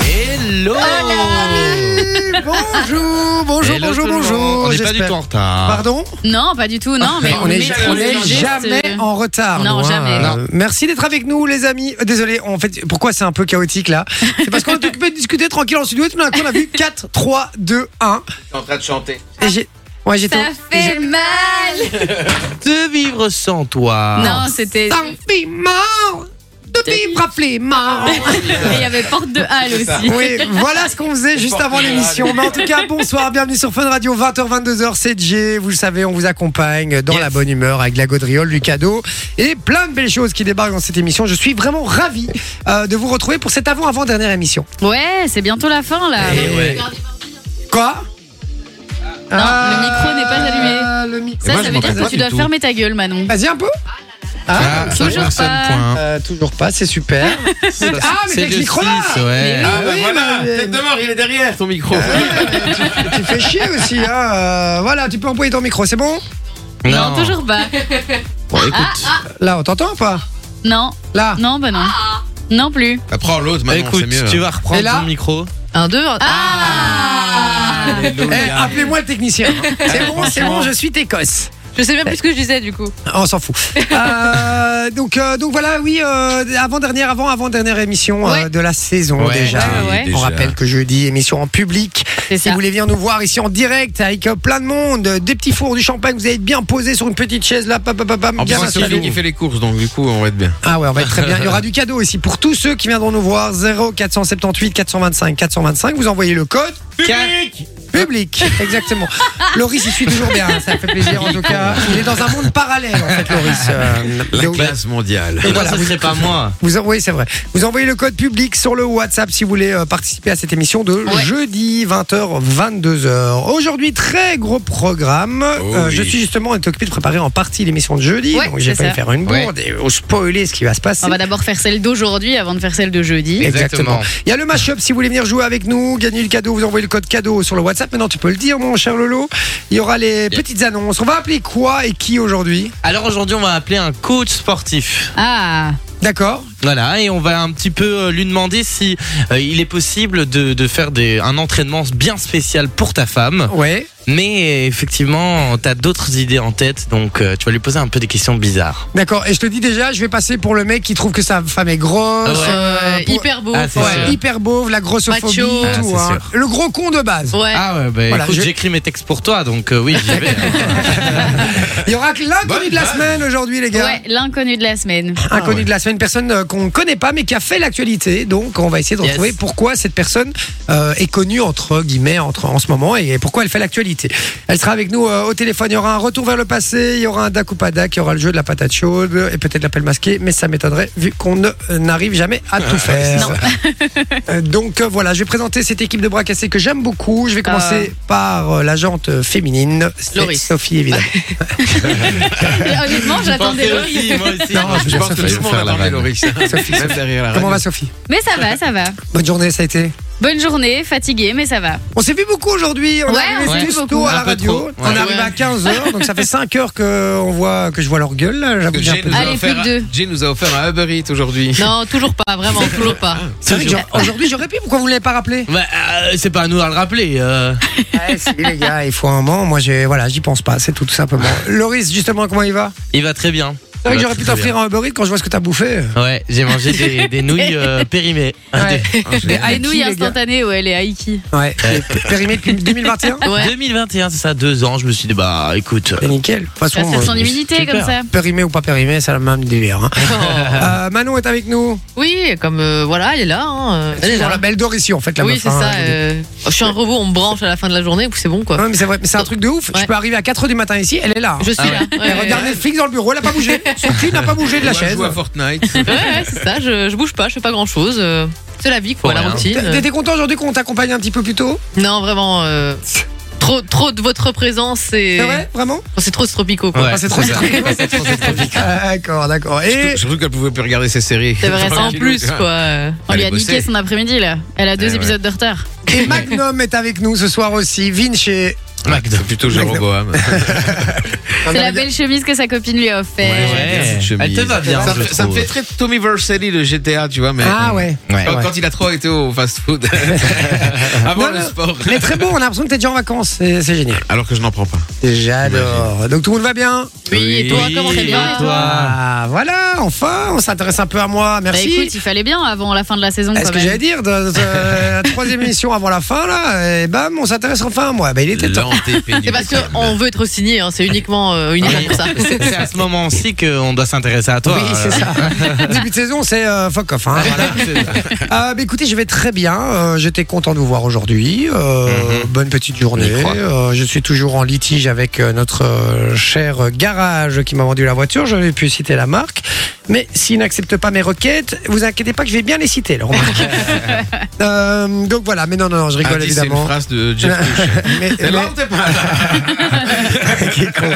Hello Oh Bonjour, bonjour, Hello bonjour, tout le monde. bonjour. On n'est pas du j'espère. tout en retard. Pardon Non, pas du tout, Ah, non, mais On n'est maîtrise on le n'est geste. jamais en retard. Non, nous, hein. jamais. Euh, Merci d'être avec nous, les amis. Euh, Désolé, en fait, pourquoi c'est un peu chaotique là C'est parce qu'on est occupé de discuter tranquille en studio et tout d'un coup, on a vu 4, 3, 2, 1. T'es en train de chanter. Et j'ai. Ouais, j'étais. Ça Ah. fait mal De vivre sans toi. Non, c'était... Ah. Ça me fait mal de vivre à flemmard. Et il y avait Porte de Halle C'est ça. aussi. Oui, voilà ce qu'on faisait juste avant l'émission. Mais en tout cas, bonsoir, bienvenue sur Fun Radio, 20h, 22h, c'est Jay. Vous le savez, on vous accompagne dans Yes. la bonne humeur avec de la gaudriole, du cadeau et plein de belles choses qui débarquent dans cette émission. Je suis vraiment ravi euh, de vous retrouver pour cette avant-avant-dernière émission. Ouais, c'est bientôt la fin, là. Eh ouais. Quoi Non, le micro n'est pas allumé. Le micro. Ça, moi, je ça veut dire m'entends que pas tu du dois tout. fermer ta gueule, Manon. Vas-y un peu. Ah, Ah, toujours ça, personne pas. point. euh, toujours pas, c'est super. Ça, Ah, mais c'est t'as le le micro là. 6, ouais. Mais Ah, bah oui, voilà, mais- euh, tête de mort, il est derrière ton micro. tu fais chier aussi. Hein. euh, voilà, tu peux employer ton micro, c'est bon Non, toujours pas. Bon, écoute, Là, on t'entend ou pas Non, Là. non, bah non. Non plus. Bah, prends l'autre maintenant, écoute c'est mieux. tu vas reprendre Et là ton micro. Un, deux, un... Ah Eh, Appelez-moi le technicien. C'est bon, c'est bon, je suis Écosse. Je sais même plus ce que je disais, du coup. On s'en fout. Euh, donc, euh, donc voilà, oui, euh, avant-dernière, avant, avant-dernière émission euh, Ouais. de la saison Ouais, déjà. ouais, ouais. On déjà. rappelle que jeudi, émission en public. C'est Si ça. vous voulez venir nous voir ici en direct avec euh, plein de monde, euh, des petits fours, du champagne, vous allez être bien posé sur une petite chaise là, pam, pam, pam, pam, Ah, En plus, bien c'est Sophie installé. qui fait les courses, donc du coup, on va être bien. Ah ouais, on va être très bien. Il y aura du cadeau aussi pour tous ceux qui viendront nous voir. 0 478 425 425. Vous envoyez le code Public public. Exactement. Loris, il suit toujours bien. hein, Ça fait plaisir en tout cas. Il est dans un monde parallèle en fait, Loris. Euh, La donc, classe mondiale. Et voilà, Voilà, ce vous- serait pas moi. vous envoyez, c'est vrai. Vous envoyez le code public sur le WhatsApp si vous voulez euh, participer à cette émission de Ouais. jeudi 20h 22h. Aujourd'hui très gros programme. Euh, Oh oui. Je suis justement été occupé de préparer en partie l'émission de jeudi, Ouais, donc j'ai c'est failli ça. faire une bourde et euh, spoiler ce qui va se passer. On va d'abord faire celle d'aujourd'hui avant de faire celle de jeudi. Exactement. Il y a le mashup si vous voulez venir jouer avec nous, gagner le cadeau, vous envoyez le code cadeau sur le WhatsApp. Maintenant tu peux le dire mon cher Lolo. Il y aura les petites annonces. On va appeler quoi et qui aujourd'hui Alors aujourd'hui, on va appeler un coach sportif. Ah D'accord Voilà, et on va un petit peu euh, lui demander si euh, il est possible de, de faire des, un entraînement bien spécial pour ta femme. Ouais. Mais euh, effectivement, t'as d'autres idées en tête, donc euh, tu vas lui poser un peu des questions bizarres. D'accord. Et je te dis déjà, je vais passer pour le mec qui trouve que sa femme est grosse. Ouais. euh, Euh, pour- Hyper beau. Ah, c'est Ouais, sûr. hyper beauve, la grossophobie, Macho. Ah, tout. c'est hein. sûr. Le gros con de base. Ouais. Ah ouais, bah Voilà, écoute, je- j'écris mes textes pour toi, donc euh, oui, j'y vais. hein. Il y aura que l'inconnu Bonne de la base. semaine aujourd'hui, les gars. Ouais, l'inconnu de la semaine. Ah Inconnu de la semaine, personne euh, qu'on ne connaît pas mais qui a fait l'actualité. Donc, on va essayer de Yes. retrouver pourquoi cette personne euh, est connue entre guillemets entre, en ce moment et pourquoi elle fait l'actualité. Elle sera avec nous euh, au téléphone. Il y aura un retour vers le passé, il y aura un dac ou pas dac, il y aura le jeu de la patate chaude et peut-être l'appel masqué, mais ça m'étonnerait vu qu'on ne- euh, n'arrive jamais à tout faire. Euh, Donc euh, voilà, je vais présenter cette équipe de bras cassés que j'aime beaucoup. Je vais commencer par euh, la jante féminine, c'est Loris. Sophie évidemment. Mais honnêtement, j'attendais pensais l'autre. aussi, moi aussi. Non, je Je pense pense que que tout le monde faire la attendait vanne. Loris. Même derrière la Comment va radio. Sophie Mais ça va, ça va. Bonne journée, ça a été. Bonne journée, fatiguée, mais ça va. On s'est vu beaucoup aujourd'hui. On Ouais, est on s'est arrivé vu tous beaucoup. tôt à la Un peu radio. trop. Ouais. On est arrivé Ouais. à 15h, donc ça fait 5 heures que, on voit, que je vois leur gueule. là. J'avoue que j'ai un Jay peu- nous a Allez, offert plus que un- deux. Jay nous a offert un Uber Eats aujourd'hui. Non, toujours pas, vraiment, toujours pas. C'est vrai que j'aurais- aujourd'hui j'aurais pu, pourquoi vous ne l'avez pas rappelé Bah, euh, c'est pas à nous à le rappeler. euh. Ouais, si, les gars, il faut un moment. Moi, j'ai- voilà, j'y pense pas, c'est tout, tout simplement. Loris, justement, comment il va Il va très bien. C'est vrai Il que va j'aurais pu très, très t'offrir un Uber Eats quand je vois ce que t'as bouffé. bien. Ouais, j'ai mangé des, des nouilles euh, périmées. Ouais. Ah, Des génial. Les Aiki, nouilles les gars. instantanées, ouais, les Aiki. Ouais. Périmé depuis 2021 Ouais. 2021, c'est ça, deux ans. Je me suis dit, bah écoute, C'est nickel. De toute façon, Ça fait son euh, immunité super. comme ça. périmé ou pas périmé, c'est le même délire. hein. Euh, Manon est avec nous. Oh. Oui, comme euh, voilà, elle est là. hein, euh, elle est C'est là. la belle d'or ici, en fait, la oui, meuf, c'est hein, ça. je vous dis. euh, je suis un robot, on me branche à la fin de la journée, donc c'est bon quoi. Ouais, mais c'est vrai, mais c'est un truc de ouf. Je Ouais. peux arriver à 4h du matin ici, elle est là. hein. Je suis Ah là. ouais. ouais, Elle ouais, regarde Netflix dans le bureau, elle n'a pas bougé. Son cul n'a pas bougé de la Ou elle chaise. joue à Fortnite. ouais. Ouais, ouais, c'est ça. Je, je bouge pas, je fais pas grand chose. c'est la vie quoi, Ouais, la hein. routine. T'étais content aujourd'hui qu'on t'accompagne un petit peu plus tôt Non, vraiment. euh, Trop, trop de votre présence, c'est C'est vrai Vraiment c'est trop tropicaux quoi. Ouais, Ah, C'est trop c'est ça. c'est trop Ah, D'accord, d'accord. Et Surtout qu'elle pouvait plus regarder ses séries. C'est vrai, en Tranquille, plus tu vois. quoi. euh. On lui Allez a bosser. niqué son après-midi là. Elle a deux Eh épisodes de retard. et Magnum est avec nous ce soir aussi. Vinci. McDo. C'est plutôt Jéroboam. C'est la belle chemise que sa copine lui a offert. Ouais, j'aime bien cette chemise. Elle te va bien. Ça, me je fait- ça me trouve. fait très Tommy Vercelli le GTA, tu vois. Mais Ah ouais. Ouais. Quand, quand il a trop été au fast-food. Avant Non, le non. sport. Mais très beau, on a l'impression que t'es déjà en vacances, c'est c'est génial. Alors que je n'en prends pas. J'adore. Donc tout le monde va bien Oui, et toi, Oui, comment ça et va toi Ah voilà, enfin, on s'intéresse un peu à moi, Bah merci. écoute, il fallait bien avant la fin de la saison Est-ce quand que j'allais même. dire, dans, euh, la troisième émission avant la fin, là, et bam, on s'intéresse enfin à moi. Ben, il était temps. L'antépénible. C'est parce qu'on veut être signé, hein, c'est uniquement euh, uniquement pour ça. C'est c'est à ce moment-ci qu'on doit s'intéresser à toi. Euh, oui, c'est ça. Début de saison, c'est euh, fuck off. hein. Voilà. Euh, bah, écoutez, je vais très bien. Euh, J'étais content de vous voir aujourd'hui. Mhm. Euh, Bonne petite journée. On y croit. Euh, je suis toujours en litige avec euh, notre euh, cher garage qui m'a vendu la voiture. Je vais plus citer la marque. Mais s'il n'accepte pas mes requêtes, vous inquiétez pas que je vais bien les citer. le remarque. Euh, donc voilà, mais non, non, non, je Ah, rigole dis, c'est une évidemment. phrase de Jeff Bush. Mais, Mais mais- non, t'es pas là. qui est con.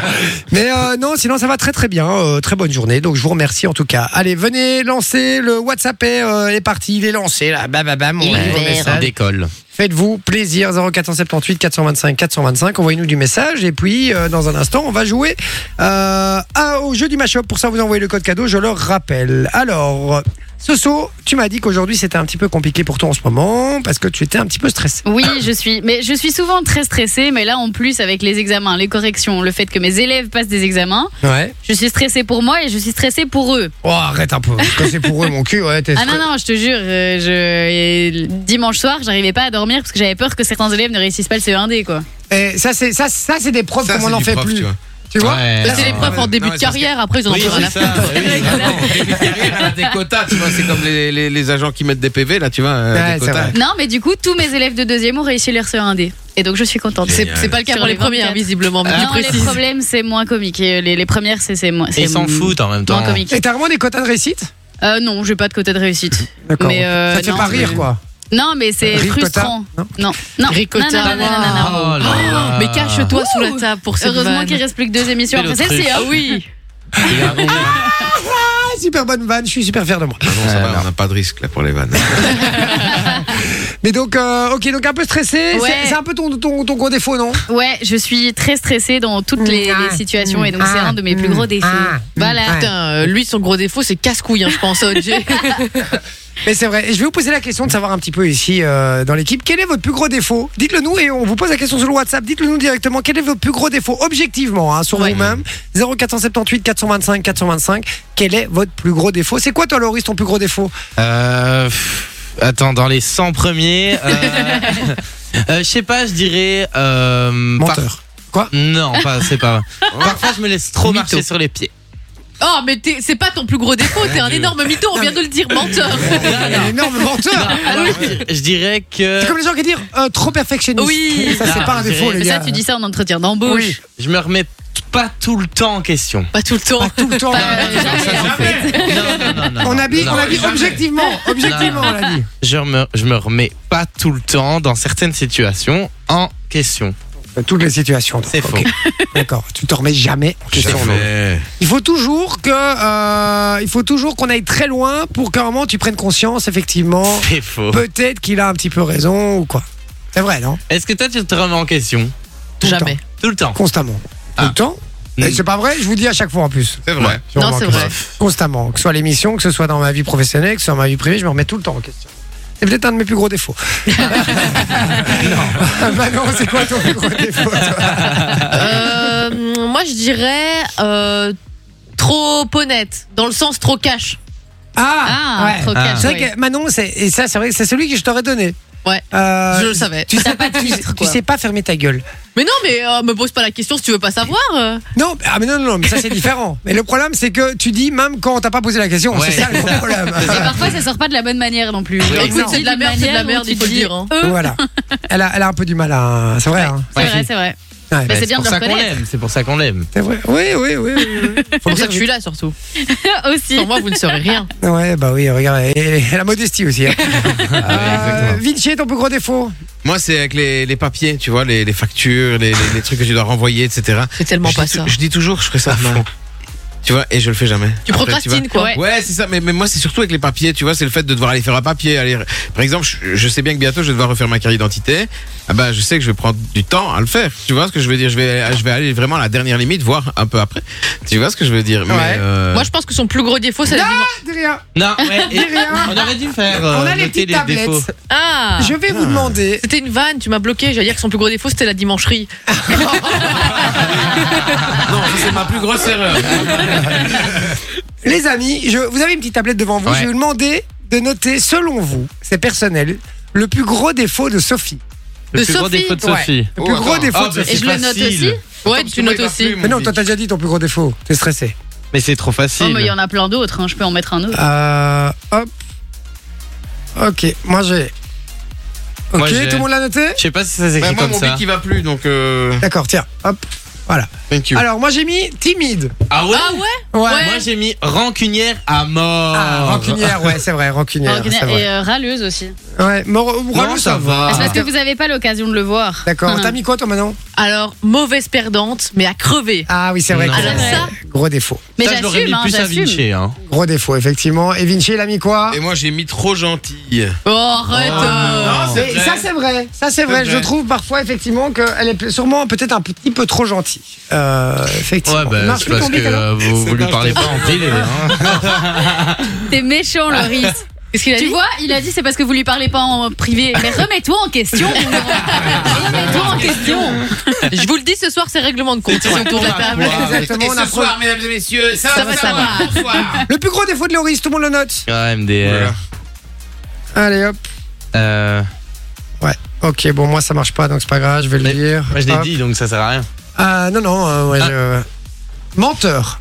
Mais euh, non, sinon ça va très très bien. Euh, très bonne journée. Donc je vous remercie en tout cas. Allez, venez lancer le WhatsApp est, euh, est parti. Il est lancé là. Bam bam bam. On Il lit vos est messages. Ça décolle. Faites-vous plaisir 0478 425 425. Envoyez-nous du message et puis euh, dans un instant on va jouer euh, à- au jeu du mashup. Pour ça vous envoyez le code cadeau. Je le rappelle. Alors. Soso, tu m'as dit qu'aujourd'hui c'était un petit peu compliqué pour toi en ce moment parce que tu étais un petit peu stressé. Oui, je suis. Mais je suis souvent très stressée, mais là en plus avec les examens, les corrections, le fait que mes élèves passent des examens, Ouais. je suis stressée pour moi et je suis stressée pour eux. Oh, arrête un peu. Quand c'est pour eux mon cul, ouais, t'es Ah stressé. non non, je te jure, euh, je et dimanche soir, j'arrivais pas à dormir parce que j'avais peur que certains élèves ne réussissent pas le CE1D quoi. Et Eh, ça, c'est ça, ça c'est des preuves Ça, comme on c'est n'en du fait prof, plus. tu Tu vois, vois. Ça, Ouais. C'est Non, les preuves en non, début mais de c'est parce que- carrière, après ils en ont Oui, plus rien à c'est ça. faire. oui, vraiment. T'as des quotas, tu vois, c'est comme les, les, les agents qui mettent des PV, là, tu vois, euh, Ouais, des c'est quotas. vrai. Non, mais du coup, tous mes élèves de deuxième ont réussi leur CE1D. Et donc, je suis contente. C'est c'est pas le cas Sur pour les les premières, 24. visiblement, mais tu Non, les précises. problèmes, c'est moins comique. Et Les, les premières, c'est c'est moins. Et c'est ils s'en moins foutent en même temps. comique. Et t'as vraiment des quotas de réussite Euh, non, j'ai pas de quota de réussite. D'accord. Mais, euh, ça te fait non, pas mais- rire, quoi. Non, mais c'est Rire quota frustrant. Non. Non, non. Ricotta. Non, non, non, non, non, non, non. Ah, Ah, Oh là là. Mais cache-toi sous la Ouh. table pour cette Heureusement vanne. qu'il reste plus que deux émissions Fais après l'autruche. celle-ci. Ah oui. Il a- Ah, super bonne vanne, je suis super fier de moi. Ah non, ça Euh, va, non. on n'a pas de risque, là, pour les vannes. Mais donc, euh, ok, donc un peu stressé, c'est- Ouais. c'est un peu ton, ton, ton gros défaut, non euh, Ouais, je suis très stressée dans toutes les, Ah. les situations et donc c'est Ah. un de mes plus gros défauts. Ah. Voilà. Putain, euh, lui, son gros défaut, c'est casse-couille, hein, je pense, OJ. Mais c'est vrai, et je vais vous poser la question de savoir un petit peu ici euh, dans l'équipe, quel est votre plus gros défaut Dites-le nous et on vous pose la question sur le WhatsApp, dites-le nous directement, quel est votre plus gros défaut objectivement hein, sur Ouais. vous-même 0478 425 425, quel est votre plus gros défaut C'est quoi toi Loris ton plus gros défaut Euh, pff, attends, dans les 100 premiers, euh, euh, je sais pas, je dirais. euh, par- Menteur. Non, pas, c'est pas. Parfois, je me laisse trop marcher sur les pieds. Oh, mais t'es- c'est pas ton plus gros défaut, t'es un énorme mytho, on vient de le dire, menteur. Ah, Un énorme menteur Alors, je- je dirais que C'est comme les gens qui disent euh, trop perfectionniste. Oui. ça c'est Ah, pas un c'est défaut vrai. les Ça, gars. tu dis ça en entretien d'embauche. Oui. je me remets t- pas tout le temps en question. Pas tout le temps. Pas Ah, tout le temps. Pas- Ah, euh, Non, ça, c'est fait. Non, non, non, non, on non, a dit, non. on a dit objectivement, objectivement on l'a dit. Je me, je me remets pas tout le temps dans certaines situations en question. Euh, Toutes les situations. donc, C'est faux. ok. D'accord. Tu te remets jamais en question. Jamais. Il faut toujours que, euh, il faut toujours qu'on aille très loin pour qu'à un moment tu prennes conscience effectivement. C'est faux. Peut-être qu'il a un petit peu raison ou quoi. C'est vrai non Est-ce que toi, tu te remets en question tout le Jamais. tout le temps Constamment. Tout Ah. le temps. Et C'est pas vrai Je vous le dis à chaque fois en plus. C'est vrai. Ouais. Je me remets Non, en c'est question. vrai. constamment, que ce soit l'émission, que ce soit dans ma vie professionnelle, que ce soit dans ma vie privée, je me remets tout le temps en question. C'est peut-être un de mes plus gros défauts. non. bah non, c'est quoi ton plus gros défaut toi Euh, moi, je dirais euh, trop honnête, dans le sens trop cash. Ah, ouais. trop Ah. cash. C'est ouais. vrai que Manon, c'est- et ça, c'est vrai, c'est celui que je t'aurais donné. Ouais. Euh, je le savais. Tu sais pas, tu, filtre, tu quoi. sais pas fermer ta gueule. Mais non, mais euh, me pose pas la question si tu veux pas savoir. euh. Non, ah, mais non, non, non, mais ça c'est différent. Mais le problème, c'est que tu dis même quand on t'a pas posé la question. Ouais, c'est ça le c'est ça. problème. Et parfois, ça sort pas de la bonne manière non plus. Oui, Écoute, non. C'est de la d'une merde, c'est de la manière merde, où tu il faut te dis, dire, hein. euh, voilà. Elle a, elle a un peu du mal à. C'est vrai, hein. C'est vrai, c'est vrai. Ouais, Bah, c'est c'est bien pour de ça le qu'on reconnaître. l'aime. C'est pour ça qu'on l'aime. c'est vrai. Oui, oui, oui. oui, oui. C'est pour ça que je suis là, surtout. Aussi. Sans moi, vous ne saurez rien. Ouais, bah oui, regarde, et- et la modestie aussi. hein. exactement. Euh, Vinci, ton plus gros défaut Moi, c'est avec les, les papiers, tu vois, les, les factures, les, les- les trucs que tu dois renvoyer, etc. C'est tellement je, pas dis, tu- ça. je dis toujours, je ferai ça demain. Tu vois, et je le fais jamais. Tu Après, vois. procrastines, quoi. Ouais. Ouais, c'est ça. Mais, mais moi, c'est surtout avec les papiers. Tu vois, c'est le fait de devoir aller faire un papier. Aller... Par exemple, je, je sais bien que bientôt, je vais devoir refaire ma carte d'identité. Ah ben, je sais que je vais prendre du temps à le faire. Tu vois ce que je veux dire Je vais, je vais aller vraiment à la dernière limite, voire un peu après. Tu vois ce que je veux dire Mais, Ouais. euh, Moi, je pense que son plus gros défaut, c'est la dimen- Adrien, Non, ouais, et- rien. on aurait dû faire. on euh, a les noter petites tablettes. défauts. Ah Je vais vous demander. C'était une vanne, tu m'as bloqué. J'allais dire que son plus gros défaut, c'était la dimancherie. Non, ça, c'est ma plus grosse erreur. Les amis, je, vous avez une petite tablette devant vous. Ouais. Je vais vous demander de noter, selon vous, c'est personnel, le plus gros défaut de Sophie. Le De plus gros Sophie, défaut de ouais. Sophie. Le plus Oh, gros attends. défaut Ah, de bah, Sophie. Et c'est je le note facile. aussi. Ouais, tu Comme moi, il notes m'a aussi. plu, mon Mais non, Vic. toi, t'as déjà dit ton plus gros défaut. T'es stressé. Mais c'est trop Non, facile. Oh, mais il y en a plein d'autres, hein, je peux en mettre un autre. Euh, hop. Ok, moi j'ai. Ok, Moi, j'ai- tout le monde l'a noté Je sais pas si ça Bah, s'écrit moi, comme mon ça. bic, il va plus, donc. Euh... D'accord, tiens, hop. Thank you. Alors, moi j'ai mis timide. Ah ouais Ah ouais Ouais. Moi j'ai mis rancunière à mort. Ah, rancunière, ouais, c'est vrai, rancunière. Rancunière c'est vrai. et euh, râleuse aussi. Ouais, mor- Non, relou, ça va. Ah, C'est parce que vous n'avez pas l'occasion de le voir. D'accord, Hein. t'as mis quoi toi maintenant Alors, mauvaise perdante, mais à crever. Ah oui, c'est vrai. Non. que- Alors ça, Gros défaut. Mais ça, je l'aurais mis j'assume, hein, plus à j'assume. Vinci. Hein. Gros défaut, effectivement. Et Vinci, il a mis quoi Eh ben, Et moi, j'ai mis trop gentil. oh, arrête euh. non, c'est Et vrai. Ah, ça c'est vrai, ça c'est vrai. vrai. Je trouve parfois effectivement qu'elle est sûrement peut-être un petit peu trop gentille. Euh, effectivement. Ouais, bah, Marche c'est plus parce ton que bic, alors euh, vous, C'est vous lui pas- parlez pas en télé. Hein. T'es méchant, Loris. Qu'est-ce qu'il a tu dit vois, il a dit c'est parce que vous lui parlez pas en privé. Mais remets-toi en question. remets-toi en question. Je vous le dis, ce soir, c'est règlement de compte. C'est son autour de la tour à table. voir. Ah, Exactement, Et on approche- ce soir, mesdames et messieurs, ça, Ça va, va, ça va. Bonsoir. Le plus gros défaut de Loris, tout le monde le note. Ah, MDR. Allez hop. Euh, Ok, bon moi ça marche pas donc c'est pas grave, je vais le Mais- lire. moi je l'ai Hop. dit donc ça sert à rien. Ah non non, euh, ouais, je- menteur.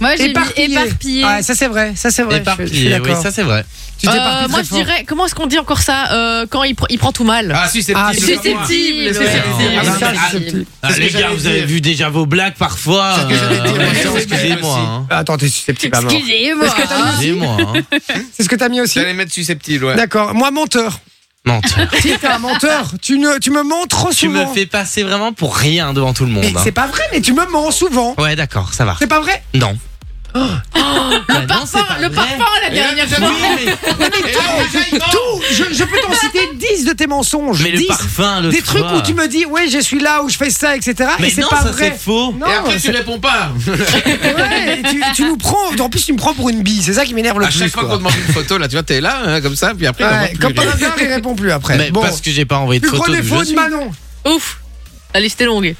Moi j'ai mis éparpillé. Ah, éparpillé. Ouais, ça c'est vrai, ça c'est vrai. je suis- je suis Éparpillé, Eh oui, d'accord. ça c'est vrai. Tu Euh, t'éparpilles très moi, je fort. dirais, comment est-ce qu'on dit encore ça euh, Quand il, pr- il prend tout mal. Ah, susceptible. Ah, comme moi. Susceptible, C'est ouais. susceptible. Ah, Ah, ça, mais- c'est petit. Ah, C'est ce les que gars, j'allais vous avez dire. vu déjà vos blagues parfois. C'est ce que j'allais dire, euh, moi, c'est Excusez-moi. aussi. hein. Ah, Attends, t'es susceptible à mort. Excusez-moi. Excusez-moi. hein. C'est ce que t'as mis aussi J'allais mettre susceptible, ouais. D'accord, moi menteur. Menteur. Si t'es un menteur, tu, ne, tu me mens trop Tu me souvent. fais passer vraiment pour rien devant tout le monde. Mais hein. c'est pas vrai, mais tu me mens souvent. Ouais, d'accord, ça va. C'est pas vrai Non. Oh. Bah non, c'est Parfum, pas le vrai. parfum, la dernière déjà, fois. Oui, Et là, déjà, il ment. Tout Je, je peux t'en citer 10 de tes mensonges. mais, mais 10. le parfum, le Des trucs où tu me dis, ouais, je suis là, où je fais ça, etc. Mais et c'est non, pas ça vrai. c'est faux. Non, Et après, tu c'est- réponds pas. ouais, et tu, tu nous prends. En plus, tu me prends pour une bille. C'est ça qui m'énerve le À plus. chaque fois quoi. qu'on demande une photo, là, tu vois, t'es là, hein, comme ça, puis après, on voit Ouais, plus comme par rien. hasard, il répond plus après. Mais bon, parce que j'ai pas envoyé de plus gros photo de défaut je de suis. Manon. Ouf. La liste est longue.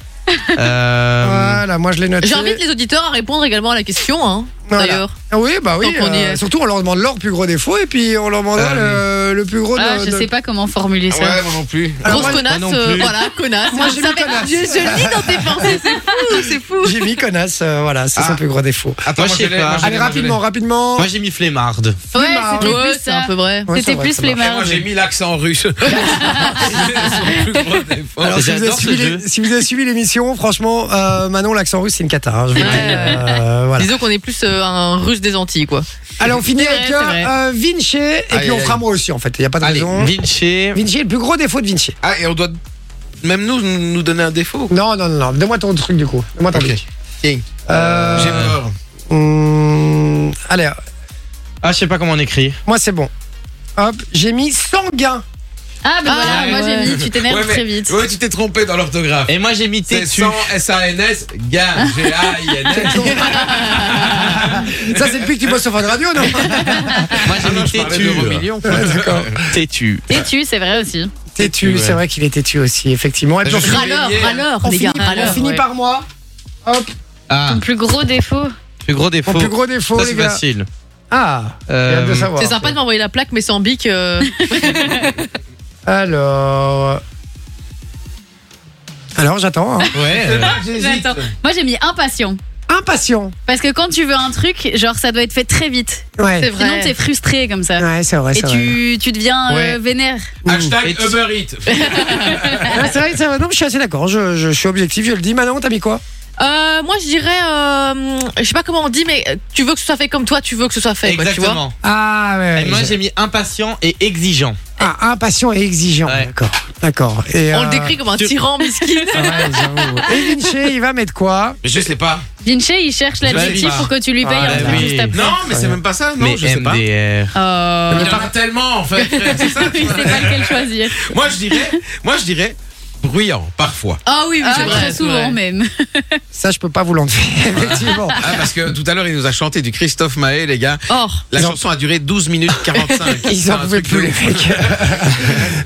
Euh, Voilà, moi je l'ai noté. J'invite les auditeurs à répondre également à la question, hein, Voilà. d'ailleurs. Oui, bah oui. Tant qu'on y euh, est. surtout, on leur demande leur plus gros défaut et puis on leur Ah demandera le, le plus gros. Ah, de- je de- sais pas comment formuler ça. Ouais, moi non plus. Alors, Grosse moi, connasse, moi non euh, plus. voilà, connasse. Moi, Je j'ai mis savais- connasse. Je, je le lis dans tes pensées, c'est fou, c'est fou. J'ai mis connasse, euh, voilà, c'est son Ah. plus gros défaut. Attends, Moi, moi, je sais je l'ai, pas. moi, je l'ai, Allez, moi, je l'ai. rapidement, rapidement. Moi j'ai mis flemmarde. Ouais, Flemmard. c'était Ouais, plus c'est un ça. peu vrai. Ouais, c'est C'était vrai, plus ça marche. les Et Moi, j'ai mis l'accent russe. C'est son plus gros défaut. Alors, si vous, avez J'adore suivi ce les- jeu. si vous avez suivi l'émission, franchement, euh, Manon, l'accent russe, c'est une cata. hein, je vous le dis, euh, voilà. Disons qu'on est plus euh, un russe des Antilles, quoi. Allez, on finit C'est vrai, avec c'est vrai. euh, Vinci, et puis Allez, on fera allez. moi aussi, en fait. Il n'y a pas de Allez, raison. Vinci. Vinci, le plus gros défaut de Vinci. Ah, et on doit même nous nous donner un défaut. Non, non, non, non. Donne-moi ton truc, du coup. Donne-moi ton Ok. truc. Tiens. Euh, J'ai peur. hum, allez, euh, Ah, je sais pas comment on écrit. moi, c'est bon. Hop, j'ai mis sanguin. Ah, bah Ah, voilà, ouais, moi ouais. j'ai mis tu t'énerves Ouais, mais- très vite. Ouais, tu t'es trompé dans l'orthographe. Et moi j'ai mis C'est têtu. sans S-A-N-S, gars, G-A-I-N-S. Ça, c'est depuis que tu bosses sur Fun Radio, non Moi Ah j'ai mis têtu. D'accord. Têtu. Têtu, c'est vrai aussi. Têtu, Ouais. Bah, c'est vrai qu'il est têtu aussi, effectivement. Et puis on Je- finit- Râleur, Réveillé. râleur, on les finit, gars, par- on râleur. finit ouais. par moi. Hop, Ah, Ton plus gros défaut. plus gros défaut. mon plus gros défaut, Ça les c'est gars. facile. Ah, j'ai hâte de Euh, savoir. C'est sympa de m'envoyer la plaque, mais sans bic. euh, Alors. Alors, j'attends. hein. Ouais. Ah, euh, bah, J'hésite. Moi j'ai mis impatient. Impatient. Parce que quand tu veux un truc, genre ça doit être fait très vite. C'est Ouais. vrai. Sinon t'es frustré comme ça. Ouais, c'est vrai, Et c'est vrai. tu, tu deviens euh, Ouais. vénère. Et Hashtag tu- Uber Eats. Ouais, Ah, c'est vrai, c'est vrai. Non, je suis assez d'accord. Je, je suis objectif, je le dis. Manon, t'as mis quoi Euh, moi, je dirais, euh, je sais pas comment on dit, mais euh, tu veux que ce soit fait comme toi, tu veux que ce soit fait, quoi, tu vois. Exactement. Ah, ouais. Et moi j'ai mis impatient et exigeant. Ah, impatient et exigeant. Ouais. D'accord. D'accord. Et, On euh, le décrit comme un tu- tyran miskin. ah ouais, j'avoue. Et Vinci, il va mettre quoi Mais Je sais pas. Vinci, il cherche l'adjectif pas. pour que tu lui payes Ah, un bah truc oui. juste après. Non, mais c'est même pas ça. Non, mais je sais pas. MDR. Ah, Euh, Il y en a tellement en fait. frère, c'est ça, tu il vois. sait pas lequel choisir. moi je dirais, moi je dirais bruyant parfois. Ah oui, oui, Ah, c'est vrai, très c'est souvent vrai. même. Ça, je peux pas vous l'enlever, effectivement. Ah parce que tout à l'heure il nous a chanté du Christophe Maé les gars. Or, La Non. chanson a duré 12 minutes 45. Ils Ah, C'est en un pouvaient truc plus, de les ouf. mecs.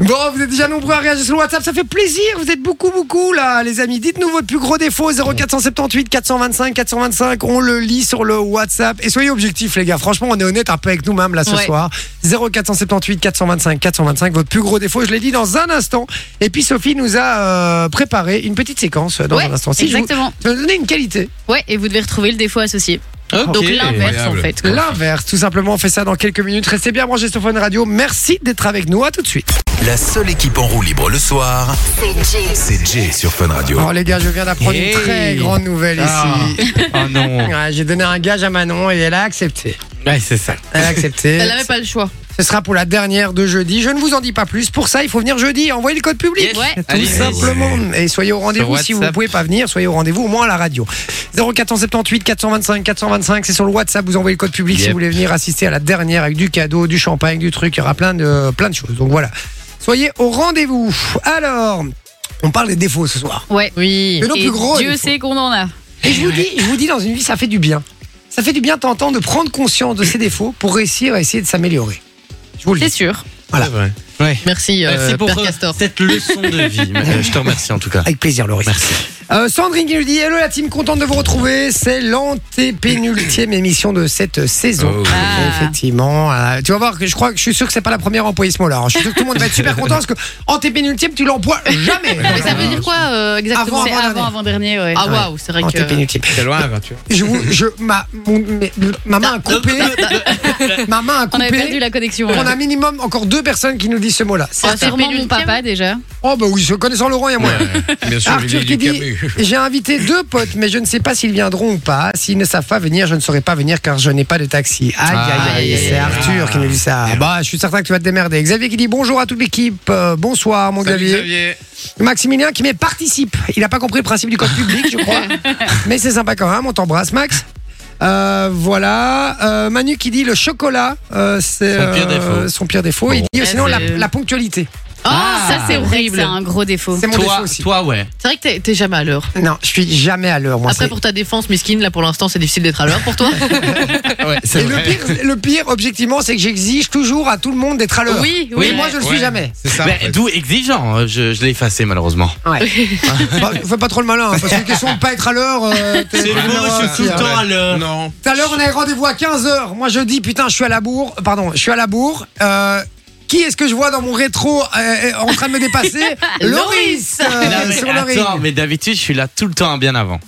bon, vous êtes déjà nombreux à réagir sur le WhatsApp. Ça fait plaisir. Vous êtes beaucoup, beaucoup, là, les amis. Dites-nous votre plus gros défaut. 0478 425 425. On le lit sur le WhatsApp. Et soyez objectifs, les gars. Franchement, on est honnête un peu avec nous-mêmes, là, ce Ouais. soir. 0478 425 425. Votre plus gros défaut, je l'ai dit dans un instant. Et puis, Sophie nous a euh, préparé une petite séquence euh, dans Ouais, un instant. Si je vous- Exactement. je vais vous donner une qualité. Ouais, et vous devez retrouver le défaut associé. Ok. Donc l'inverse en Incroyable. fait. quoi. L'inverse, tout simplement. On fait ça dans quelques minutes. Restez bien branchés sur Fun Radio. Merci d'être avec nous. À tout de suite. La seule équipe en roue libre le soir, c'est Jay sur Fun Radio. Alors Oh, les gars, je viens d'apprendre Hey. une très grande nouvelle Ah. ici. Oh non. Ouais, J'ai donné un gage à Manon et elle a accepté. Ouais, c'est Euh, ça. Elle a accepté. elle n'avait pas le choix. Ce sera pour la dernière de jeudi. Je ne vous en dis pas plus. Pour ça, il faut venir jeudi. Envoyez le code public. Yes. Ouais. Tout Allez. simplement. Et soyez au rendez-vous. Sur Si vous ne WhatsApp. pouvez pas venir, soyez au rendez-vous au moins à la radio. 0478 425 425. C'est sur le WhatsApp. Vous envoyez le code public si Yep. vous voulez venir assister à la dernière avec du cadeau, du champagne, du truc. Il y aura plein de, plein de choses. Donc voilà. Soyez au rendez-vous. Alors, on parle des défauts ce soir. Ouais. Oui. Mais nos Et plus gros Dieu défauts. sait qu'on en a. Et je vous dis, je vous dis dans une vie, ça fait du bien. Ça fait du bien tentant de prendre conscience de ses défauts pour réussir à essayer de s'améliorer. Je vous le C'est dis. sûr. Voilà. C'est vrai. Ouais. Merci, euh, Merci pour Père euh, Castor. cette leçon de vie. Euh, Je te remercie en tout cas. Avec plaisir, Laurie. Euh, Sandrine qui nous dit Hello la team, contente de vous retrouver. C'est l'antépénultième émission de cette saison. Oh. Ah. Effectivement. euh, tu vas voir que je crois que je suis sûr que c'est pas la première à employer ce mot-là. hein. Je suis sûr que tout le monde va être super content parce que antépénultième, tu l'emploies jamais. Ah, Mais ça veut dire quoi euh, exactement Avant, C'est avant-dernier. avant avant-dernier ouais. Ah waouh, c'est vrai Oh, que. Antépénultième. C'est loin, hein, tu vois. Je vous, je, ma, mon- mes- ma main a coupé. ma main a On coupé. avait perdu la connexion. On là. a minimum encore deux personnes qui nous disent ce mot-là. Ah, sûrement mon Antépénultième. papa déjà. Oh bah oui, je connaissant Laurent, il y a moyen. Bien sûr, il Arthur est qui du dit Camus. J'ai invité deux potes, mais je ne sais pas s'ils viendront ou pas. S'ils ne savent pas venir, je ne saurais pas venir car je n'ai pas de taxi. Aïe, aïe, aïe, Aïe, c'est aïe, Arthur aïe. qui nous dit ça. Ah Bah, je suis certain que tu vas te démerder. Xavier qui dit bonjour à toute l'équipe. Euh, bonsoir, mon Salut, Xavier. Xavier. Maximilien qui met participe. Il n'a pas compris le principe du code public, je crois. mais c'est sympa quand même. On t'embrasse, Max. Euh, voilà. Euh, Manu qui dit le chocolat, euh, c'est Son pire défaut. son pire défaut. Il dit Ouais, sinon la, c'est- la ponctualité. Ah, ça c'est vrai que horrible. C'est c'est un gros défaut. C'est mon défaut Toi, aussi. toi, ouais. C'est vrai que t'es- t'es jamais à l'heure. Non, je suis jamais à l'heure, moi. Après, c'est- pour ta défense, Miskin, là pour l'instant, c'est difficile d'être à l'heure pour toi. ouais c'est Et le vrai. pire, le pire, objectivement, c'est que j'exige toujours à tout le monde d'être à l'heure. oui, Oui, oui. moi je le suis Ouais. jamais. C'est ça. Ben, en fait. D'où exigeant, euh, je, je l'ai effacé malheureusement. Ah Bah, fais pas trop le malin, hein, parce que question de pas être à l'heure. euh, t'es C'est numéro bon, je un, suis tout hein. le temps à l'heure. Non. Tout à l'heure, on avait rendez-vous à 15h. Moi, je dis, putain, je suis à la bourre. Pardon, je suis à la bourre. Euh, qui est-ce que je vois dans mon rétro euh, euh, en train de me dépasser Loris euh, Non, mais sur le ring. attends, mais d'habitude, je suis là tout le temps bien avant.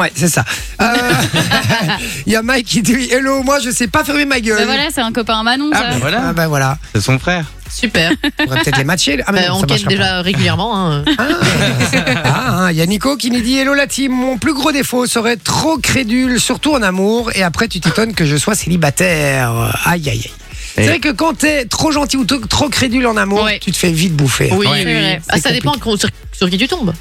Ouais, c'est ça. Euh, Il y a Mike qui dit Hello, moi, je sais pas fermer ma gueule. Bah voilà, c'est un copain à Manon ça. Ah, ben Ah voilà, bah voilà, c'est son frère. Super. on pourrait peut-être les matcher. Ah, mais Bah, non, on ça ken marchera pas. déjà régulièrement. hein. Ah, hein, il y a Nico qui nous dit Hello la team, mon plus gros défaut serait trop crédule, surtout en amour, et après tu t'étonnes que je sois célibataire. Aïe aïe aïe. C'est Et- vrai que quand t'es trop gentil ou t- trop crédule en amour, Ouais. tu te fais vite bouffer. Oui, Ouais. oui, oui. C'est Ah, ça dépend sur, sur qui tu tombes.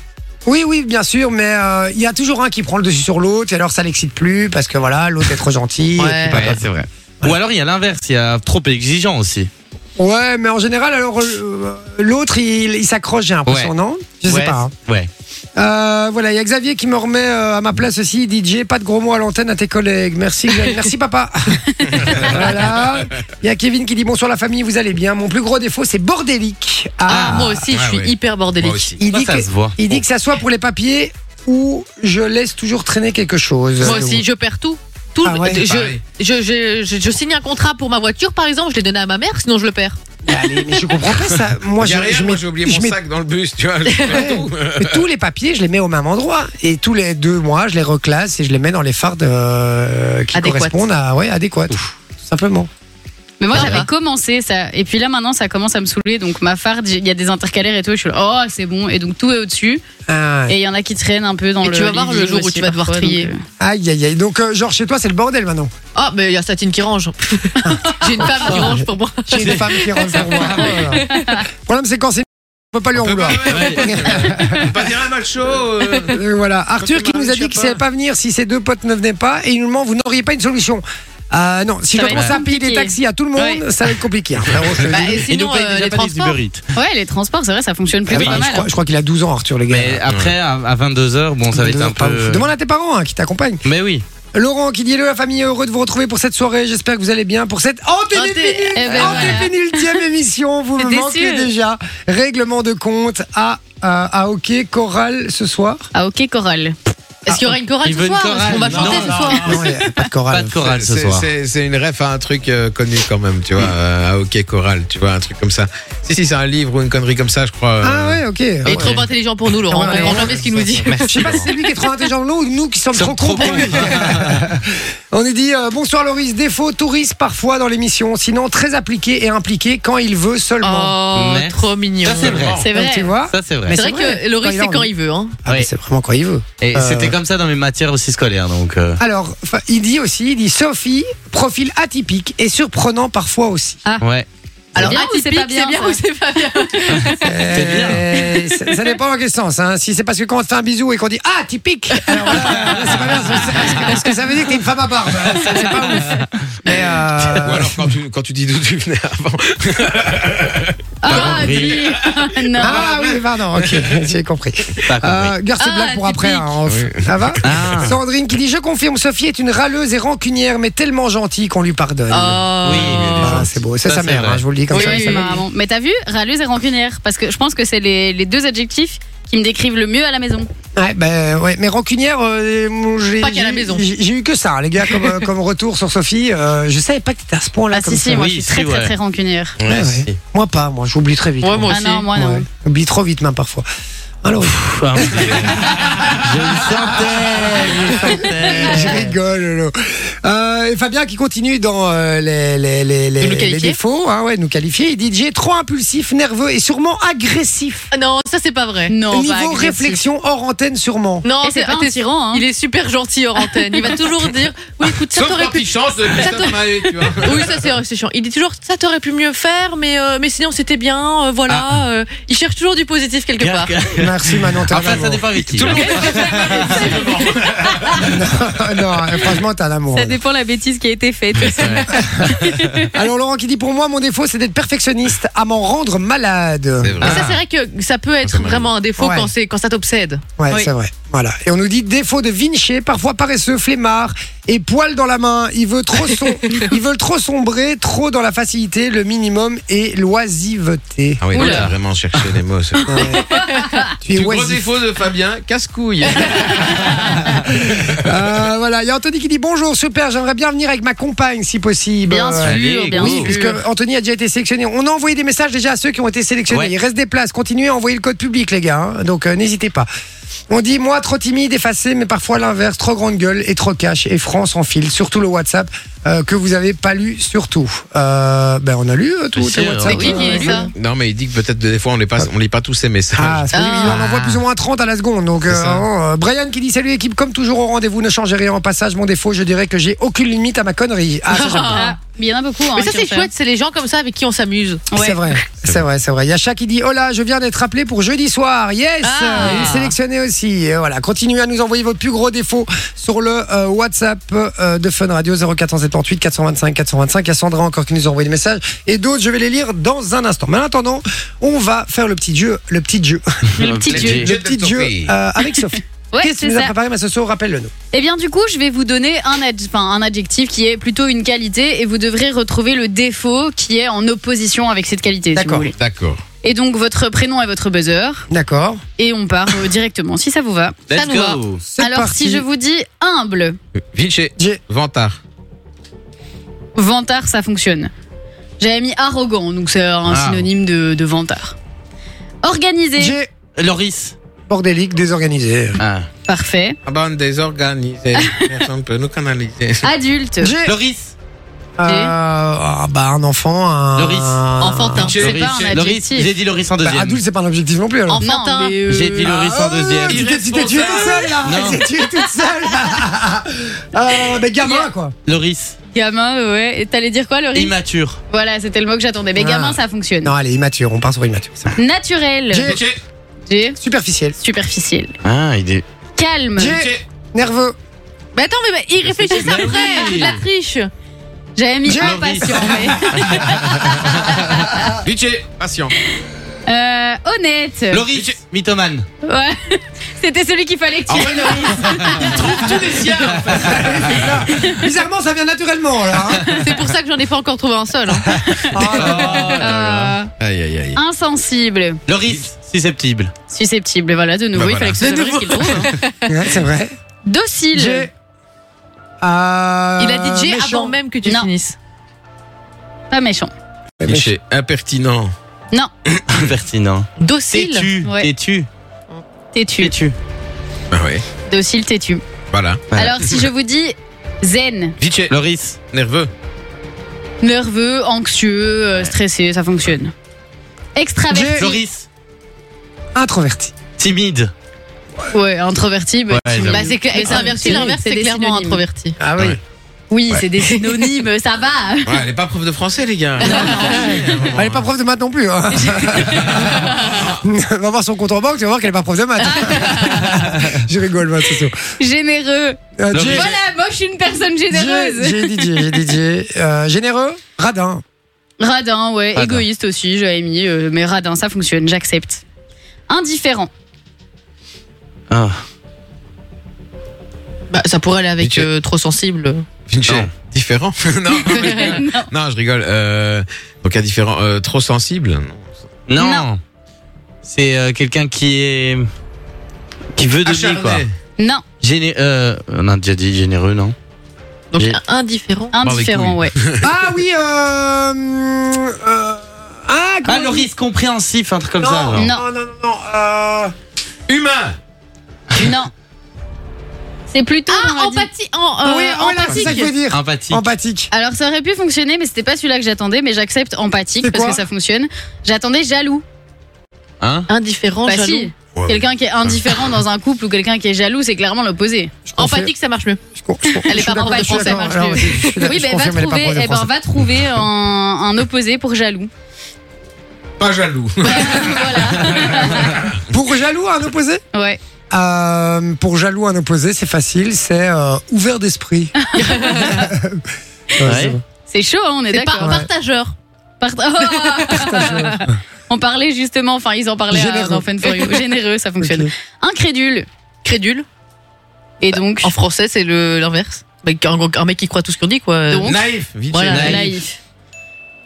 Oui, oui, bien sûr, mais euh, il y a toujours un qui prend le dessus sur l'autre, et alors ça l'excite plus parce que voilà, l'autre est trop gentil. Ouais. et puis, bah, Ouais, c'est vrai. Ou alors il y a l'inverse, il y a trop exigeant aussi. bah. Ouais, mais en général, alors euh, l'autre il, il s'accroche, j'ai l'impression, Ouais. non Je sais Ouais, pas. hein. Ouais. Euh, voilà, il y a Xavier qui me remet euh, à ma place aussi. DJ, pas de gros mots à l'antenne à tes collègues. Merci, Xavier. merci papa. voilà. Il y a Kevin qui dit bonsoir la famille, vous allez bien. Mon plus gros défaut, c'est bordélique. Ah, moi aussi, je ouais, suis ouais. hyper bordélique. Moi aussi. il Ça, dit Bah, ça que se voit. il dit que ça soit pour les papiers ou je laisse toujours traîner quelque chose. Moi aussi, je perds tout. Tout Ah le- ouais. je, Pareil. je, je, je- je signe un contrat pour ma voiture, par exemple, je l'ai donné à ma mère, sinon je le perds. Mais allez, mais je comprends pas ça. Moi, Y je, a rien, je moi, mets- j'ai oublié je mon mets sac dans le bus, tu vois. je fais tout. Mais tous les papiers, je les mets au même endroit. Et tous les deux mois, je les reclasse et je les mets dans les fardes euh, qui Adéquates. correspondent à ouais, adéquates. Tout Simplement. Mais moi Ça j'avais va. commencé ça et puis là maintenant ça commence à me saouler donc ma farde, il y a des intercalaires et tout, je suis là, oh c'est bon et donc tout est au-dessus Ah, et il y en a qui traînent un peu dans Et le tu vas voir lit le du jour où aussi tu vas devoir parfois, donc, trier. euh, Aïe, aïe, aïe. Donc, euh, genre, chez toi, c'est le bordel maintenant. Ah, mais il y a Satine qui range. J'ai une femme qui range pour moi. J'ai une femme qui rentre pour moi. Voilà. Le problème, c'est quand c'est peut pas lui en peut vouloir. pas- Ah, bah, ouais, on peut pas dire un mal chaud. euh. Euh, voilà, Arthur qui Pokémon, nous a je sais dit qu'il pas. savait pas venir si ses deux potes ne venaient pas et il nous demande vous n'auriez pas une solution. Ah non, si Ça je va commence être à payer des compliqué. taxis à tout le monde, ça va être compliqué. hein, frérot, je te le Bah, dis. et Il sinon, nous paye euh, déjà les pas des transports. Uber Eats. euh, Ouais, les transports, c'est vrai, ça fonctionne Ah plutôt oui, pas je mal. hein, crois, je crois qu'il a 12 ans, Arthur, le gars. Mais après, à à 22 h bon, ça va être un Pas ouf. peu. Demande à tes parents hein, qui t'accompagnent. Mais oui. Laurent qui dit le la famille est heureux de vous retrouver pour cette soirée. J'espère que vous allez bien pour cette Anté- eh ben antépenultième émission. Vous me T'étais manquez sûre déjà. Règlement de compte à, euh, à, à OK Chorale ce soir. Ah, ok, Coral. Est-ce qu'il y aura une chorale Il ce veut une soir chorale. On va Non, chanter non, ce soir. Ah, Non, il y a pas de chorale. Pas de chorale ce C'est- soir. C'est c'est une ref à un truc euh, connu quand même, tu vois. euh, à OK Choral, tu vois, un truc comme ça. Si, si, c'est un livre ou une connerie comme ça, je crois. euh. Ah ouais, ok. Il est Ouais. trop intelligent pour nous, Laurent. Ouais, On ouais, comprend ouais. jamais ce qu'il nous dit. Je sais pas si c'est lui qui est trop intelligent ou nous, ou nous qui sommes trop Sommes trop cons. cons. On nous dit euh, bonsoir Loris, défaut touriste parfois dans l'émission, sinon très appliqué et impliqué quand il veut seulement. Oh, Merci. trop mignon. Ça, c'est vrai. C'est Donc, Tu vrai. vois Ça, c'est vrai. Mais C'est vrai que il Loris, a c'est envie. quand il veut. hein. Ah, mais Oui. c'est vraiment quand il veut. Et Euh, c'était comme ça dans mes matières aussi scolaires, donc. euh, Alors, enfin, il dit aussi, il dit Sophie, profil atypique et surprenant parfois aussi. Ouais. Alors, bien ou c'est atypique, pas bien, c'est bien ça ou c'est pas bien Euh, ça, ça dépend dans quel sens. hein. Si c'est parce que quand on te fait un bisou et qu'on dit Ah, typique Alors là, là, c'est pas bien. c'est- c'est- Parce que, parce que ça veut dire que t'es une femme à barbe. hein. C'est c'est pas ouf. Mais euh, Ou alors quand tu, quand tu dis d'où tu venais avant. Ah, dis Non. Ah oui, pardon, ok, j'ai compris. Pas compris. Euh, garde ces Ah, blagues pour après, typique. hein, en- ça va Ah. Sandrine qui dit Je confirme, Sophie est une râleuse et rancunière, mais tellement gentille qu'on lui pardonne. Oh. Ah, c'est beau, c'est Ça, sa c'est mère, vrai. hein, je vous le dis comme Oui, ça. oui, ça oui. va. Apparemment. Mais t'as vu, râleuse et rancunière, parce que je pense que c'est les, les deux adjectifs qui me décrivent le mieux à la maison. Ah, Ouais, ben ouais, mais rancunière, euh, mon- j'ai Pas qu'à la j'ai- maison. J'ai j'ai eu que ça, les gars, comme, euh, comme retour sur Sophie. euh, je savais pas que t'étais à ce point-là. Ah comme si si, ça. moi je Oui, suis si, très très ouais. très rancunière. Ouais, ouais. Moi pas, moi j'oublie très vite. Ouais, moi Ah aussi. non, moi non. Ouais, J'oublie trop vite même parfois. Alors, Pff, un peu. Je le sentais, je le sentais. je rigole. Lolo. Euh, et Fabien qui continue dans euh, les, les, les, les, nous les qualifier. défauts, hein, ouais, nous qualifier. Il dit DJ trop impulsif, nerveux et sûrement agressif. Ah Non, ça, c'est pas vrai. Non, pas Niveau Oh, bah, agressif. réflexion hors antenne sûrement. Non, Et c'est pas t'es- un tyran, hein. Il est super gentil hors antenne. Il va toujours dire Oui, écoute, ça Sauf t'aurait quand pu. il chante de Christophe Maé, tu vois. Oui, ça c'est c'est chiant. Il dit toujours Ça t'aurait pu mieux faire, mais, euh, mais sinon c'était bien. euh, voilà. euh. il cherche toujours du positif quelque part. Merci Manon. t'es un Enfin, ça amour. dépend avec qui. Tout le monde. non, franchement t'as hein. un amour. Ça là. dépend la bêtise qui a été faite. Alors Laurent qui dit pour moi mon défaut c'est d'être perfectionniste à m'en rendre malade. C'est vrai. Mais ça, c'est vrai que ça peut être Ah. Ça m'a dit. vraiment un défaut Ouais. quand, c'est- quand ça t'obsède. Ouais, Oui. c'est vrai. Voilà. Et on nous dit défaut de Vinci, parfois paresseux, flemmard et poil dans la main. Il veut trop som- ils veulent trop sombrer, trop dans la facilité, le minimum et l'oisiveté. Ah oui, non, Oula. t'as vraiment cherché les mots. c'est- Ouais. tu es Du gros oisif. défaut de Fabien, casse-couille. Euh, voilà, il y a Anthony qui dit bonjour, super, j'aimerais bien venir avec ma compagne si possible. Bien Euh, sûr, allez, bien oui, sûr. parce que Anthony a déjà été sélectionné. On a envoyé des messages déjà à ceux qui ont été sélectionnés. Ouais. Il reste des places. Continuez à envoyer le code public, les gars. hein. Donc euh, n'hésitez pas. On dit moi trop timide, effacé, mais parfois l'inverse, trop grande gueule et trop cash. Et France en file, surtout le WhatsApp euh, que vous avez pas lu, surtout. Euh, ben on a lu euh, tout Oui, tes si, WhatsApp. oui, oui, euh, oui, ça. Non, mais il dit que peut-être des fois on les passe, on lit pas tous ces messages. ah, c'est- Ah. il en envoie plus ou moins 30 à la seconde. Donc, C'est euh, ça. euh, Brian qui dit Salut équipe, comme toujours au rendez-vous, ne changez rien en passage. Mon défaut, je dirais que j'ai aucune limite à ma connerie. Ah, ça, j'aime bien. Ah, mais il y en a beaucoup. hein, mais ça, qui c'est ont chouette. C'est les gens comme ça avec qui on s'amuse. Ouais. C'est vrai, c'est vrai, c'est vrai. Il y a Chat qui dit Hola, je viens d'être appelé pour jeudi soir. Yes Ah. Il est sélectionné aussi. Et voilà, continuez à nous envoyer vos plus gros défauts sur le euh, WhatsApp euh, de Fun Radio 0478 425 425. Il y a Sandra encore qui nous a envoyé des messages et d'autres, je vais les lire dans un instant. Mais en attendant, on va faire le petit jeu, le petit jeu, Le petit Les jeu. jeux. le petit de jeu Sophie. euh, avec Sophie. Ouais, Qu'est-ce que c'est tu nous as ça. préparé, ma socio Rappelle-le nous. Eh bien, du coup, je vais vous donner un, ad- enfin, un adjectif qui est plutôt une qualité et vous devrez retrouver le défaut qui est en opposition avec cette qualité, si vous D'accord. voulez. D'accord. Et donc, votre prénom et votre buzzer. D'accord. Et on part euh, directement, si ça vous va. Let's Ça nous va. go. C'est Alors, parti. si je vous dis humble, Vinci, J'ai- Vantard. vantard, ça fonctionne. J'avais mis arrogant, donc c'est un Ah. synonyme de, de vantard. Organisé, J'ai Loris. bordélique, désorganisé. Ah. parfait. Ah bah, on est désorganisé. Personne peut nous canaliser. Ah, Adulte, J'ai Loris. euh, ah, bah, un enfant, un. Loris. Enfantin. c'est Loris. pas un Loris. adjectif. J'ai dit Loris en Bah, deuxième. adulte, c'est pas un objectif non plus. Alors. Enfantin. Non, mais, euh, J'ai dit Loris en Ah, tu deuxième. t'es- tu t'es tué toute seule là Non. Tu t'es tué toute seule là Euh, Mais gamin quoi Loris. Gamin, ouais. Et t'allais dire quoi, le rime Immature. Voilà, c'était le mot que j'attendais. Mais Ah. gamin, ça fonctionne. Non, allez, immature, on part sur immature. c'est bon. Naturel. euh, J'ai- J'ai. Superficiel. Superficiel. Ah, il est. Calme. J'ai- euh. Nerveux. Mais attends, mais, mais ils réfléchissent Mais après, oui. c'est de la triche. J'avais mis J'ai- impatient, mais. Bitché, patient. Euh, honnête. Loris, mythomane. Ouais. C'était celui qu'il fallait que tu. Bizarrement, ça vient naturellement, là. hein. Ah, C'est pour ça que j'en ai pas encore trouvé un seul. hein. Euh, Aïe, aïe, aïe. insensible. Loris, susceptible. Susceptible. Voilà, de nouveau, Bah il fallait que ce voilà. soit De Loris qui le trouve. hein. Ouais, c'est vrai. Docile. J'ai. Euh, Il a dit J méchant. avant même que tu Non. finisses. Pas méchant. Ah, Méchant. Bitché, impertinent. Impertinent. Docile. Têtu, Ouais. têtu, Têtu. têtu. Bah ouais, Docile, têtu. voilà. Ouais. Alors, si je vous dis zen, Bitché, Loris, nerveux. nerveux, anxieux, euh, stressé, ça fonctionne. Extraverti. Loris, Introverti. timide. Ouais, introverti. Bah, Ouais, tu- j'avoue. bah, c'est que- Et c'est inverti, l'inverse, c'est clairement introverti. introverti. Ah oui. Oui, Ouais. c'est des synonymes, ça va. Ouais, elle est pas prof de français, les Ah gars. Ah, Elle est pas prof de maths non plus. hein. on va voir son compte en banque, tu vas voir qu'elle est pas prof de maths. je rigole, moi, c'est sûr. Généreux. Euh, Non, Jay- mais- Voilà, moi je suis une personne généreuse. Jay- Jay DJ, Jay DJ. Euh, généreux, radin. Radin, ouais, Radin. égoïste aussi, j'avais mis, euh, mais radin, ça fonctionne, j'accepte. Indifférent. Ah. Bah, ça pourrait aller avec Bitché. euh, trop sensible. Bitché, Non. différent. non, Non. non, je rigole. Euh, donc, indifférent. Euh, trop sensible. Non. Non. Non. C'est euh, quelqu'un qui est. qui veut Ah, donner, Acharné. quoi. Non, Géné euh, on a déjà dit généreux, non Donc J'ai- indifférent. indifférent, ouais. Ah oui, euh, hum, euh, ah, comment Ah, on dit Loris, compréhensif, un truc comme non, ça. alors. non, non, non, non, euh, Humain. non. C'est plutôt. on Ah, m'a dit. empathie. En, euh, oui, voilà, c'est empathique. ça que je veux dire. Empathique. Empathique. Alors ça aurait pu fonctionner, mais c'était pas celui-là que j'attendais, mais j'accepte empathique C'est parce quoi que ça fonctionne. J'attendais jaloux. Hein Indifférent, Bah jaloux. si, quelqu'un qui est indifférent dans un couple ou quelqu'un qui est jaloux, c'est clairement l'opposé. Je confirme. Empathique, ça marche mieux. Je con- je con- Elle est je pas suis prof de d'accord, je suis français, d'accord. marche Alors, mieux. je- je suis d'accord, Oui, je bah, va confirme, elle est pas trouver, prof de eh ben, français. va trouver un, un opposé pour jaloux. Pas jaloux. Pour jaloux, un opposé Ouais. Euh, Pour jaloux, un opposé, c'est facile, c'est euh, ouvert d'esprit. Ouais, c'est Ouais. bon. C'est chaud, hein, on est C'est pas d'accord. un partageur. Part- Oh on parlait justement, enfin ils en parlaient à- Généreux. dans Fun for You. Généreux, ça fonctionne. Ok. Euh, Incrédule. Crédule. Et donc, En français, c'est le- l'inverse. Bah, Un, gros- un mec qui croit tout ce qu'on dit, quoi. Donc. Naïf. Bitché, Voilà, naïf. naïf.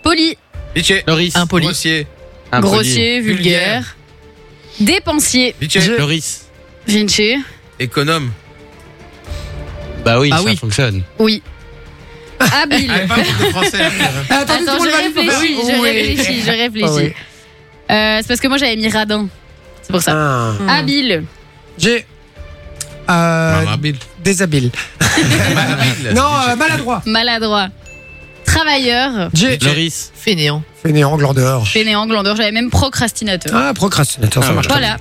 Poli, Bitché. Loris. Impoli. Grossier. Impoli. grossier, vulgaire. Dépensier, Bitché. Loris. Vinci. Économe. Bah oui, Ah ça oui. fonctionne. Oui. Habile. Ah, pas prof de français. Ah, attends, tout Attends, le monde je va lui faire- réfléchis, je Oui. réfléchis, je réfléchis. Ah oui. Euh, c'est parce que moi j'avais mis radin. C'est pour ça. Ah. Hmm. Habile. J'ai. Euh, Malhabile. déshabile. Malhabile. Non, Bitché. euh, maladroit. Maladroit. Travailleur. J'ai. Loris. Fainéant. Fainéant, glandeur. Fainéant, glandeur. J'avais même procrastinateur. Ah, procrastinateur, ça Ah, marche. Voilà.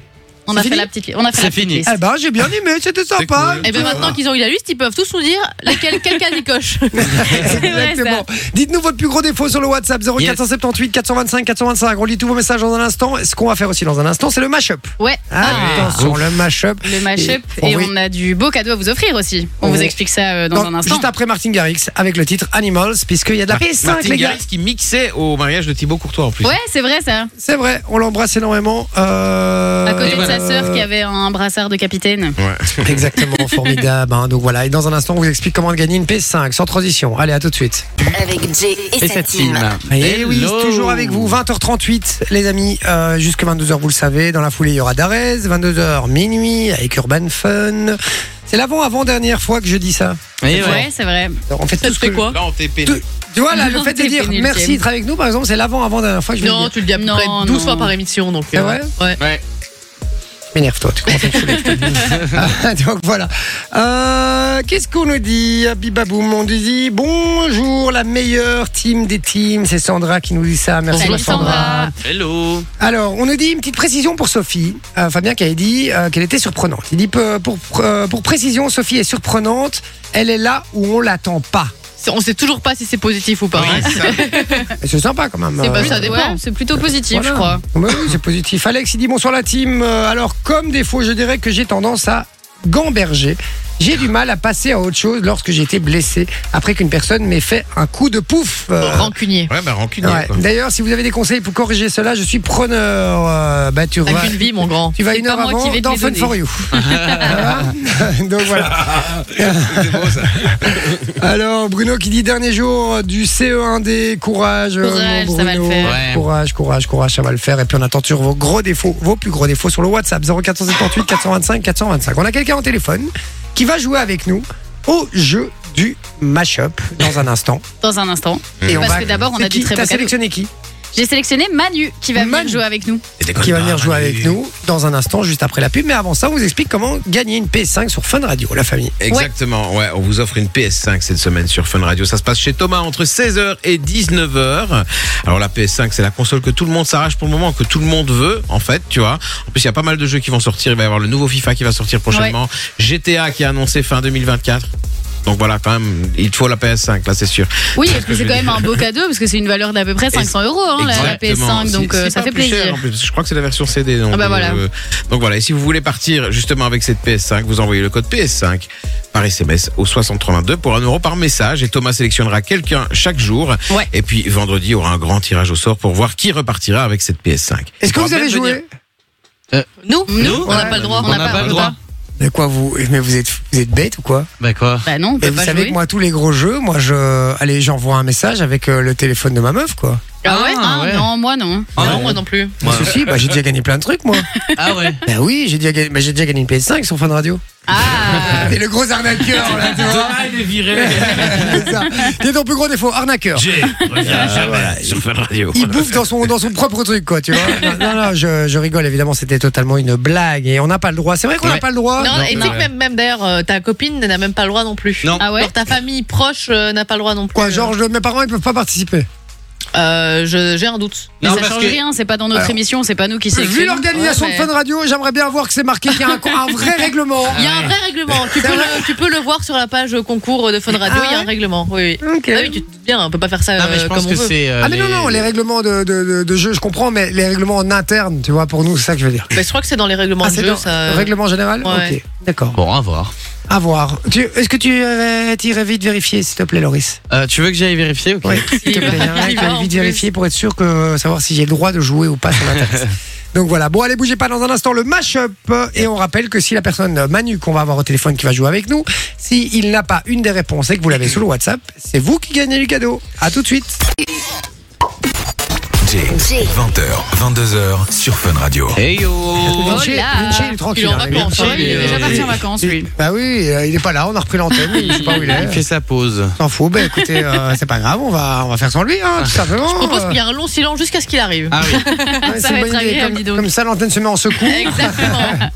On a C'est fait fini la petite liste. On a fait C'est la petite fini. liste. Eh ben, Eh ben, j'ai bien aimé, c'était sympa. cool. Et bien Voilà. maintenant qu'ils ont eu la liste, ils peuvent tous nous dire laquelle quelqu'un y coche. ben, vrai, Exactement. Dites-nous votre plus gros défaut sur le WhatsApp 0478 425 425. On lit tous vos messages dans un instant. Et Ce qu'on va faire aussi dans un instant, c'est le mash-up. Ouais. Ah, Ah, Attention, le mash-up. Le mashup Et- et oui. on a du beau cadeau à vous offrir aussi. On Oui. vous explique ça euh, dans, Dans- un instant. Juste après Martin Garrix avec le titre Animals, puisqu'il y a de la PS5, Ah, Martin les gars. Garrix qui mixait au mariage de Thibaut Courtois en plus. Ouais, c'est vrai ça. C'est vrai, on l'embrasse énormément. Euh, À côté de voilà. sa sœur qui avait un brassard de capitaine. Exactement, formidable. hein. Donc voilà, et dans un instant, on vous explique comment gagner une PS5 sans transition. Allez, à tout de suite. avec Jay et, sa team. Et Eh oui, Hello. c'est toujours avec vous. 20h38, les amis. Euh, jusque 22h, vous le savez. Dans la foulée, il y aura Darez. 22h, minuit, avec Urban Fun. C'est l'avant-avant-dernière fois que je dis ça. Et ouais, Eh ouais. c'est vrai. Alors, en fait, tout ce que- quoi Là, on t'est pénible. Tout- Tu vois, là, le fait de T'es dire pénultième. merci d'être avec nous, par exemple, c'est l'avant-avant-dernière fois que je vais le Non, dire. tu le dis à peu Non, près 12 non. fois par émission. donc. euh, C'est vrai Ouais. M'énerve, toi. Tu commences à me saouler, je te le dis. Ah, Donc voilà. Euh, Qu'est-ce qu'on nous dit Bibaboum, on nous dit bonjour, la meilleure team des teams. C'est Sandra qui nous dit ça. Merci, Salut, Sandra. Hello. Alors, on nous dit une petite précision pour Sophie. Euh, Fabien qui avait dit euh, qu'elle était surprenante. Il dit pour, pour, euh, pour précision, Sophie est surprenante. Elle est là où on l'attend pas. c'est- on sait toujours pas si c'est positif ou pas. hein. Ouais, c'est ça. Et C'est sympa quand même. C'est pas euh, ça, Ça dépend, Ouais. c'est plutôt positif, je crois. Oui, Bah oui, c'est positif. Alex, il dit bonsoir la team. Euh, Alors, comme défaut, je dirais que j'ai tendance à gamberger. J'ai du mal à passer à autre chose lorsque j'ai été blessé après qu'une personne m'ait fait un coup de pouf. Euh, Rancunier. Ouais, bah rancunier. ouais. quoi. D'ailleurs, si vous avez des conseils pour corriger cela, je suis preneur. Euh, bah, tu T'as vas- qu'une vie, mon grand. Tu vas C'est une pas heure moi qui avant vais te dans les Fun donner. for You. Voilà. Donc voilà. Alors Bruno qui dit dernier jour du CE1D, courage. euh, Courage, mon ça va le Bruno. faire. Ouais. Courage, courage, courage, ça va le faire. Et puis on attend toujours vos gros défauts, vos plus gros défauts sur le WhatsApp 0478 425 425. On a quelqu'un au téléphone qui va jouer avec nous au jeu du mashup dans un instant. Dans un instant. Et Parce que d'abord, on c'est a du qui très T'as beau cadeau. sélectionné qui J'ai sélectionné Manu qui va Manu. venir jouer avec nous. qui va venir jouer avec nous dans un instant, juste après la pub. Mais avant ça, on vous explique comment gagner une PS5 sur Fun Radio, la famille. Exactement, ouais. on vous offre une PS5 cette semaine sur Fun Radio. Ça se passe chez Thomas entre 16h et 19h. Alors la PS5, c'est la console que tout le monde s'arrache pour le moment, que tout le monde veut, en fait, tu vois. En plus, il y a pas mal de jeux qui vont sortir. Il va y avoir le nouveau FIFA qui va sortir prochainement, GTA qui est annoncé fin 2024. Donc voilà, quand même, il te faut la PS5, là, c'est sûr. Oui, Parce et que puis je c'est veux quand même un beau cadeau parce que c'est une valeur d'à peu près 500 euros hein, la- la, Exactement. PS5, donc C'est- euh, c'est ça pas fait plus cher, plaisir. en plus, parce que je crois que c'est la version CD. Donc, Ah bah euh, voilà. donc voilà, et si vous voulez partir justement avec cette PS5, vous envoyez le code PS5 par SMS au 6322 pour 1 euro par message et Thomas sélectionnera quelqu'un chaque jour. Ouais. Et puis vendredi, il y aura un grand tirage au sort pour voir qui repartira avec cette PS5. Est-ce que On vous va avez même venir- joué Nous, Nous on n'a pas le droit. On n'a pas le droit. Mais quoi, vous Mais vous êtes, vous êtes bête ou quoi Bah quoi Bah non, on Mais peut Vous pas savez jouer. que moi, tous les gros jeux, moi, je, allez, j'envoie un message avec euh, le téléphone de ma meuf, quoi. Ah ouais, Ah Ah ouais. Non, moi non. Non, Ah ouais. moi non plus. Ouais. Ceci, bah, j'ai déjà gagné plein de trucs, moi. Ah ouais ben oui, j'ai déjà, gagné- bah, j'ai déjà gagné une PS5 sur Fun Radio. Ah Et le gros arnaqueur, là, tu vois il est viré c'est ça. C'est ton plus gros défaut, arnaqueur. J'ai reviens jamais sur Fun Radio. Ah, Il bouffe dans son, dans son propre truc, quoi, tu vois. Non, non, non, je, je rigole, évidemment, c'était totalement une blague et on n'a pas le droit. C'est vrai qu'on n'a Ouais. pas le droit. Non, et tu sais que même, même d'ailleurs, euh, ta copine n'a même pas le droit non plus. Non. Ah ouais Genre, ta famille proche euh, n'a pas le droit non plus. Quoi, genre, je- mes parents, ils peuvent pas participer. Euh, je- J'ai un doute. Mais Non, ça parce change que- rien, c'est pas dans notre Alors, émission, c'est pas nous qui Vu sélectionnons. l'organisation Ouais, de mais- Fun Radio, j'aimerais bien voir que c'est marqué qu'il y a un, un vrai règlement. Il y a un vrai règlement. Tu peux, le, tu peux le voir sur la page concours de Fun Radio. Ah Il y a un ouais règlement. Oui, oui. Ok. Ah oui, tu te dis bien, on peut pas faire ça Non mais je euh, pense comme que on veut. c'est. euh, Ah, mais non, non, les règlements de, de, de- de jeu, je comprends, mais les règlements en interne, tu vois, pour nous, c'est ça que je veux dire. Mais je crois que c'est dans les règlements Ah, de c'est jeu. dans ça... euh, règlement général Ouais. Ok, d'accord. Bon, à voir. À voir. Tu- Est-ce que tu euh, irais vite vérifier, s'il te plaît, Loris Euh, tu veux que j'aille vérifier ok Oui, s'il te plaît. hein, Il tu va vas en vite plus. vérifier pour être sûr que euh, savoir si j'ai le droit de jouer ou pas, ça m'intéresse. Donc voilà, bon allez bougez pas dans un instant le match-up et on rappelle que si la personne euh, Manu qu'on va avoir au téléphone qui va jouer avec nous, s'il n'a pas une des réponses et que vous l'avez sous le WhatsApp, c'est vous qui gagnez le cadeau. À tout de suite. Jay, 20h, 22h sur Fun Radio. Hey yo Oh Vinci, là Vinci, il est tranquille. Il est en hein, il est vacances, hein, tranquille. Il est déjà Et- parti en vacances, lui. Bah oui, euh, il est pas là, on a repris l'antenne, je sais pas où il Il fait est. sa pause. S'en fout, bah écoutez, euh, c'est pas grave, on va, on va faire sans lui, hein, tout simplement. Je propose qu'il y ait un long silence jusqu'à ce qu'il arrive. Ah oui, Ouais, Ça c'est va une bonne être idée, agréable, dis comme, donc. comme ça l'antenne se met en secours. Exactement.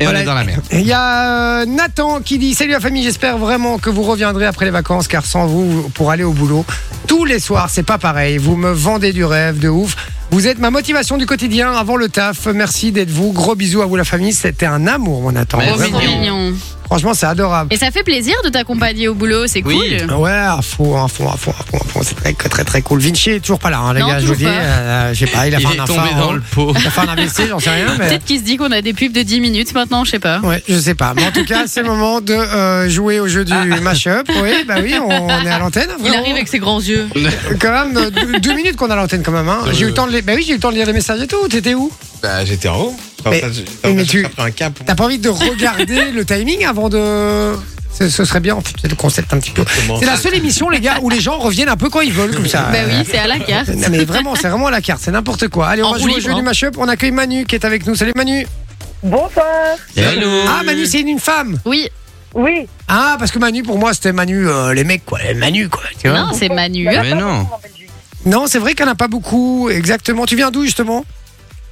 et Voilà. on est dans la merde. Il y a euh, Nathan qui dit Salut la famille, j'espère vraiment que vous reviendrez après les vacances, car sans vous, pour aller au boulot, tous les soirs, c'est pas pareil. Vous me vendez du rêve, de ouf. Vous êtes ma motivation du quotidien avant le taf. Merci d'être vous. Gros bisous à vous la famille. C'était un amour, mon Nathan. Merci. Oh, Vraiment. trop mignon. mignon. Franchement, c'est adorable. Et ça fait plaisir de t'accompagner au boulot, c'est Oui. cool. Ouais, à fond, à fond, à fond, à fond, à fond. C'est très, très, très cool. Vinci est toujours pas là, hein, les Non, gars, je vous dis. toujours pas. Euh, je sais pas, il a Il fait est un tombé infarct, dans hein. le pot. Il a fait un AVC, j'en sais rien. Mais... Peut-être qu'il se dit qu'on a des pubs de 10 minutes maintenant, je sais pas. Ouais, je sais pas. Mais en tout cas, c'est le moment de euh, jouer au jeu du mash-up. Oui, bah oui, on est à l'antenne. Ah. Il vraiment. arrive avec ses grands yeux. Quand même, euh, deux, deux minutes qu'on est à l'antenne quand même. hein. J'ai eu le temps de, les- bah oui, j'ai eu le temps de lire les messages et tout. T'étais où Bah, j'étais en haut. Mais- Enfin, ça, mais ça, tu- ça prend un cap. T'as pas envie de regarder le timing avant de. Ce, ce serait bien, en fait, le concept un petit peu. Comment C'est la seule émission, les gars, où les gens reviennent un peu quand ils veulent, comme ça. Bah oui, c'est à la carte. Non, mais vraiment, c'est vraiment à la carte, c'est n'importe quoi. Allez, on En va roue jouer au libre, jeu du hein. mash-up. On accueille Manu qui est avec nous. Salut Manu. Bonsoir. Hello Ah, Manu, c'est une- une femme. Oui, Oui. Ah, parce que Manu, pour moi, c'était Manu, euh, les mecs, quoi. Manu, quoi. Tu vois non, c'est Manu. Il y en a Mais pas non. beaucoup en Belgique. Non, c'est vrai qu'il n'y en a pas beaucoup, exactement. Tu viens d'où justement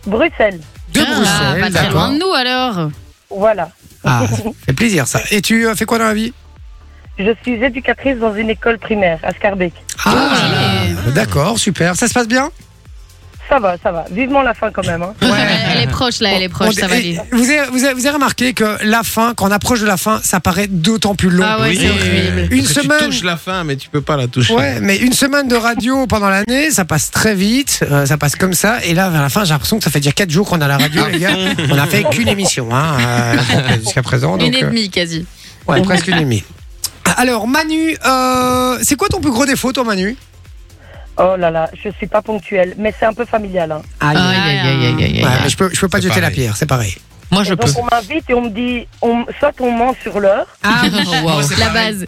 Bruxelles. De Ah, Bruxelles, pas très d'accord. loin de nous alors. Voilà. Ah, ça fait plaisir ça. Et tu euh, fais quoi dans la vie Je suis éducatrice dans une école primaire à Scarbeck. Ah, Ah, d'accord, super. Ça se passe bien Ça va, ça va. Vivement la fin quand même. Hein. Elle est proche là, elle est On- proche, ça va et- aller. Vous avez, vous, avez, vous avez remarqué que la fin, quand on approche de la fin, ça paraît d'autant plus long. Ah ouais, c'est horrible. Une Parce que Tu semaine. touches la fin, mais tu peux pas la toucher. Ouais, mais une semaine de radio pendant l'année, ça passe très vite, euh, ça passe comme ça. Et là, vers la fin, j'ai l'impression que ça fait déjà 4 jours qu'on a la radio, Ah les gars. On a fait qu'une émission, hein, euh, jusqu'à présent. Donc, Une et euh, demie quasi. ouais, presque une et demie. Alors, Manu, euh, c'est quoi ton plus gros défaut, toi, Manu Oh là là, je suis pas ponctuelle, mais c'est un peu familial. hein. Aïe. Ah, Aïe, aïe, aïe, aïe, aïe, aïe. Ouais, mais je peux, je peux pas C'est jeter la pareil. pierre, c'est pareil. Ah, Moi, Et donc on m'invite et on me dit, on, soit on ment sur l'heure, Ah, wow. La base.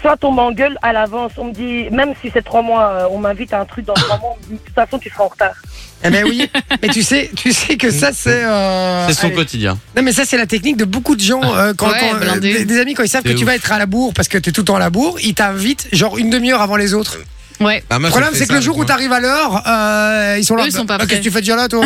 soit on m'engueule à l'avance. On me dit, même si c'est trois mois, euh, on m'invite à un truc dans trois mois, on me dit, de toute façon tu seras en retard. Eh ben oui, mais tu sais, tu sais que ça c'est. euh, C'est son allez. quotidien. Non mais ça c'est la technique de beaucoup de gens euh, quand, Ouais, quand, euh, blindé. des, des amis quand ils savent que C'est tu vas être à la bourre parce que t'es tout le temps à la bourre, ils t'invitent genre une demi-heure avant les autres. Ouais. Bah, Ma meuf, Le elle problème fait c'est que Ah, ça le jour où avec moi. t'arrives à l'heure, euh, ils sont là. Eux, ils sont pas Ah, prêts. Qu'est-ce que tu fais déjà là toi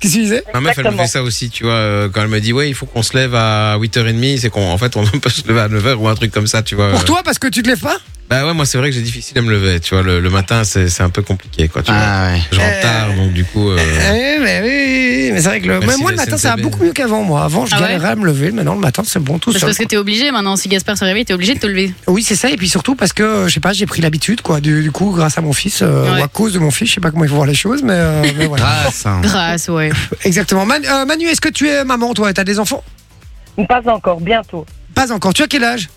Qu'est-ce qu'ils disaient Ma meuf, elle me fait ça aussi, tu vois, euh, quand elle me dit, ouais, il faut qu'on se lève à 8h30, c'est qu'on, en fait, on peut se lever à 9h ou un truc comme ça, tu vois. Pour toi parce que tu te lèves pas Bah ouais, moi, c'est vrai que j'ai difficile à me lever, tu vois, le, le matin, c'est c'est un peu compliqué, quoi, tu vois. Ah ouais. Je rentre Euh, tard, donc du coup, euh, Eh, mais oui, mais c'est vrai que le... Merci, mais moi le la matin ça va SNCB. beaucoup mieux qu'avant moi. Avant je Ah ouais galérais à me lever, maintenant le matin c'est bon tout C'est seul. parce que t'es obligé maintenant. Si Gaspard se réveille, t'es obligé de te lever. Oui, c'est ça. Et puis surtout parce que, euh, je sais pas, j'ai pris l'habitude, quoi. Du, du coup, grâce à mon fils, euh, Ouais. ou à cause de mon fils, je sais pas comment il faut voir les choses, mais, euh, mais voilà. Grâce. hein. Grâce, ouais. Exactement. Man- euh, Manu, est-ce que tu es maman, toi T'as des enfants Pas encore, bientôt. Pas encore. Tu as quel âge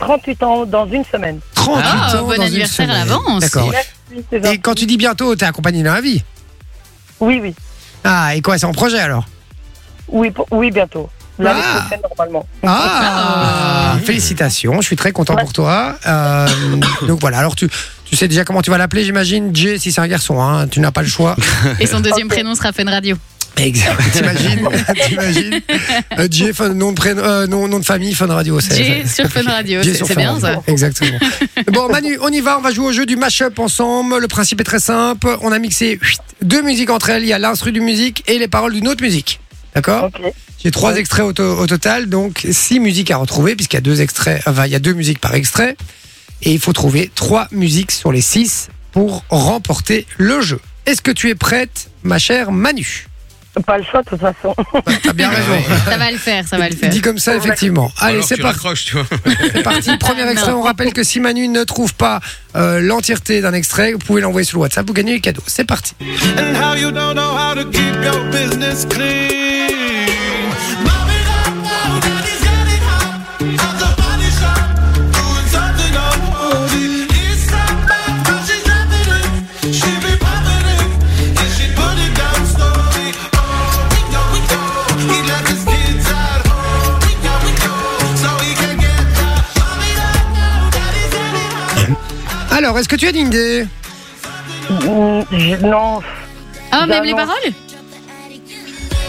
38 ans dans une semaine. 38 Ah, ans. bon dans une anniversaire à semaine. l'avance. D'accord. Merci, c'est Et gentil. quand tu dis bientôt, t'es accompagné dans la vie. Oui, oui. Ah, et quoi C'est en projet alors Oui, pour- oui bientôt. L'année Ah. prochaine, normalement. Ah Félicitations, je suis très content pour toi. Euh, donc voilà, alors tu, tu sais déjà comment tu vas l'appeler, j'imagine. Jay, si c'est un garçon, hein, tu n'as pas le choix. Et son deuxième Ok. prénom sera Fun Radio. Exact. T'imagines, t'imagines. Euh, Jay, fun- nom, de prénom- euh, nom, nom de famille, Fun Radio. c'est- Jay c'est- sur Fun Radio, Jay c'est sur c'est Fun bien Radio. ça. Exactement. Bon, Manu, on y va, on va jouer au jeu du mash-up ensemble. Le principe est très simple. On a mixé huit, deux musiques entre elles. Il y a l'instru d'une musique et les paroles d'une autre musique. D'accord Ok. J'ai trois extraits au, to- au total, donc six musiques à retrouver, puisqu'il y a deux extraits, enfin, il y a deux musiques par extrait. Et il faut trouver trois musiques sur les six pour remporter le jeu. Est-ce que tu es prête, ma chère Manu Pas le choix, de toute façon. T'as bien raison. Ça va le faire, ça va le faire. Dit comme ça, effectivement. Allez, alors c'est tu parti. raccroches, tu vois. C'est parti, premier extrait. On rappelle que si Manu ne trouve pas euh, l'entièreté d'un extrait, vous pouvez l'envoyer sur le WhatsApp, vous gagnez les cadeaux. C'est parti. Alors, est-ce que tu as une idée Mm, je- non. Ah, même Bah les non. paroles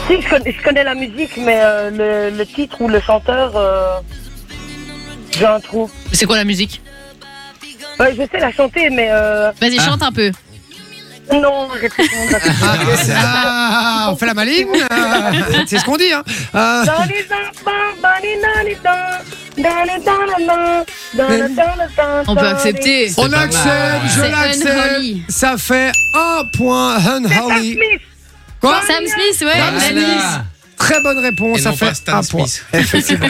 Si, je connais, je connais la musique, mais euh, le, le titre ou le chanteur, euh, j'ai un trou. C'est quoi la musique Ouais, je sais la chanter, mais euh, Vas-y, chante un peu. non, répétons la ah, ah, On fait la maligne ah, C'est ce qu'on dit. Hein. Ah, Dans les enfants, dans les dans les dans, dans les dans les dans, dans les dans les dans, On dans peut Bah, les- accepter. on accepte, je C'est l'accepte. unholy. Ça fait un point Ah Sam unholy. Smith, Quoi Sam Smith, ouais, Dennis. Très bonne réponse, Et ça non fait pas Stan un point. Smith. Effectivement.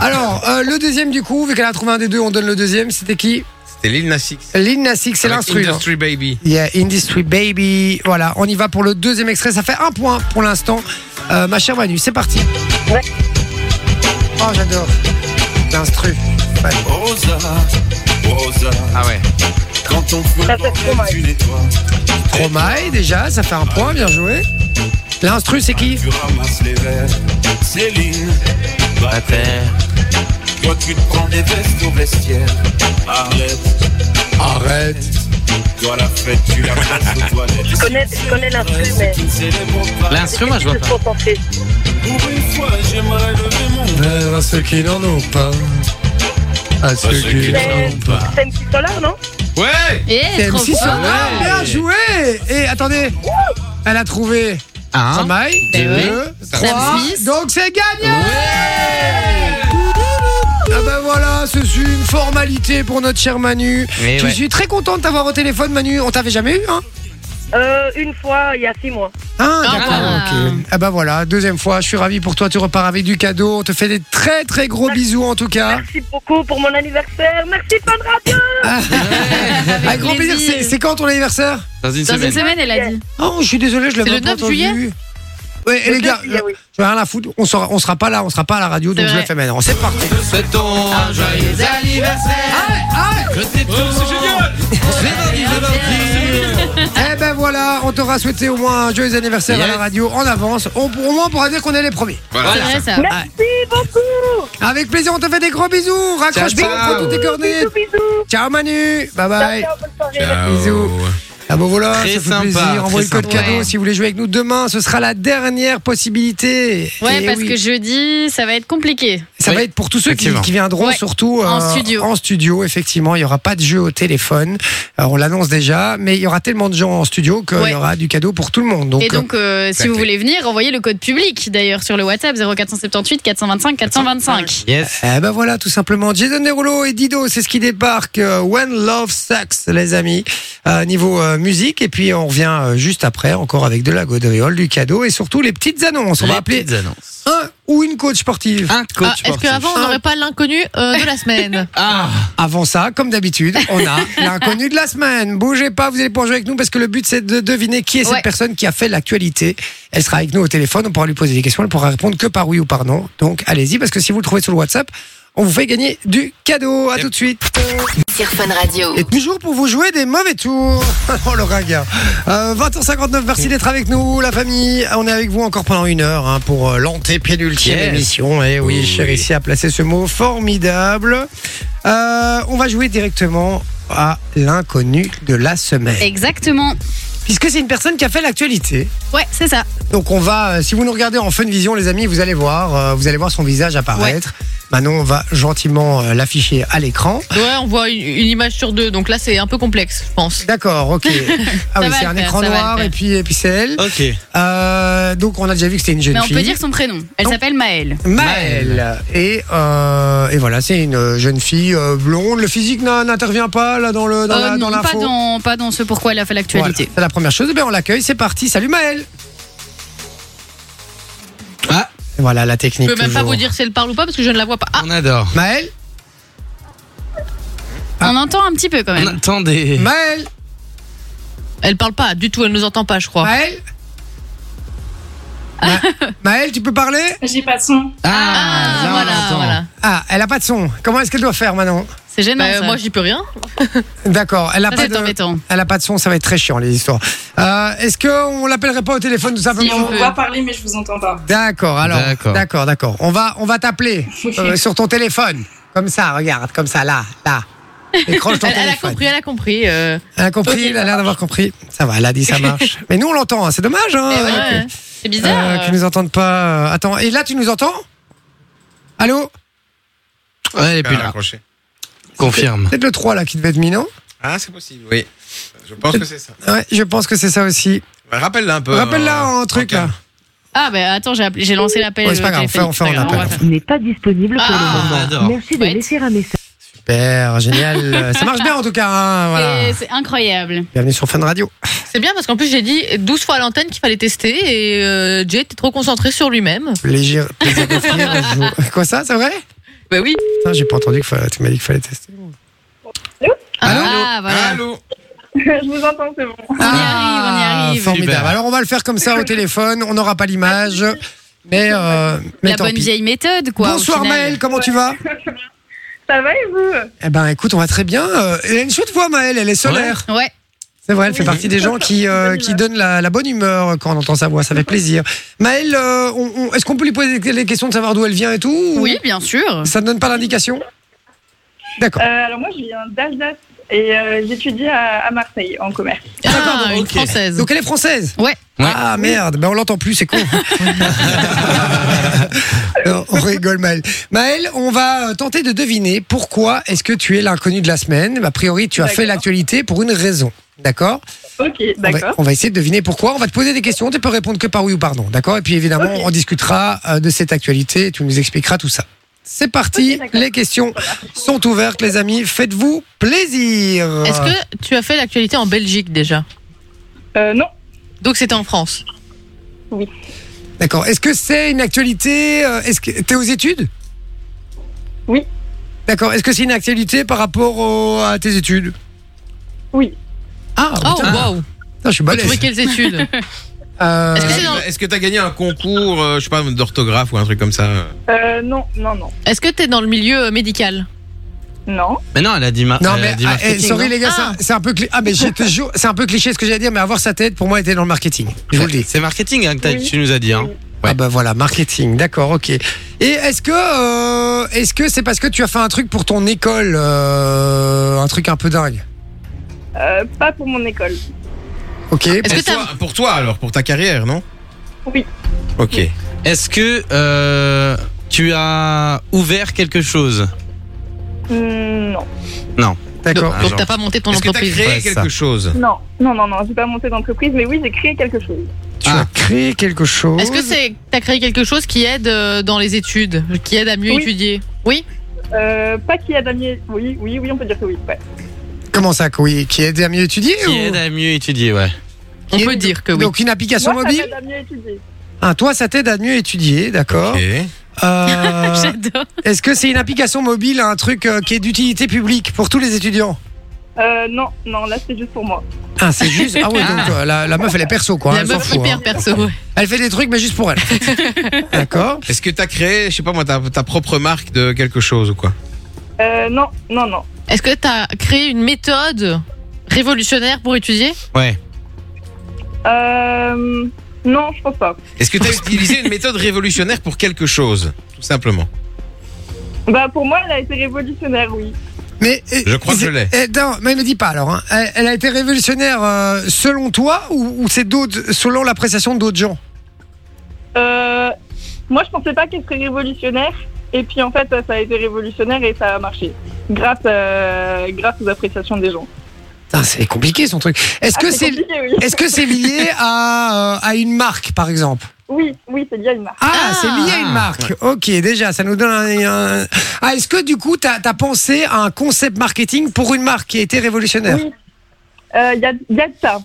Alors, euh, le deuxième du coup, vu qu'elle a trouvé un des deux, on donne le deuxième. C'était qui C'était Lil Nas X. Lil Nas X, c'est Avec l'instru. hein. Industry Baby. Yeah, Industry Baby. Voilà, on y va pour le deuxième extrait. Ça fait un point pour l'instant. Euh, ma chère Manu, c'est parti. Ouais. Oh, j'adore. L'instru. Ouais. Rosa, Rosa, Ah ouais. quand on fait Ça, c'est trop mal. tu nettoies, Tromaille, déjà, ça fait un point. Bien joué. L'instru, c'est qui tu ramasses les verres. Céline, va Toi, tu te prends des vestes au vestiaire. Arrête, Arrête. toi, la fête, tu la passes aux toilettes. Je connais, je connais l'instru, mais Tu ne célèbres pas. L'instru, moi, je vois je pas. suis concentrée. Pour une fois, j'aimerais lever mon À ceux qui n'en ont pas. À Bah, ceux ceux qui n'en C'est ont pas. c'est une petite solar, non Ouais! Eh, trop fort. hein. Bien joué. Et attendez, elle a trouvé Un. Tromaille. Ben oui. Deux, Sam trois. Smith. Donc c'est gagné. Ah ben voilà, ce fut une formalité pour notre cher Manu. Mais je Eh ouais. suis très content de t'avoir au téléphone, Manu. On t'avait jamais eu, hein Euh, une fois, il y a six mois. Ah, Ah, d'accord, voilà. ok. Ah bah voilà, deuxième fois, je suis ravi pour toi, tu repars avec du cadeau. On te fait des très très gros bisous en tout Ah. cas. Merci beaucoup pour mon anniversaire. Merci Fun Radio. Avec grand plaisir, plaisir. c'est c'est quand ton anniversaire Dans une Dans une semaine. semaine, elle a dit. Oh, je suis désolé, je l'avais C'est le pas 9 entendu. juillet Ouais, et les gars, Oui, oui. je vais rien la foutre, on sera, on sera pas là, on sera pas à la radio, donc C'est je vrai. le fais maintenant. C'est parti. Souhaitons un joyeux anniversaire. Que t'es c'est génial. Eh ben voilà, on t'aura souhaité au moins un joyeux anniversaire à la Yes. radio en avance. On, au moins, on pourra dire qu'on est les premiers. Voilà. C'est vrai, Ah, ça. Merci beaucoup. Avec plaisir, on te fait des gros bisous. Raccroche Ciao, bien, ciao. prends toutes tes coordonnées. Bisous, bisous. Ciao Manu, bye bye. Ciao, ciao, bonne soirée. Bisous. Ah bon voilà, Très ça fait sympa, plaisir. Envoie très le code sympa. cadeau Ouais. si vous voulez jouer avec nous demain. Ce sera la dernière possibilité. Ouais, Et parce Eh oui, que jeudi, ça va être compliqué. ça va Oui, être pour tous ceux qui, effectivement. qui viendront Ouais, surtout euh, en studio. En studio, effectivement, il y aura pas de jeu au téléphone. Euh, on l'annonce déjà, mais il y aura tellement de gens en studio qu'il Ouais. y aura du cadeau pour tout le monde. Donc, Et donc, euh, si la vous clé. voulez venir, envoyez le code public d'ailleurs sur le WhatsApp 0478 425 425. Yes. euh, eh ben voilà, tout simplement. Jason Derulo et Dido, c'est ce qui débarque. euh, When Love Sucks, les amis. Euh, niveau euh, musique, et puis on revient euh, juste après, encore avec de la gaudriole, du cadeau et surtout les petites annonces. On va Les appeler petites annonces. un ou une coach sportive. Un Ah, coach Est-ce sportif. qu'avant, on n'aurait pas l'inconnu euh, de la semaine Ah, Avant ça, comme d'habitude, on a l'inconnu de la semaine. Bougez pas, vous allez pouvoir jouer avec nous parce que le but c'est de deviner qui est Ouais. cette personne qui a fait l'actualité. Elle sera avec nous au téléphone, on pourra lui poser des questions, elle pourra répondre que par oui ou par non. Donc allez-y parce que si vous le trouvez sur le WhatsApp, on vous fait gagner du cadeau. À tout de suite. Sur Fun Radio. Et toujours pour vous jouer des mauvais tours. oh le ringard. Euh, 20h59, merci d'être avec nous, la famille. On est avec vous encore pendant une heure hein, pour euh, l'antépénultième Yes. émission. Et oui, Oui. cher ici a placé ce mot formidable. Euh, on va jouer directement à l'inconnu de la semaine. Exactement. Puisque c'est une personne qui a fait l'actualité. Ouais, c'est ça. Donc on va, euh, si vous nous regardez en Fun Vision, les amis, vous allez voir, euh, vous allez voir son visage apparaître. Manon va gentiment euh, l'afficher à l'écran. Ouais, on voit une, une image sur deux, donc là, c'est un peu complexe, je pense. D'accord, ok. Ah Ça oui, va c'est le un faire, écran ça va le noir faire. et puis, et puis c'est elle. ok. Euh, donc on a déjà vu que c'était une jeune Mais on fille. peut dire son prénom. Elle Non. s'appelle Maëlle. Maëlle. Et, euh, et voilà, c'est une jeune fille euh, blonde. Le physique n'a- n'intervient pas là dans Oh, le dans Euh, la- non, dans pas l'info. dans, pas dans ce pourquoi elle a fait Voilà, l'actualité. c'est la première chose. Eh bien, on l'accueille. C'est parti. Salut Maëlle. Ah. Et Voilà la technique. Je peux même pas toujours. vous dire si elle parle ou pas parce que je ne la vois pas. Ah, On adore. Maëlle. Ah. On entend un petit peu quand On même. attend des. Maëlle. elle parle pas du tout, elle nous entend pas, je crois. Maëlle. Ma- Maëlle, tu peux parler J'ai pas de son. Ah, là, on voilà, l'entend. voilà. Ah, elle a pas de son. Comment est-ce qu'elle doit faire maintenant C'est gênant. Bah, ça. moi, j'y peux rien. D'accord, elle a Ah, Ça, pas c'est de. embêtant. Elle a pas de son, ça va être très chiant les histoires. Euh, Est-ce qu'on l'appellerait pas au téléphone tout Si, simplement on me voit parler, mais je vous entends pas. D'accord, alors. D'accord. D'accord, d'accord. On va, on va t'appeler euh, sur ton téléphone. Comme ça, regarde, comme ça, là, là. Décroche ton Elle, elle a téléphone. compris, elle a compris. euh. Elle a compris, elle a l'air d'avoir compris. Ça va, elle a dit ça marche. Mais nous, on l'entend, hein, c'est dommage. Hein, Eh ouais, euh, ouais. C'est que- bizarre. euh, qu'ils nous entendent pas. euh, Attends, et là, tu nous entends Allô Ouais, elle est plus là. raccroché. Confirme. Peut-être le 3 là qui devait être mis, non Ah, c'est possible. Oui. Je pense que c'est ça. Ouais, je pense que c'est ça aussi. Bah, Rappelle-la un peu. Rappelle-la hein, en truc là. calme. Ah, bah attends, j'ai appelé- j'ai lancé l'appel. Ouais, c'est pas euh, grave, on fait- on fait en téléphonique. appel. va faire. n'est pas disponible pour Ah, on le adore. moment. Merci de Ouais. laisser un message. Super, génial. ça marche bien en tout cas. hein, voilà. Et C'est incroyable. Bienvenue sur Fun Radio. C'est bien parce qu'en plus, j'ai dit 12 fois à l'antenne qu'il fallait tester et euh, Jay était trop concentré sur lui-même. Léger plaisir d'offrir un jour. Quoi ça, c'est vrai Bah oui. Putain, j'ai pas entendu que fa- tu m'as dit qu'il fallait tester. ah, voilà. Allô je vous entends, c'est bon. On y arrive, on y arrive. Ah, Formidable. Super. Alors on va le faire comme ça au téléphone, on n'aura pas l'image, mais, euh, mais La tant bonne pis. vieille méthode, quoi. au Bonsoir final. Maëlle, comment tu vas Ça va et vous Euh, Eh ben écoute, on va très bien. Euh, Elle a une chouette voix Maëlle, elle est solaire. Ouais. C'est vrai, elle fait partie des gens qui, euh, qui donnent la, la bonne humeur quand on entend sa voix, ça fait plaisir. Maëlle, euh, on- on- est-ce qu'on peut lui poser des- les questions de savoir d'où elle vient et tout ou Oui, bien Ah, sûr. Ça ne donne pas d'indication Euh, D'accord. Alors moi, je viens d'Alsace et euh, j'étudie à, à Marseille en commerce. Ah, une française. Donc elle est française Ouais. Ouais. Ah merde, ben on l'entend plus, c'est con. Non, on rigole mal. Maël, on va euh, tenter de deviner pourquoi est-ce que tu es l'inconnu de la semaine. A priori, tu as fait D'accord. l'actualité pour une raison. D'accord Ah, Ok, on va, d'accord. on va essayer de deviner pourquoi. On va te poser des questions. Tu peux répondre que par oui ou par non. D'accord Et puis évidemment, on discutera euh, de cette actualité. Tu nous expliqueras tout ça. C'est parti. Ok, d'accord. les questions sont ouvertes, les amis. Faites-vous plaisir. Est-ce que tu as fait l'actualité en Belgique déjà Euh, non, Donc c'était en France. D'accord. Est-ce que c'est une actualité euh, Est-ce que t'es aux études Oui. D'accord. Est-ce que c'est une actualité par rapport au- à tes études oui. Ah, Oh, putain, waouh putain, je suis Vous balèze. trouvez quelles études Euh, Est-ce que c'est dans- Est-ce que t'as gagné un concours, euh, je sais pas, d'orthographe ou un truc comme ça Euh, non, non, non. Est-ce que t'es dans le milieu euh, médical Non. Mais non, elle a dit, ma- Non elle a mais dit Euh, ah, marketing, eh, sorry non les gars, c'est un- c'est un peu cli- ah mais j'ai toujours c'est un peu cliché ce que j'ai à dire mais avoir sa tête pour moi était dans le marketing. Je vous le dis. C'est marketing hein, que t'as- Oui. tu nous as dit. Hein. Ouais. Ah bah voilà, marketing, d'accord, ok. Et est-ce que euh, est-ce que c'est parce que tu as fait un truc pour ton école, euh, un truc un peu dingue, Euh, pas pour mon école. ok Est-ce que Pour t'as toi, pour toi alors, pour ta carrière, non Oui. Ok. Est-ce que euh, tu as ouvert quelque chose Hmm, Non. D'accord. donc t'as pas monté ton Est-ce que t'as entreprise créé Ouais, quelque ça. chose Non, non, non, non. J'ai pas monté d'entreprise, mais oui, j'ai créé quelque chose. Tu Ah. as créé quelque chose. Est-ce que c'est t'as créé quelque chose qui aide euh, dans les études, qui aide à mieux Oui. étudier Oui. Euh, pas qu'il y a d'amier. Oui, oui, oui, on peut dire que oui. Ouais. Comment ça, oui, qui aide à mieux étudier qui ou- aide à mieux étudier Ouais. On Qui peut aide- dire que oui. Donc une application Moi, ça mobile. m'aide à mieux étudier. Ah, toi, ça t'aide à mieux étudier, d'accord. Ok. Euh, J'adore. Est-ce que c'est une application mobile, un truc euh, qui est d'utilité publique pour tous les étudiants Euh, non, non, là c'est juste pour moi. Ah, c'est juste. Ah ouais, donc euh, la, la meuf elle est perso quoi. La elle s'en meuf fout, hyper hein. perso. ouais. Elle fait des trucs mais juste pour elle. d'accord. Est-ce que t'as créé, je sais pas moi, ta, ta propre marque de quelque chose ou quoi Euh, non, non, non. Est-ce que t'as créé une méthode révolutionnaire pour étudier Ouais. Euh, non, je pense pas. Est-ce que t'as utilisé une méthode révolutionnaire pour quelque chose Tout simplement. Bah pour moi, elle a été révolutionnaire, oui. Mais eh, Je crois que je l'ai. eh, non, mais ne dis pas alors. hein. Elle, elle a été révolutionnaire euh, selon toi ou, ou c'est d'autres selon l'appréciation d'autres gens Euh, moi, je pensais pas qu'elle serait révolutionnaire. Et puis en fait, ça a été révolutionnaire et ça a marché. Grâce, euh, grâce aux appréciations des gens. Putain, C'est compliqué son truc. Est-ce Ah, que c'est compliqué, oui. est-ce que c'est lié à, euh, à une marque par exemple Oui, oui, c'est lié à une marque. Ah, Ah. c'est lié à une marque. Ok, déjà, ça nous donne un. un- Ah, est-ce que du coup, t'as as pensé à un concept marketing pour une marque qui a été révolutionnaire Oui. Euh, Il y, a, il y a de ça.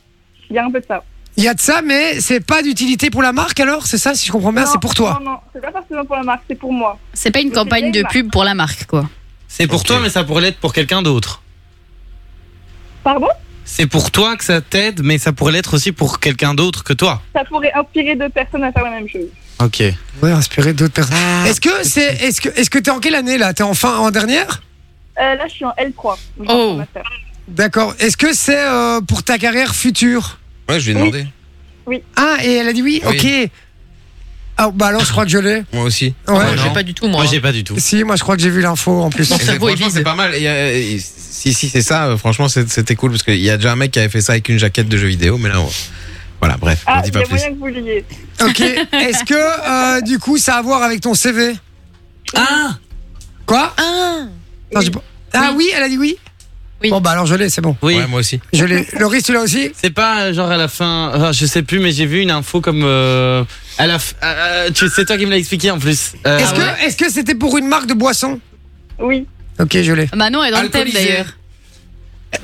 Il y a un peu de ça. Il y a de ça, mais c'est pas d'utilité pour la marque alors C'est ça, si je comprends bien, Non, c'est pour toi. Non, non, c'est pas forcément pour la marque, c'est pour moi. C'est pas une Mais c'est campagne de Neymar. pub pour la marque, quoi. C'est pour Ok. toi, mais ça pourrait l'être pour quelqu'un d'autre. Pardon C'est pour toi que ça t'aide, mais ça pourrait l'être aussi pour quelqu'un d'autre que toi. Ça pourrait inspirer d'autres personnes à faire la même chose. Ok. Ouais, inspirer d'autres personnes. Ah. Est-ce que c'est, est-ce que, est-ce que t'es en quelle année là T'es en fin, en dernière Euh, là, je suis en L3. donc j'ai Oh. un master. D'accord. Est-ce que c'est euh, pour ta carrière future Ouais, je lui ai demandé. Ah, et elle a dit oui. Oui. Ok. Ah bah alors, je crois que je l'ai. Moi aussi. Ouais. Moi, non. j'ai pas du tout moi. Moi, hein. j'ai pas du tout. Si, moi je crois que j'ai vu l'info en plus. Mon Et cerveau est franchement, vide. c'est pas mal. Il y a- il- si, si, c'est ça. euh, Franchement, c'est- c'était cool parce qu'il y a déjà un mec qui avait fait ça avec une jaquette de jeu vidéo, mais là, on- voilà, bref, on Ah, dit il y pas a plus. moyen que vous l'ayez. Ok. Est-ce que euh, du coup, ça a à voir avec ton CV Ah Quoi Ah. Non, j'ai pas- Ah oui. elle a dit oui. Oui. Bon bah alors je l'ai, c'est bon. Oui. Ouais, moi aussi. Je l'ai. Loris, tu l'as aussi C'est pas euh, genre à la fin, ah, je sais plus, mais j'ai vu une info comme euh, à la. f- euh, euh, tu- c'est toi qui me l'as expliqué en plus. Euh, Est-ce que, est-ce que c'était pour une marque de boisson Oui. Ok, je l'ai. Manon est dans le thème Alcoolisé. d'ailleurs.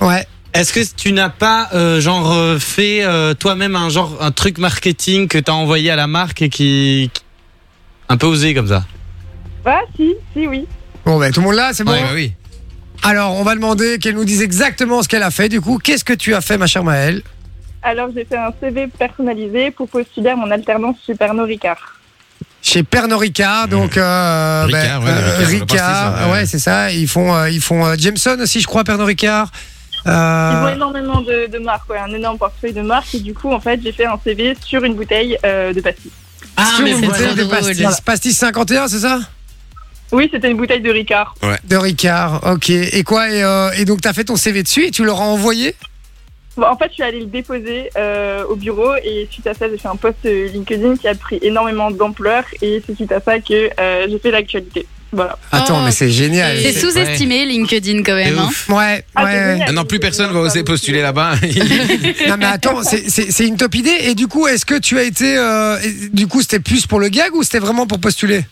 Ouais. Est-ce que tu n'as pas euh, genre euh, fait euh, toi-même un genre un truc marketing que t'as envoyé à la marque et qui qui- un peu osé comme ça Ah, si, si, oui. Bon bah tout le monde là, c'est bon. Ouais, bah oui. Alors, on va demander qu'elle nous dise exactement ce qu'elle a fait. Du coup, qu'est-ce que tu as fait, ma chère Maëlle Alors j'ai fait un CV personnalisé pour postuler à mon alternance chez Pernod Ricard. chez Pernod Ricard, donc euh, Mmh. Ricard, ben, euh, ouais, Ricard, on va Ricard, passer ça, ouais. ouais, c'est ça. Ils font, euh, ils font euh, Jameson aussi, je crois, Pernod Ricard. Ils ont Euh, énormément de, de marques, ouais, un énorme portefeuille de marques et du coup en fait j'ai fait un CV sur une bouteille euh, de pastis. sur Ah, mais une c'est bouteille de drôle. pastis, Voilà. pastis 51, c'est ça Oui c'était une bouteille de Ricard. De Ricard, ok. Et quoi Et, euh, et donc, t'as fait ton CV dessus et tu l'auras envoyé Bon, en fait je suis allée le déposer euh, au bureau et suite à ça j'ai fait un post euh, LinkedIn qui a pris énormément d'ampleur et c'est suite à ça que euh, j'ai fait l'actualité. Voilà. Attends, Oh, mais Ah, c'est génial. Et C'est c'est- sous-estimé LinkedIn quand même. C'est hein. ouf. Ouais, Ah, c'est ouais. génial. Maintenant, plus personne va oser postuler là-bas. Non mais attends, c'est- c'est c'est une top idée. Et du coup, est-ce que tu as été, euh, et- du coup, c'était plus pour le gag ou c'était vraiment pour postuler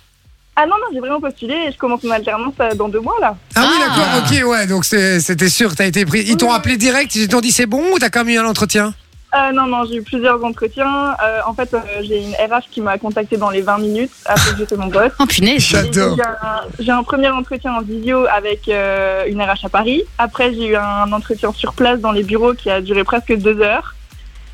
Ah non non j'ai vraiment postulé et je commence mon alternance euh, dans deux mois là. Ah, oui, Ah. d'accord, ok, ouais, donc c'est- c'était sûr, que t'as été pris. Ils t'ont appelé direct, ils t'ont dit c'est bon ou t'as quand même eu un entretien Euh, non, non, j'ai eu plusieurs entretiens. Euh, en fait, euh, j'ai une RH qui m'a contacté dans les 20 minutes après que j'ai fait mon poste. Oh punaise. J'adore. J'ai eu un- J'ai un premier entretien en visio avec euh, une RH à Paris. Après, j'ai eu un entretien sur place dans les bureaux qui a duré presque deux heures.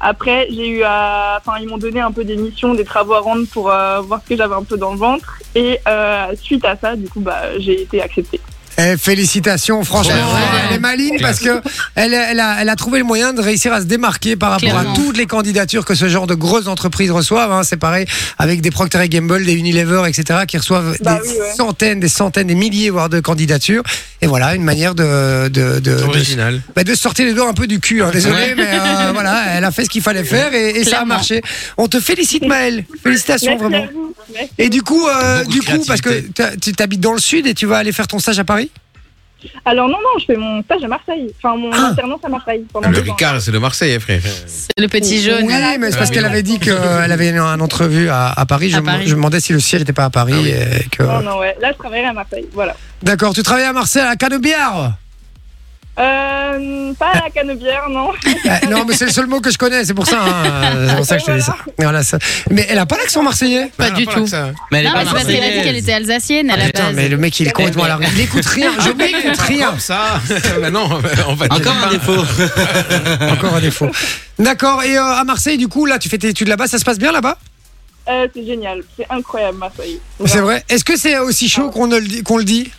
Après, j'ai eu à, enfin, ils m'ont donné un peu des missions, des travaux à rendre pour euh, voir ce que j'avais un peu dans le ventre. Et euh, suite à ça, du coup, bah, j'ai été acceptée. Eh, félicitations, franchement, Classe. elle- elle est maligne parce que elle, elle a, elle a trouvé le moyen de réussir à se démarquer par rapport à Clairement. toutes les candidatures que ce genre de grosses entreprises reçoivent. hein. C'est pareil avec des Procter Gamble, des Unilever, etc., qui reçoivent Bah des oui, ouais. centaines, des centaines, des milliers, voire de candidatures. Et voilà, une manière de, de, de, de- Original. bah, de sortir les doigts un peu du cul. hein. Désolé, Ouais. mais euh, voilà, elle a fait ce qu'il fallait faire et, et ça a Clairement. marché. On te félicite, Maëlle. Félicitations, Merci vraiment. à vous. Merci. Et du coup, euh, Beaucoup du de coup, parce que créativité. t'as- tu t'habites dans le sud et tu vas aller faire ton stage à Paris. Alors non, non, je fais mon stage à Marseille. Enfin, mon Ah. alternance à Marseille pendant Le deux ans. Ricard, c'est le Marseille, hein, frère. Le petit jaune. Oui, mais c'est parce Ah, qu'elle oui. avait dit qu'elle avait une, une entrevue à, à Paris. Je, À me- Paris. je me demandais si le siège n'était pas à Paris. et que... Non, non, ouais. Là, je travaillerai à Marseille. Voilà. D'accord, tu travailles à Marseille, à Canebière Euh, pas à la canebière, non. Euh, Non, mais c'est le seul mot que je connais, c'est pour ça. hein, C'est pour ça que je te dis ça. Voilà, ça. Mais elle a pas l'accent marseillais Pas du tout. Mais elle est Non, pas mais c'est parce qu'elle a dit qu'elle marseillaise. était alsacienne à Ah, la Putain, base. mais le mec, il est complètement à la rue. Il écoute rien, je n'écoute rien. Comme ça. bah non, on va Encore un défaut. Encore un défaut. D'accord, et euh, à Marseille, du coup, là, tu fais tes études là-bas, ça se passe bien là-bas Euh, c'est génial, c'est incroyable Marseille. C'est vrai Est-ce que c'est aussi chaud qu'on ne le dit- qu'on le dit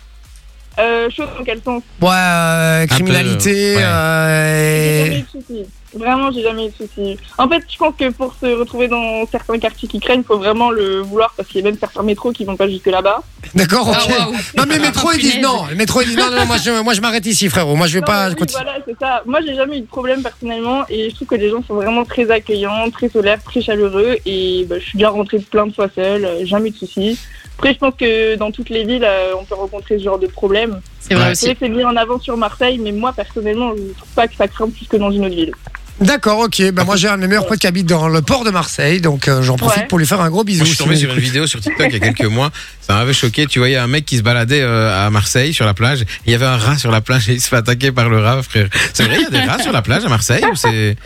Euh, chose dans quel sens Ouais, euh, peu, criminalité. ouais. euh, J'ai et- jamais eu de soucis. Vraiment, j'ai jamais eu de soucis. En fait, je pense que pour se retrouver dans certains quartiers qui craignent, faut vraiment le vouloir parce qu'il y a même certains métros qui vont pas jusque là-bas. D'accord, ok. Ah, waouh. Non mais le métro ils disent punaise. non, le métro ils disent non, non, non, moi je, moi je m'arrête ici frérot, moi je vais Non, pas mais oui, continuer. voilà, c'est ça. Moi, j'ai jamais eu de problème personnellement et je trouve que les gens sont vraiment très accueillants, très solaires, très chaleureux et bah, je suis déjà rentrée plein de fois seule, euh, jamais eu de soucis. Après, je pense que dans toutes les villes, euh, on peut rencontrer ce genre de problème. C'est vrai C'est aussi. vrai que c'est mis en avant sur Marseille, mais moi, personnellement, je trouve pas que ça craint plus que dans une autre ville. D'accord, ok, bah moi j'ai un de mes meilleurs potes qui habite dans le port de Marseille, donc euh, j'en profite Ouais. pour lui faire un gros bisou. Moi, je suis tombé si sur vous une vidéo sur TikTok il y a quelques mois. Ça m'avait choqué. Tu voyais un mec qui se baladait euh, à Marseille sur la plage. Il y avait un rat sur la plage et il se fait attaquer par le rat, frère. C'est vrai, il y a des rats sur la plage à Marseille ou c'est.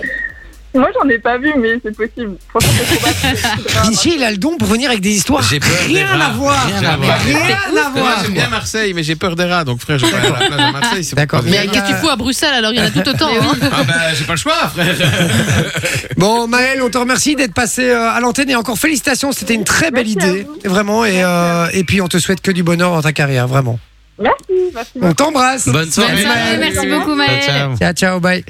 Moi, j'en ai pas vu, mais c'est possible. Franchement, c'est probable. que c'est l'écoutez. grave. Vinci, il a le don pour venir avec des histoires. J'ai peur des Rien à rats. voir. Rien à voir. Rien à Moi, voir. j'aime bien Marseille, mais j'ai peur des rats. Donc, frère, je vais pas aller à la plage à Marseille. c'est D'accord. pas Mais Mais qu'est-ce que tu euh, fous à Bruxelles alors Il y en a tout autant. hein. Ah bah, j'ai pas le choix, frère. Bon, Maël, on te remercie d'être passé euh, à l'antenne et encore félicitations, c'était une très belle Merci à idée, vraiment. Et, euh, et puis on te souhaite que du bonheur dans ta carrière, vraiment. Merci, merci. On t'embrasse. Bah. Bonne Bonne Ah, soirée. soirée, Maëlle. merci Ciao, beaucoup Maëlle. ciao. Ciao, ciao, bye.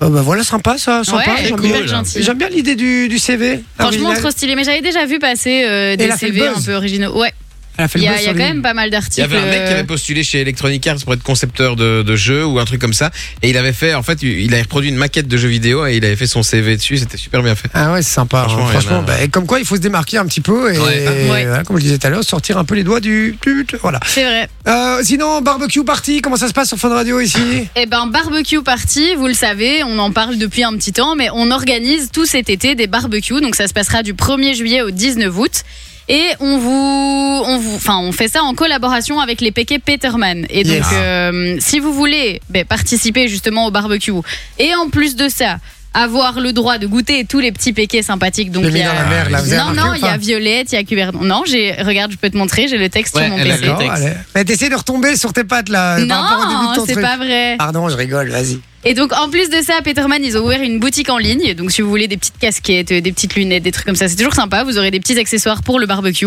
Oh, bah voilà, sympa ça, sympa. Ouais, J'aime cool. bien- Hyper gentil. J'aime bien l'idée du, du CV. Franchement, original. trop stylé. Mais j'avais déjà vu passer euh, des elle a fait le CV un buzz. peu originaux. Ouais, Elle a fait il le y a, buzz il y a sur quand les- même pas mal Il y d'articles. avait un mec qui euh, avait postulé chez Electronic Arts pour être concepteur de, de jeux ou un truc comme ça. Et il avait fait, en fait, il avait reproduit une maquette de jeu vidéo et il avait fait son CV dessus. C'était super bien fait. Ah ouais, c'est sympa. hein. Franchement, Franchement, il y en a- bah, et comme quoi, il faut se démarquer un petit peu et, Ouais. Ouais. voilà, comme je disais tout à l'heure, sortir un peu les doigts du. du- du- Voilà. C'est vrai. Euh, sinon, barbecue party, comment ça se passe sur Fun Radio ici Eh ben, barbecue party, vous le savez, on en parle depuis un petit temps, mais on organise tout cet été des barbecues. Donc, ça se passera du 1er juillet au 19 août. Et on vous, on vous, enfin, on fait ça en collaboration avec les PK Peterman. Et donc, Yes. euh, si vous voulez ben, participer justement au barbecue, et en plus de ça, avoir le droit de goûter tous les petits PK sympathiques. Donc, Le il y mis a- dans la mer, là, Ah, vous avez non, remarqué non, ou il y a pas Violette, il y a Cubert. Non, j'ai, regarde, je peux te montrer, j'ai le texte Ouais, sur mon elle a PC. le D'accord, allez. Mais t'essayes de retomber sur tes pattes là. par rapport au début de Non, ton c'est truc. pas vrai. Pardon, je rigole, vas-y. Et donc en plus de ça, à Peterman, ils ont ouvert une boutique en ligne. Donc si vous voulez des petites casquettes, euh, des petites lunettes, des trucs comme ça, c'est toujours sympa. Vous aurez des petits accessoires pour le barbecue.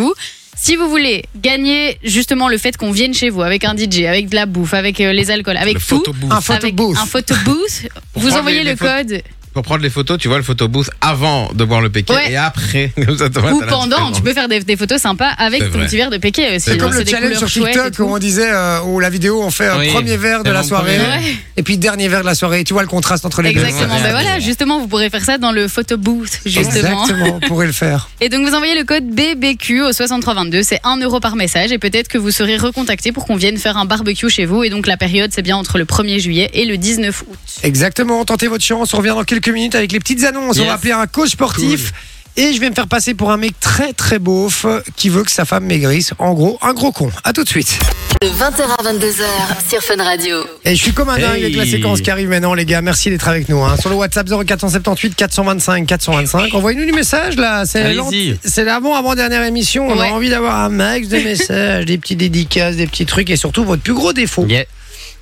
Si vous voulez gagner justement le fait qu'on vienne chez vous avec un DJ, avec de la bouffe, avec euh, les alcools, avec le tout, photobooth. Un photo avec booth. un photo booth, Pour vous prendre envoyez les- le les photos. code Pour prendre les photos, tu vois le photobooth avant de boire le péquet Ouais. et après. Comme ça, t'auras- ou t'as la pendant. différence. Tu peux faire des, des photos sympas C'est avec ton vrai. petit verre de péquet aussi. C'est hein, comme le des challenge sur couleurs chouettes TikTok et où tout. on disait, euh, où la vidéo, on fait un Oui, premier verre de c'est la mon soirée premier. Ouais. et puis dernier verre de la soirée. Tu vois le contraste entre les Exactement. Ouais. Ben voilà, justement, vous pourrez faire ça dans le photo booth deux. justement. Exactement, on pourrait le faire. Et donc vous envoyez le code BBQ au 6322, c'est 1 euro par message et peut-être que vous serez recontacté pour qu'on vienne faire un barbecue chez vous. Et donc la période c'est bien entre le 1er juillet et le 19 août. Exactement, tentez votre chance. On revient dans quelques minutes avec les petites annonces. On Yes. va appeler un coach sportif. Et je vais me faire passer pour un mec très très beauf euh, qui veut que sa femme maigrisse. En gros, un gros con. À tout de suite. De 20h à 22h sur Fun Radio. Et je suis comme un dingue avec la Hey. séquence qui arrive maintenant, les gars. Merci d'être avec nous. hein. Sur le WhatsApp 0478 425 425. Envoyez-nous du message là. Euh, C'est l'ant- Allez-y. c'est l'avant-avant-dernière émission. On Ouais. a envie d'avoir un max de messages, des petits dédicaces, des petits trucs et surtout votre plus gros défaut. Yeah.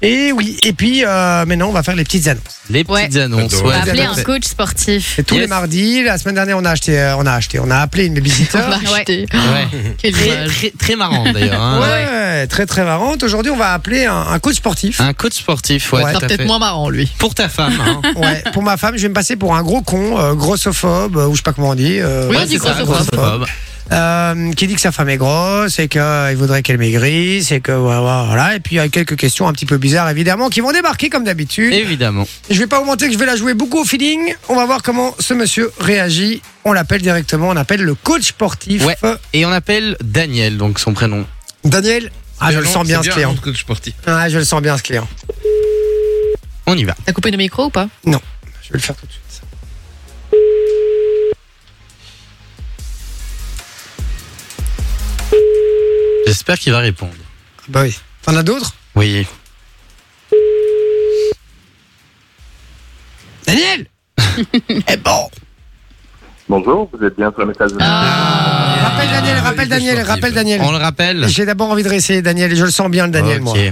Et oui. Et puis, euh, maintenant, on va faire les petites annonces. Les Ouais. petites annonces. J'adore. ouais. On va appeler c'est- un coach sportif. Et tous Yes. les mardis. La semaine dernière, on a acheté, euh, on a acheté, on a appelé une babysitter. On va acheter. Ouais. Quel Très, dommage. très, très marrant d'ailleurs. hein. Ouais, très très marrante. Aujourd'hui, on va appeler un, un coach sportif. Un coach sportif, ouais, Ouais. tout Ça à sera peut-être fait. moins marrant, lui. Pour ta femme. hein. Ouais, pour ma femme, je vais me passer pour un gros con, euh, grossophobe, euh, ou je sais pas comment on dit. euh, Oui, Ouais, on dit c'est ça, grossophobe. Euh, qui dit que sa femme est grosse et qu'il voudrait qu'elle maigrisse et que voilà, voilà, voilà. Et puis il y a quelques questions un petit peu bizarres évidemment qui vont débarquer comme d'habitude. Évidemment. Je vais pas vous mentir que je vais la jouer beaucoup au feeling. On va voir comment ce monsieur réagit. On l'appelle directement, on appelle le coach sportif Ouais. euh, Et on appelle Daniel, donc son prénom. Daniel. Ah, je le Non, sens bien c'est ce client. un coach sportif. Ah, je le sens bien ce client. On y va. T'as coupé le micro ou pas Je vais le faire tout de suite. J'espère qu'il va répondre. Bah oui. T'en as d'autres Oui. Daniel Eh bon Bonjour, vous êtes bien sur le message de Rappelle Ah, Daniel, rappelle coach Daniel, sportif. rappelle Daniel. On le rappelle J'ai d'abord envie de réessayer Daniel et je le sens bien le Daniel Ok. moi. Je le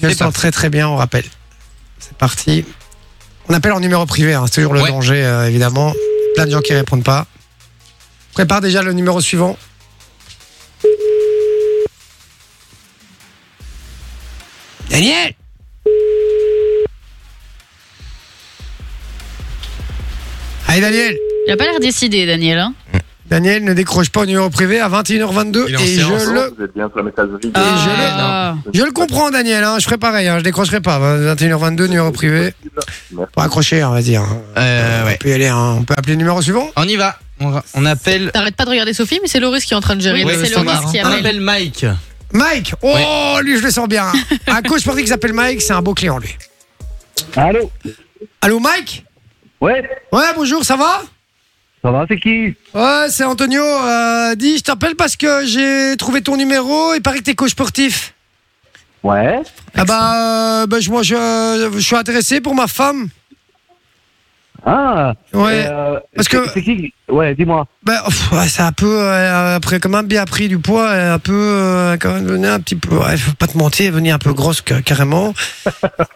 C'est sens parti. très très bien, on rappelle. C'est parti. On appelle en numéro privé, hein, c'est toujours le Ouais. danger euh, évidemment. Plein de gens qui répondent pas. Prépare déjà le numéro suivant. Daniel Allez Daniel Il a pas l'air décidé, Daniel. hein. Daniel ne décroche pas au numéro privé à 21h22 Il est en et séance. je le, Vous êtes bien sur le message de et je le Ah. je le comprends, Daniel. hein, je ferai pareil. hein, je décrocherai pas. 21h22, numéro privé. Pour accrocher, on va dire. hein. Euh, On ouais. peut y aller. hein, On peut appeler le numéro suivant. On y va. On, ra- on appelle. T'arrêtes pas de regarder Sophie, mais c'est Loris qui est en train de gérer Oui, le mais c'est standard, Loris qui hein. On appelle. appelle Mike. Mike. Oh, lui, je le sens bien. Un coach sportif qui s'appelle Mike, c'est un beau client, lui. Allô Allô, Mike Ouais Ouais, bonjour, ça va Ça va, c'est qui Ouais, c'est Antonio. Euh, dis, je t'appelle parce que j'ai trouvé ton numéro. Il paraît que t'es coach sportif. Ouais Ah bah, euh, bah, je- moi, je, je suis intéressé pour ma femme. Ah Ouais. euh, parce que- c'est- C'est qui Ouais, dis-moi. Bah, pff, ouais, c'est un peu euh, après quand même bien pris du poids, euh, un peu euh, quand même devenu un petit peu. Ouais, faut pas te mentir, venir un peu grosse ca- carrément.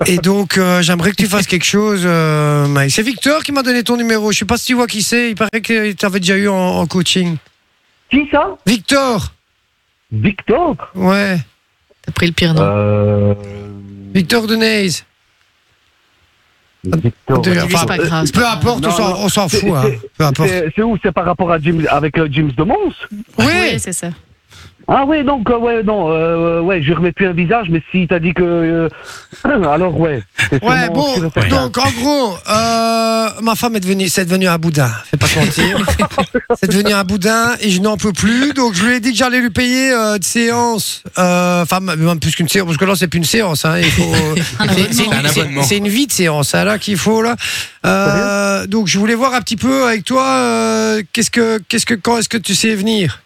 Et donc euh, j'aimerais que tu fasses quelque chose. euh, Mike. c'est Victor qui m'a donné ton numéro. Je sais pas si tu vois qui c'est. Il paraît que t'avais déjà eu en, en coaching. Qui ça Victor. Victor Ouais. T'as Ah. pris le pire nom. Euh. Victor Denise. Victor. De- Dis-lui, c'est pas grave. Peu importe, on Non, s'en- non. on s'en C'est- fout. hein. c'est- Peu importe. C'est c'est où C'est par rapport à James, avec euh, James de Mons Oui. Oui, c'est ça. Ah ouais, donc, euh, ouais, non, euh, ouais, je remets plus un visage, mais si t'as dit que. euh, alors, ouais. c'est Ouais, sûrement bon, sûr et certain. donc en gros, euh, ma femme est devenue, c'est devenu un boudin, fais pas te mentir. c'est devenu un boudin et je n'en peux plus, donc je lui ai dit que j'allais lui payer euh, une séance, euh, enfin même plus qu'une séance, parce que là c'est plus une séance, hein, il faut, c'est- c'est- Un c'est- abonnement. c'est une vie de séance hein, là qu'il faut là. Euh, donc je voulais voir un petit peu avec toi, euh, qu'est-ce que, qu'est-ce que, quand est-ce que tu sais venir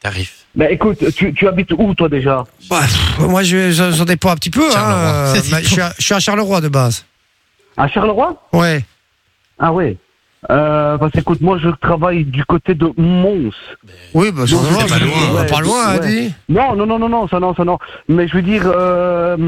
T'arrives. Bah écoute, tu, tu habites où, toi, déjà bah, pff, Moi je, je- j'en dépends un petit peu, hein, Charleroi. euh, bah, je, suis à, je suis à Charleroi de base. À Charleroi Ouais. Ah ouais. Euh, parce que, écoute, moi je travaille du côté de Mons. Oui, bah, Non, Charleroi, c'est pas bah, loin. bah, pas loin, hein, Ouais. dis. Non, non, non, non, non, ça non, ça non. Mais je veux dire, euh,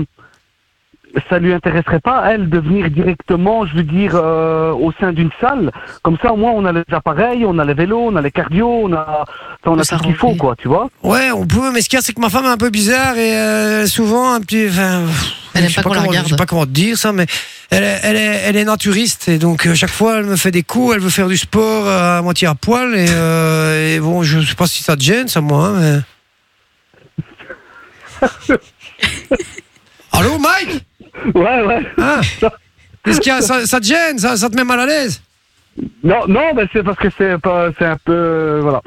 ça lui intéresserait pas, elle, de venir directement, je veux dire, euh, au sein d'une salle. Comme ça, au moins, on a les appareils, on a les vélos, on a les cardio, on a, enfin, on Faut a tout ce qu'il s'arranger. faut, quoi, tu vois. Ouais, on peut, mais ce qu'il y a, c'est que ma femme est un peu bizarre et euh, souvent un petit. Enfin, Elle aime je sais pas qu'on la comment- regarde. Je sais pas comment te dire ça, mais elle, est- elle, est, elle est naturiste et donc euh, chaque fois elle me fait des coups, elle veut faire du sport euh, à moitié à poil et, euh, et bon, je sais pas si ça te gêne, ça, moi. hein, mais- Allô, Mike Ouais, ouais. Hein Qu'est-ce qu'il y a ça, ça te gêne ça, ça te met mal à l'aise Non, non, mais c'est parce que c'est pas, c'est un peu, euh, voilà.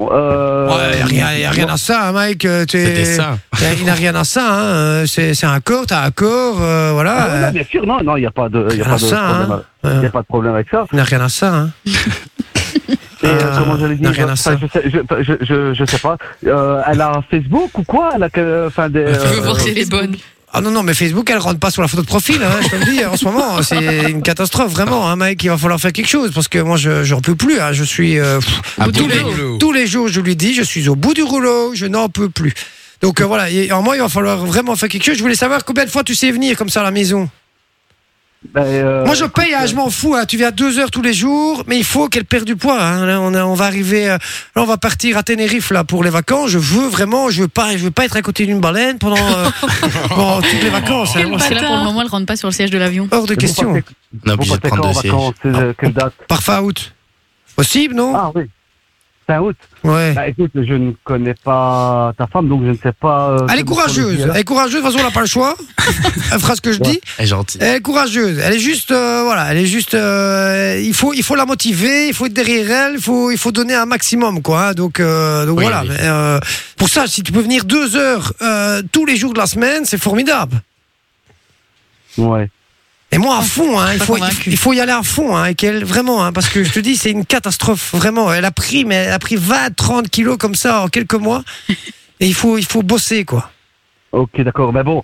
Euh, Ouais, Ah, y a rien, y a rien à ça, hein, Mike. euh, t'es- C'était ça. y a- Il n'a rien à ça. Hein. euh, C'est c'est un corps, t'as un corps, euh, Ah, voilà. ouais, euh, non, bien sûr, non, non, il n'y a pas de, y a Rien pas à de ça, problème. hein. Il n'y a pas de problème avec ça. Il n'a rien à ça. Hein. Et euh, comment j'allais n'a dire rien à enfin, je, sais, je, enfin, je, je, je sais pas. Euh, elle a un Facebook ou quoi Elle a que- enfin des. euh, est bonne. Ah non, non, mais Facebook, elle rentre pas sur la photo de profil, hein, je te le dis, en ce moment, c'est une catastrophe, vraiment, hein, mec, il va falloir faire quelque chose, parce que moi, je j'en peux plus, hein, je suis... euh, pff, À tous, bout du les, rouleau. tous les jours, je lui dis, je suis au bout du rouleau, je n'en peux plus. Donc euh, voilà, et, en moi, il va falloir vraiment faire quelque chose. Je voulais savoir combien de fois tu sais venir comme ça à la maison. ben, euh, Moi, je paye, hein, je m'en fous. hein. Tu viens deux heures tous les jours, mais il faut qu'elle perde du poids. hein. Là, on, a- on va arriver, euh, là, on va partir à Tenerife là pour les vacances. Je veux vraiment, je veux pas, je veux pas être à côté d'une baleine pendant, euh, pendant toutes les vacances. hein. Moi, Parce que là, pour le moment, elle rentre pas sur le siège de l'avion. c'est hors de vous question. partez- On est vous obligé de partez prendre quand en deux sièges. vacances Ah. C'est, euh, Quelle date Par fin août, possible, non Ah oui. Fin août. Ouais. Bah écoute, je ne connais pas ta femme, donc je ne sais pas. euh, Elle est ce qu'on peut courageuse. dire. Elle est courageuse. De toute façon, on n'a pas le choix. Elle fera ce que je dis. Elle est gentille. Elle est courageuse. Elle est juste, euh, voilà, elle est juste. euh, il faut, il faut la motiver. Il faut être derrière elle. Il faut, il faut donner un maximum, quoi. hein. Donc, euh, donc Oui, voilà. oui. Mais, euh, pour ça, si tu peux venir deux heures euh, tous les jours de la semaine, c'est formidable. hein. Ouais. Et Ah, moi à fond, hein, il, pas faut, convaincue. il faut y aller à fond, hein, et qu'elle vraiment, hein, parce que je te dis, c'est une catastrophe, vraiment. Elle a pris, mais elle a pris 20, 30 kilos comme ça en quelques mois. Et il faut, il faut bosser, quoi. Ok, d'accord. Mais bon,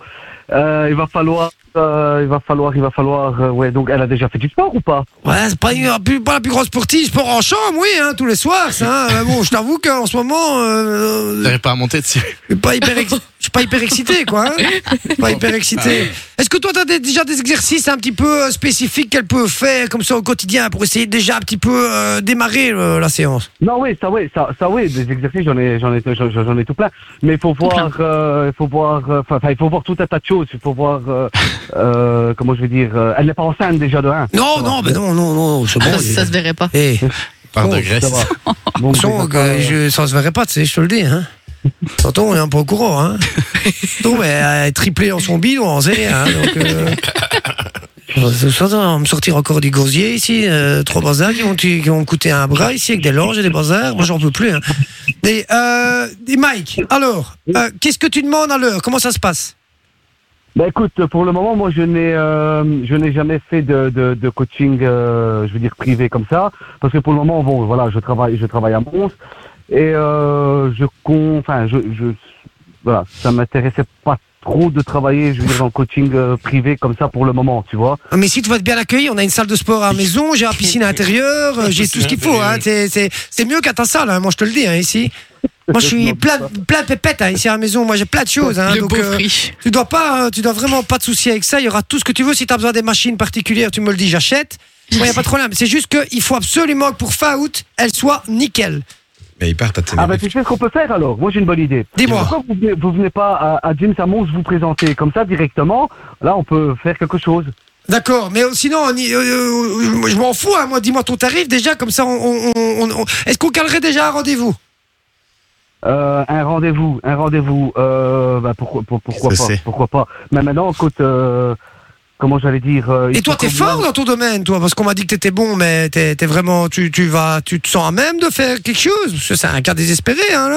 euh, il va falloir, euh, il va falloir, il va falloir. euh, ouais. Donc, elle a déjà fait du sport ou pas Ouais, c'est pas, une- la plus- pas la plus grosse sportive, sport en chambre, oui, hein, tous les soirs, ça. hein. Mais bon, je t'avoue qu'en ce moment, euh, J'arrive pas à monter dessus. je suis pas hyper, ex- je suis pas hyper excité, quoi. hein. Je suis Pas hyper excité. Est-ce que toi, t'as des- déjà des exercices un petit peu euh, spécifiques qu'elle peut faire comme ça au quotidien pour essayer déjà un petit peu euh, démarrer euh, la séance Non, oui, ça, oui, ça, ça, oui. Des exercices, j'en ai, j'en ai, j'en j'en ai tout plein. Mais il faut voir, euh, il faut voir, euh, enfin, enfin, il faut voir tout un tas de choses. Il faut voir, euh, euh, comment je vais dire. euh, elle n'est pas enceinte déjà de un. Non, non, mais non, non, non, c'est bon. Ça, ça se verrait pas. Eh, Par Oh, de Ça graisse. va. euh, Bon, attention, déjà, ça, que je, ça se verrait pas, tu sais, je te le dis, hein. Tonton, on est un peu au courant, hein. Tonton, mais elle est triplée en son bide ou en zé, hein, donc, euh, je suis en train de me sortir encore du gosier ici, euh, trois bazars qui vont, tu- qui vont coûter un bras ici avec des langes et des bazars. Moi, j'en peux plus. Hein. Et, euh, et Mike, alors, euh, qu'est-ce que tu demandes à l'heure Comment ça se passe Bah écoute, pour le moment, moi je n'ai euh, je n'ai jamais fait de, de, de coaching, euh, je veux dire privé comme ça, parce que pour le moment, bon, voilà, je travaille, je travaille à Mons et euh, je con, enfin, je, je, voilà, ça m'intéressait pas trop de travailler, je veux dire, dans le coaching euh, privé comme ça pour le moment, tu vois. Ah, Mais si tu vas être bien accueilli, on a une salle de sport à la maison, j'ai la piscine à l'intérieur, euh, j'ai tout ce qu'il faut. Hein. C'est- C'est c'est mieux qu'à ta salle, hein. moi je te le dis, hein, ici. Moi je suis plein, plein de pépettes hein, ici à la maison, moi j'ai plein de choses. Hein, Le donc, beau euh, friche. tu dois pas, euh, tu dois vraiment pas te soucier avec ça. Il y aura tout ce que tu veux. Si tu as besoin des machines particulières, tu me le dis, j'achète. Moi, il n'y a pas de problème. C'est juste qu'il faut absolument que pour fin août, elle soit nickel. Mais ils partent à Ah bah Tenerife. tu sais ce qu'on peut faire alors Moi j'ai une bonne idée. Dis-moi. Pourquoi vous venez, vous venez pas à, à James à Mons vous présenter comme ça directement Là on peut faire quelque chose. D'accord, mais euh, sinon, on y- euh, euh, je m'en fous. hein, moi, dis-moi ton tarif déjà, comme ça, on, on- on- on- est-ce qu'on calerait déjà un rendez-vous Euh, un rendez-vous, un rendez-vous. Euh, bah, pourquoi, pour- pourquoi Qu'est-ce que pas c'est Pourquoi pas Mais maintenant, écoute, euh, comment j'allais dire euh, il Et toi, faut t'es combien fort dans ton domaine, toi, parce qu'on m'a dit que t'étais bon, mais t'es t'es vraiment, tu, tu vas, tu te sens à même de faire quelque chose. Parce que c'est un cas désespéré, hein, là.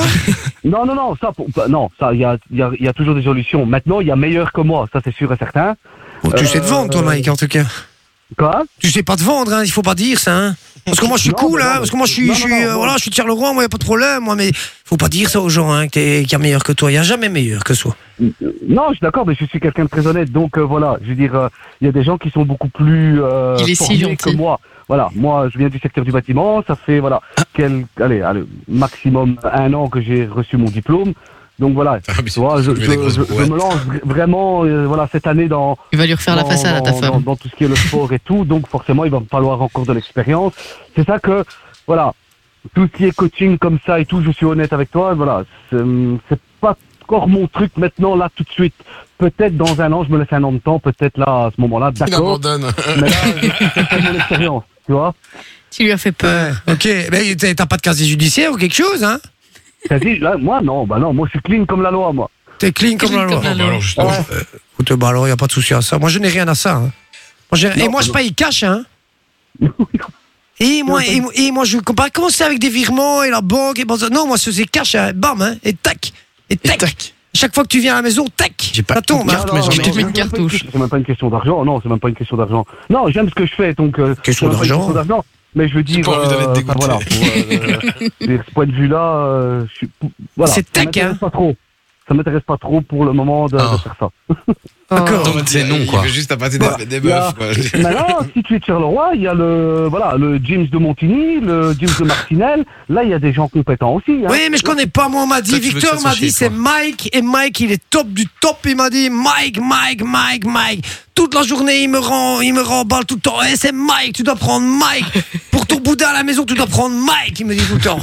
Non, non, non, ça, pour- bah, non, ça, il y a, il y, a, il y a toujours des solutions. Maintenant, il y a meilleur que moi, ça c'est sûr et certain. Bon, tu sais te Euh, vendre, toi, Mike, en tout cas. Quoi Tu sais pas te vendre, hein, il faut pas dire ça. Hein. Parce que moi je suis Non, cool, mais hein, non, parce que moi je suis, non, je non, suis, non, euh, non. voilà, je suis Pierre Leroy, moi y a pas de problème, moi, mais faut pas dire ça aux gens, hein, que t'es- qu'il y a meilleur que toi, il y a jamais meilleur que soi. Non, je suis d'accord, mais je suis quelqu'un de très honnête, donc euh, voilà, je veux dire, euh, il y a des gens qui sont beaucoup plus euh, Il est si formés que gentil. moi. Voilà, moi, je viens du secteur du bâtiment, ça fait voilà, Ah. quel, allez, allez, maximum un an que j'ai reçu mon diplôme. Donc voilà, Ah, mais Tu vois, je, tu mets je- des grosses je- je brouettes. me lance vr- vraiment euh, voilà, cette année dans, Il va lui refaire la dans- façade à ta dans- dans- femme. dans tout ce qui est le sport et tout. Donc forcément, il va me falloir encore de l'expérience. C'est ça que, voilà, tout ce qui est coaching comme ça et tout, je suis honnête avec toi. Voilà, c'est c'est pas encore mon truc maintenant, là, tout de suite. Peut-être dans un an, je me laisse un an de temps, peut-être là, à ce moment-là, Il d'accord. abandonne. Mais là, c'est pas mon expérience, tu vois. Tu lui as fait peur. Ouais, ok, mais t'as t'as pas de casier judiciaire ou quelque chose, hein T'as dit, là, moi, non, bah non, moi, je suis clean comme la loi, moi. T'es clean comme la loi. Oh, Ah, bah alors, justement, Écoute, bah alors y a pas de souci à ça. Moi je n'ai rien à ça. hein. Moi, j'ai- et moi bah, je paye cash, hein. Et moi, bah. et, moi- et moi je compare comment c'est avec des virements et la banque et bon, ça- non moi c'est cash, hein, bam, hein, et tac, et tac. Chaque fois que tu viens à la maison, tac, J'ai pas ça de Bah tombe. hein. carte, mais j'en ai non, Je te non, mets une c'est même pas cartouche. question- C'est même pas une question d'argent. Non, c'est même pas une question d'argent. Non, j'aime ce que je fais, donc. euh, Question c'est même pas une d'argent. question mais je veux dire, pas envie d'aller te euh, enfin, voilà, pour, euh, je veux dire, ce point de vêt-là, euh, je suis- voilà, C'est ça tac, m'intéresse hein. pas trop. Ça m'intéresse pas trop pour le moment de, de faire ça. D'accord. Donc c'est non quoi. Il veut juste appâter des, des Il y a- meufs quoi. Maintenant, si tu es de Charleroi, il y a le, voilà, le James de Montigny, le James de Martinel. Là, il y a des gens compétents aussi. hein. Oui, mais je connais pas, moi, on m'a dit, Toi, tu veux que Victor ça m'a soit dit, chez c'est Mike, et Mike, il est top du top, il m'a dit, Mike, Mike, Mike, Mike, toute la journée, il me rend, il me remballe tout le temps, Eh, c'est Mike, tu dois prendre Mike, pour ton boudin à la maison, tu dois prendre Mike, il me dit tout le temps.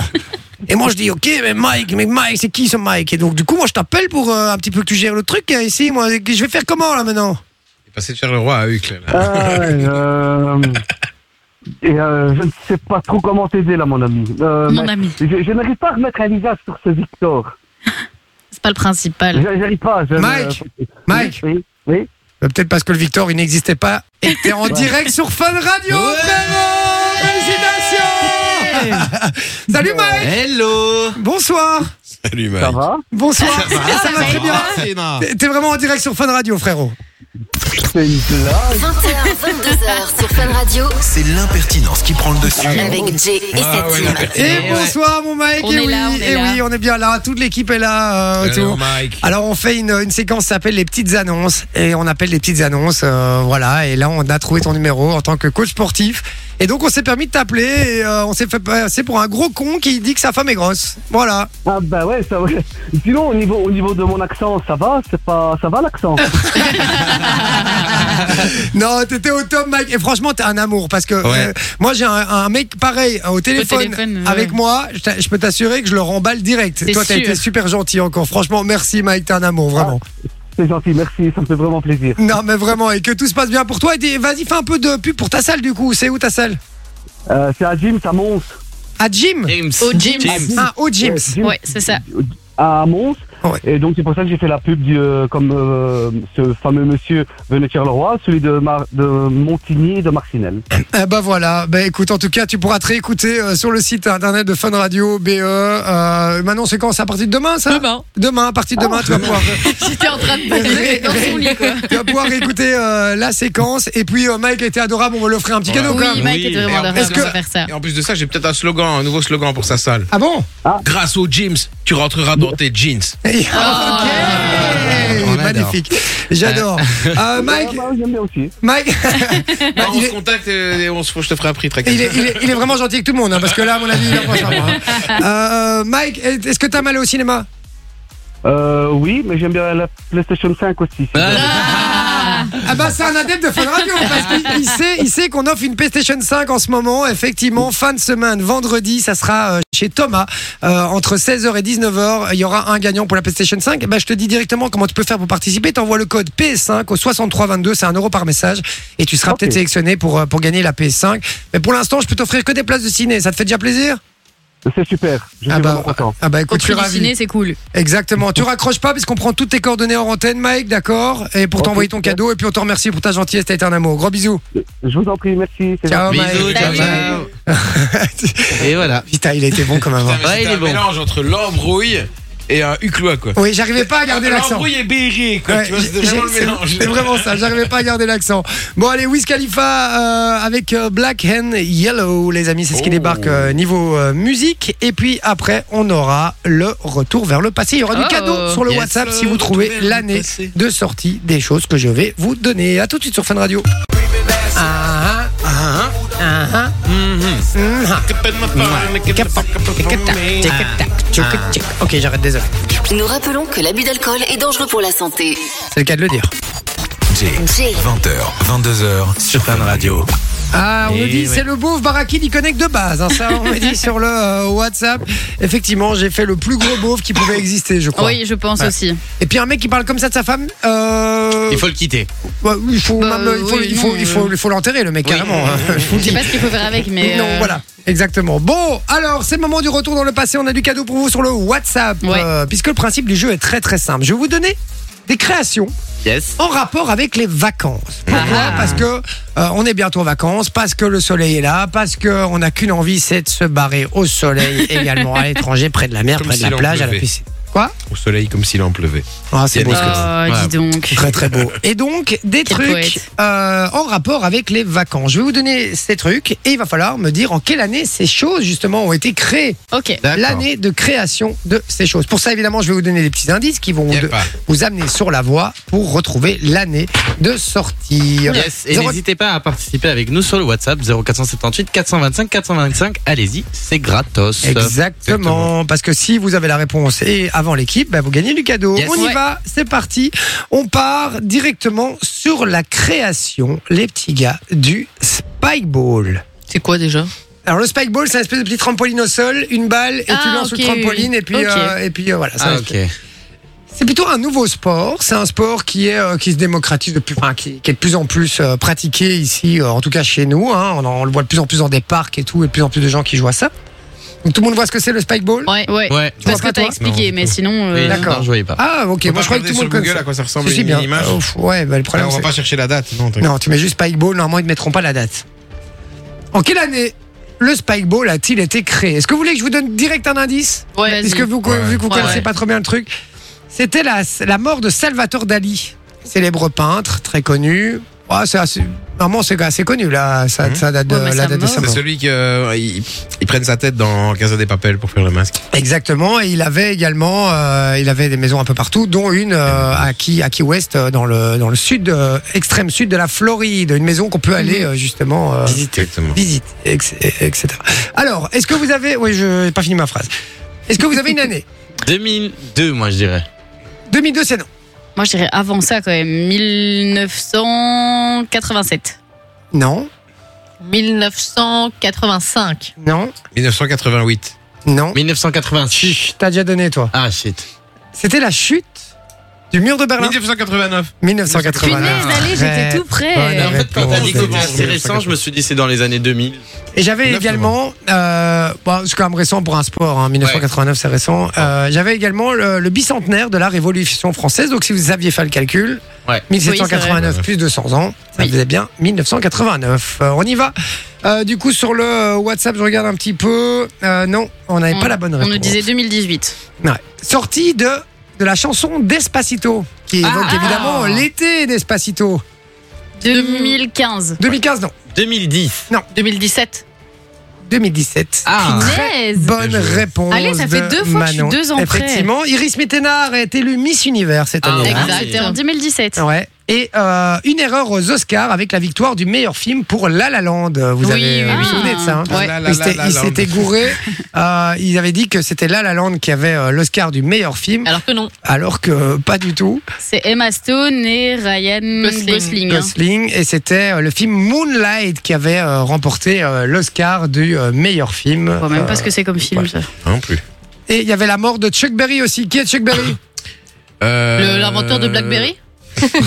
Et moi, je dis, ok, mais Mike, mais Mike, c'est qui ce Mike? Et donc, du coup, moi, je t'appelle pour euh, un petit peu que tu gères le truc, euh, ici, moi, je vais faire comment, là, maintenant? Il est passé de faire le roi à Hucle. là. Ah ouais, euh, et euh, je ne sais pas trop comment t'aider là, mon ami. Euh, Mon mais ami. Je, je n'arrive pas à remettre un visage sur ce Victor. C'est pas le principal. Je- J'arrive pas. je- Mike, Mike. Oui, oui. Bah, Peut-être parce que le Victor, il n'existait pas. Et t'es en Ouais. direct sur Fun Radio, Ouais. frérot Félicitations Salut Mike Hello Bonsoir Salut Mike. Ça va Bonsoir Ça va, Ça va ça très va. bien C'est énorme. T'es- T'es vraiment en direct sur Fun Radio, frérot C'est une blague 21h, 22h sur Fun Radio C'est l'impertinence qui prend le dessus. avec Jay et Ah sa team. Et bonsoir mon Mike Eh On et est oui, là, on est et là. oui, on est bien là, toute l'équipe est là. euh, Hello, autour. Mike. Alors on fait une, une séquence qui s'appelle les petites annonces et on appelle les petites annonces, euh, voilà. Et là on a trouvé ton numéro en tant que coach sportif et donc on s'est permis de t'appeler. et, euh, on s'est fait passer pour un gros con qui dit que sa femme est grosse. Voilà. Ah bah ouais, ça ouais. Sinon, au niveau, au niveau de mon accent, ça va C'est pas, ça va l'accent Ah. Non, t'étais au top, Mike. Et franchement, t'es un amour parce que euh, moi, j'ai un, un mec pareil euh, au téléphone, téléphone, ouais. avec moi. Je, t'a- je peux t'assurer que je le remballe direct. C'est Toi, t'as sûr. été super gentil encore. Franchement, merci, Mike. T'es un amour, vraiment. C'est gentil, merci. Ça me fait vraiment plaisir. Non, mais vraiment. Et que tout se passe bien pour toi. Et dis- vas-y, fais un peu de pub pour ta salle, du coup. C'est où ta salle Euh, c'est à Jim, ça monte. À Jim James. Au gym. Ah, au Jim's. Ouais, c'est ça. à Mons. Ah Ouais. Ah, Et donc c'est pour ça que j'ai fait la pub du, euh, comme euh, ce fameux monsieur venait de Charleroi, celui de, Mar- de Montigny et de Marcinelle. Eh ben voilà, ben écoute, en tout cas, tu pourras te réécouter euh, sur le site internet de Fun Radio BE. Euh, maintenant, c'est quand C'est à partir de demain, ça Demain. Demain, à partir de demain, tu vas pouvoir. J'étais en train de me dans son lit, quoi. Tu vas pouvoir écouter euh, la séquence. Et puis, euh, Mike a été adorable. On va lui offrir un petit cadeau quand Oui, même. Mike Oui, est vraiment mais en adorable, plus on que- va faire ça. Et en plus de ça, j'ai peut-être un slogan, un nouveau slogan pour sa salle. Ah bon Grâce aux gyms, tu rentreras dans tes jeans. Ok. On adore. Magnifique. J'adore. Euh, Mike, Ah, bah, j'aime bien aussi. Mike, Ah, on il se est- contacte et on se je te ferai un prix très il est, il est- il est vraiment gentil avec tout le monde. hein, parce que là, à mon avis, il est pas sympa, hein. Euh, Mike, est-ce que t'as mal au cinéma Euh, oui, mais j'aime bien la PlayStation 5 aussi. c'est vrai. Ah bah c'est un adepte de Fun Radio parce qu'il il sait, il sait qu'on offre une PlayStation 5 en ce moment. Effectivement, fin de semaine, vendredi, ça sera euh, chez Thomas Euh, entre 16h et 19h. Il y aura un gagnant pour la PlayStation 5. Bah, je te dis directement comment tu peux faire pour participer. T'envoies le code PS5 au 6322, c'est un euro par message et tu seras Ok. peut-être sélectionné pour euh, pour gagner la PS5. Mais pour l'instant, je peux t'offrir que des places de ciné. Ça te fait déjà plaisir C'est super, je suis Ah bah, vraiment content. Ah bah Au écoute, je suis prix du ravi. ciné, c'est cool. Exactement. Tu raccroches pas parce qu'on prend toutes tes coordonnées en antenne, Mike, d'accord Et pour Ok, t'envoyer ton cadeau et puis on te remercie pour ta gentillesse, t'as été un amour. Gros bisous. Je vous en prie, merci. c'est Ah, Ciao, Bisous, Mike. ciao, Salut. ciao. Et voilà. Putain, il a été bon quand même. hein. Ouais, il il est un bon. mélange entre l'embrouille et un huclois, quoi. Oui, j'arrivais pas à garder l'accent. L'embrouille et Berry, quoi. Ouais, tu vois, c'est j'ai- vraiment le c'est- mélange. c'est vraiment ça, j'arrivais pas à garder l'accent. Bon allez, Wiz Khalifa euh, avec euh, Black Hen Yellow, les amis, c'est ce qui Oh. débarque euh, niveau euh, musique. Et puis après, on aura le retour vers le passé. Il y aura du Ah, Oh. cadeau sur le Yes. WhatsApp si Le vous retour trouvez vers le l'année passé. de sortie des choses que je vais vous donner. À tout de suite sur Fun Radio. Ah, ah, ah, ah. Mhm. Ok, j'arrête, désolé. Nous rappelons que l'abus d'alcool est dangereux pour la santé. C'est le cas de le dire. Jay, Jay. 20h, 22h sur Fun Radio. Eh Ah, on Et nous dit, ouais. c'est le beauf Baraki il connecte de base. hein, ça, on me dit sur le euh, WhatsApp. Effectivement, j'ai fait le plus gros beauf qui pouvait exister, je crois. Oui, je pense Ouais. aussi. Et puis un mec qui parle comme ça de sa femme, euh, Il faut le quitter. bah, il faut Bah, même, euh, il faut- oui, il faut- non, il faut- euh. il faut l'enterrer, le mec, carrément. hein, je vous le Je sais dis. pas ce qu'il faut faire avec, mais. Non, euh, voilà. Exactement. Bon, alors c'est le moment du retour dans le passé. On a du cadeau pour vous sur le WhatsApp, Ouais. euh, puisque le principe du jeu est très très simple. Je vais vous donner des créations Yes. en rapport avec les vacances. Pourquoi Ah. Parce que euh, on est bientôt en vacances, parce que le soleil est là, parce que on n'a qu'une envie, c'est de se barrer au soleil également à l'étranger, près de la mer, Comme près de s'il la en plage, à la pleuvait. piscine. Quoi Au soleil comme s'il en pleuvait. Ah, c'est Quel beau, gosse. Ah, Ouais. dis donc. Très très beau. Et donc des Quel trucs poète. euh, en rapport avec les vacances. Je vais vous donner ces trucs et il va falloir me dire en quelle année ces choses justement ont été créées. Ok. D'accord. L'année de création de ces choses. Pour ça évidemment je vais vous donner des petits indices qui vont Y'a de- pas. vous amener sur la voie pour retrouver l'année de sortie. Yes, et Zéro- n'hésitez pas à participer avec nous sur le WhatsApp 0478 425 425. Allez-y, c'est gratos. Exactement, parce que si vous avez la réponse et avant l'équipe, bah, vous gagnez du cadeau. Yes. On y Ouais. va, c'est parti. On part directement sur la création, les petits gars, du Spikeball. C'est quoi déjà Alors le spikeball, c'est un espèce de petit trampoline au sol, une balle et tu Ah, lances ok, le trampoline oui. et puis Ok. euh, et puis euh, voilà. ça Ah, reste- ok. C'est plutôt un nouveau sport. C'est un sport qui est euh, qui se démocratise depuis, enfin, qui, qui est de plus en plus euh, pratiqué ici, euh, en tout cas chez nous. hein. on, en- on le voit de plus en plus dans des parcs et tout, et de plus en plus de gens qui jouent à ça. Donc tout le monde voit ce que c'est le spikeball. Ouais, ouais. Ouais. Je pense Parce que que t'as toi- expliqué, Non, mais sinon. Oui, euh, d'accord. Non, je voyais pas. Ah ok, On moi va je croyais que tout le regarder sur monde Google à connaissait. quoi ça ressemble Si, si, une bien. image. Ouf, ouais, bah, le Là, problème on va c'est- pas chercher la date. Non, t'inquiète. Non, tu mets juste Spikeball, normalement ils ne mettront pas la date. En quelle année le Spikeball a-t-il été créé Est-ce que vous voulez que je vous donne direct un indice Ouais, vas-y. Puisque vous, Ouais. vu que vous Ouais, connaissez ouais. pas trop bien le truc, c'était la, la mort de Salvatore Dali, célèbre peintre, très connu. Ouais, c'est assez, normalement c'est assez connu là, ça, Mhm. ça date de, Ouais, mais la sa date de mort. sa C'est mort. celui qui euh, il- ils prennent sa tête dans Casa des Papels pour faire le masque. Exactement, et il avait également, euh, il avait des maisons un peu partout, dont une euh, à Key, à Key West, euh, dans le dans le sud, euh, extrême sud de la Floride, une maison qu'on peut aller euh, justement. euh, Ah. Exactement. visite, ex- etc. Alors, est-ce que vous avez. Oui, je n'ai pas fini ma phrase. Est-ce que vous avez une année 2002, moi, je dirais. 2002, c'est non. Moi, je dirais avant ça quand même, 1987. Non, 1985. non, 1988. non. 1986. T'as déjà donné, toi. Ah, shit. C'était la chute du mur de Berlin 1989. 1980. Punaise, allez, j'étais tout près. bonne Et en fait, quand t'as dit que réponse. c'était assez récent, je me suis dit c'est dans les années 2000. Et j'avais Neuf également, euh, bon, c'est quand même récent pour un sport, hein, 1989 c'est récent, Euh, j'avais également le, le bicentenaire de la Révolution française, donc si vous aviez fait le calcul, Ouais. 1789 plus 200 ans, ça faisait bien 1989. Euh, on y va. Euh, du coup sur le euh, WhatsApp, je regarde un petit peu. Euh, non, on n'avait pas la bonne On réponse. nous disait 2018. Ouais. Sortie de, de la chanson Despacito, qui évoque Ah. évidemment l'été d'Espacito. 2015. 2015 non, 2010. 2017. 2017. Ah. Punaise. Bonne Bien joué. réponse. Allez, ça fait de deux fois que je suis Manon. deux ans près. Effectivement, Iris Mittenard est élue Miss Univers cette Ah année. hein. ouais. Exact. C'était en 2017. Ouais. Et euh, une erreur aux Oscars avec la victoire du meilleur film pour La La Land. Vous Oui, avez, oui, vous oui. Ah. souvenez de ça hein Ouais. La, la, Il s'était- la, la, il la, s'était la. gouré. Euh, ils avaient dit que c'était La La Land qui avait euh, l'Oscar du meilleur film, Alors que non. alors que euh, pas du tout. C'est Emma Stone et Ryan Gosling. Gosling. hein. Gosling. Et c'était euh, le film Moonlight qui avait euh, remporté euh, l'Oscar du euh, meilleur film. Je vois même Euh, pas ce que c'est comme film, ouais. ça. Non plus. Et il y avait la mort de Chuck Berry aussi. Qui est Chuck Berry Euh, Le- L'inventeur de Blackberry Chuck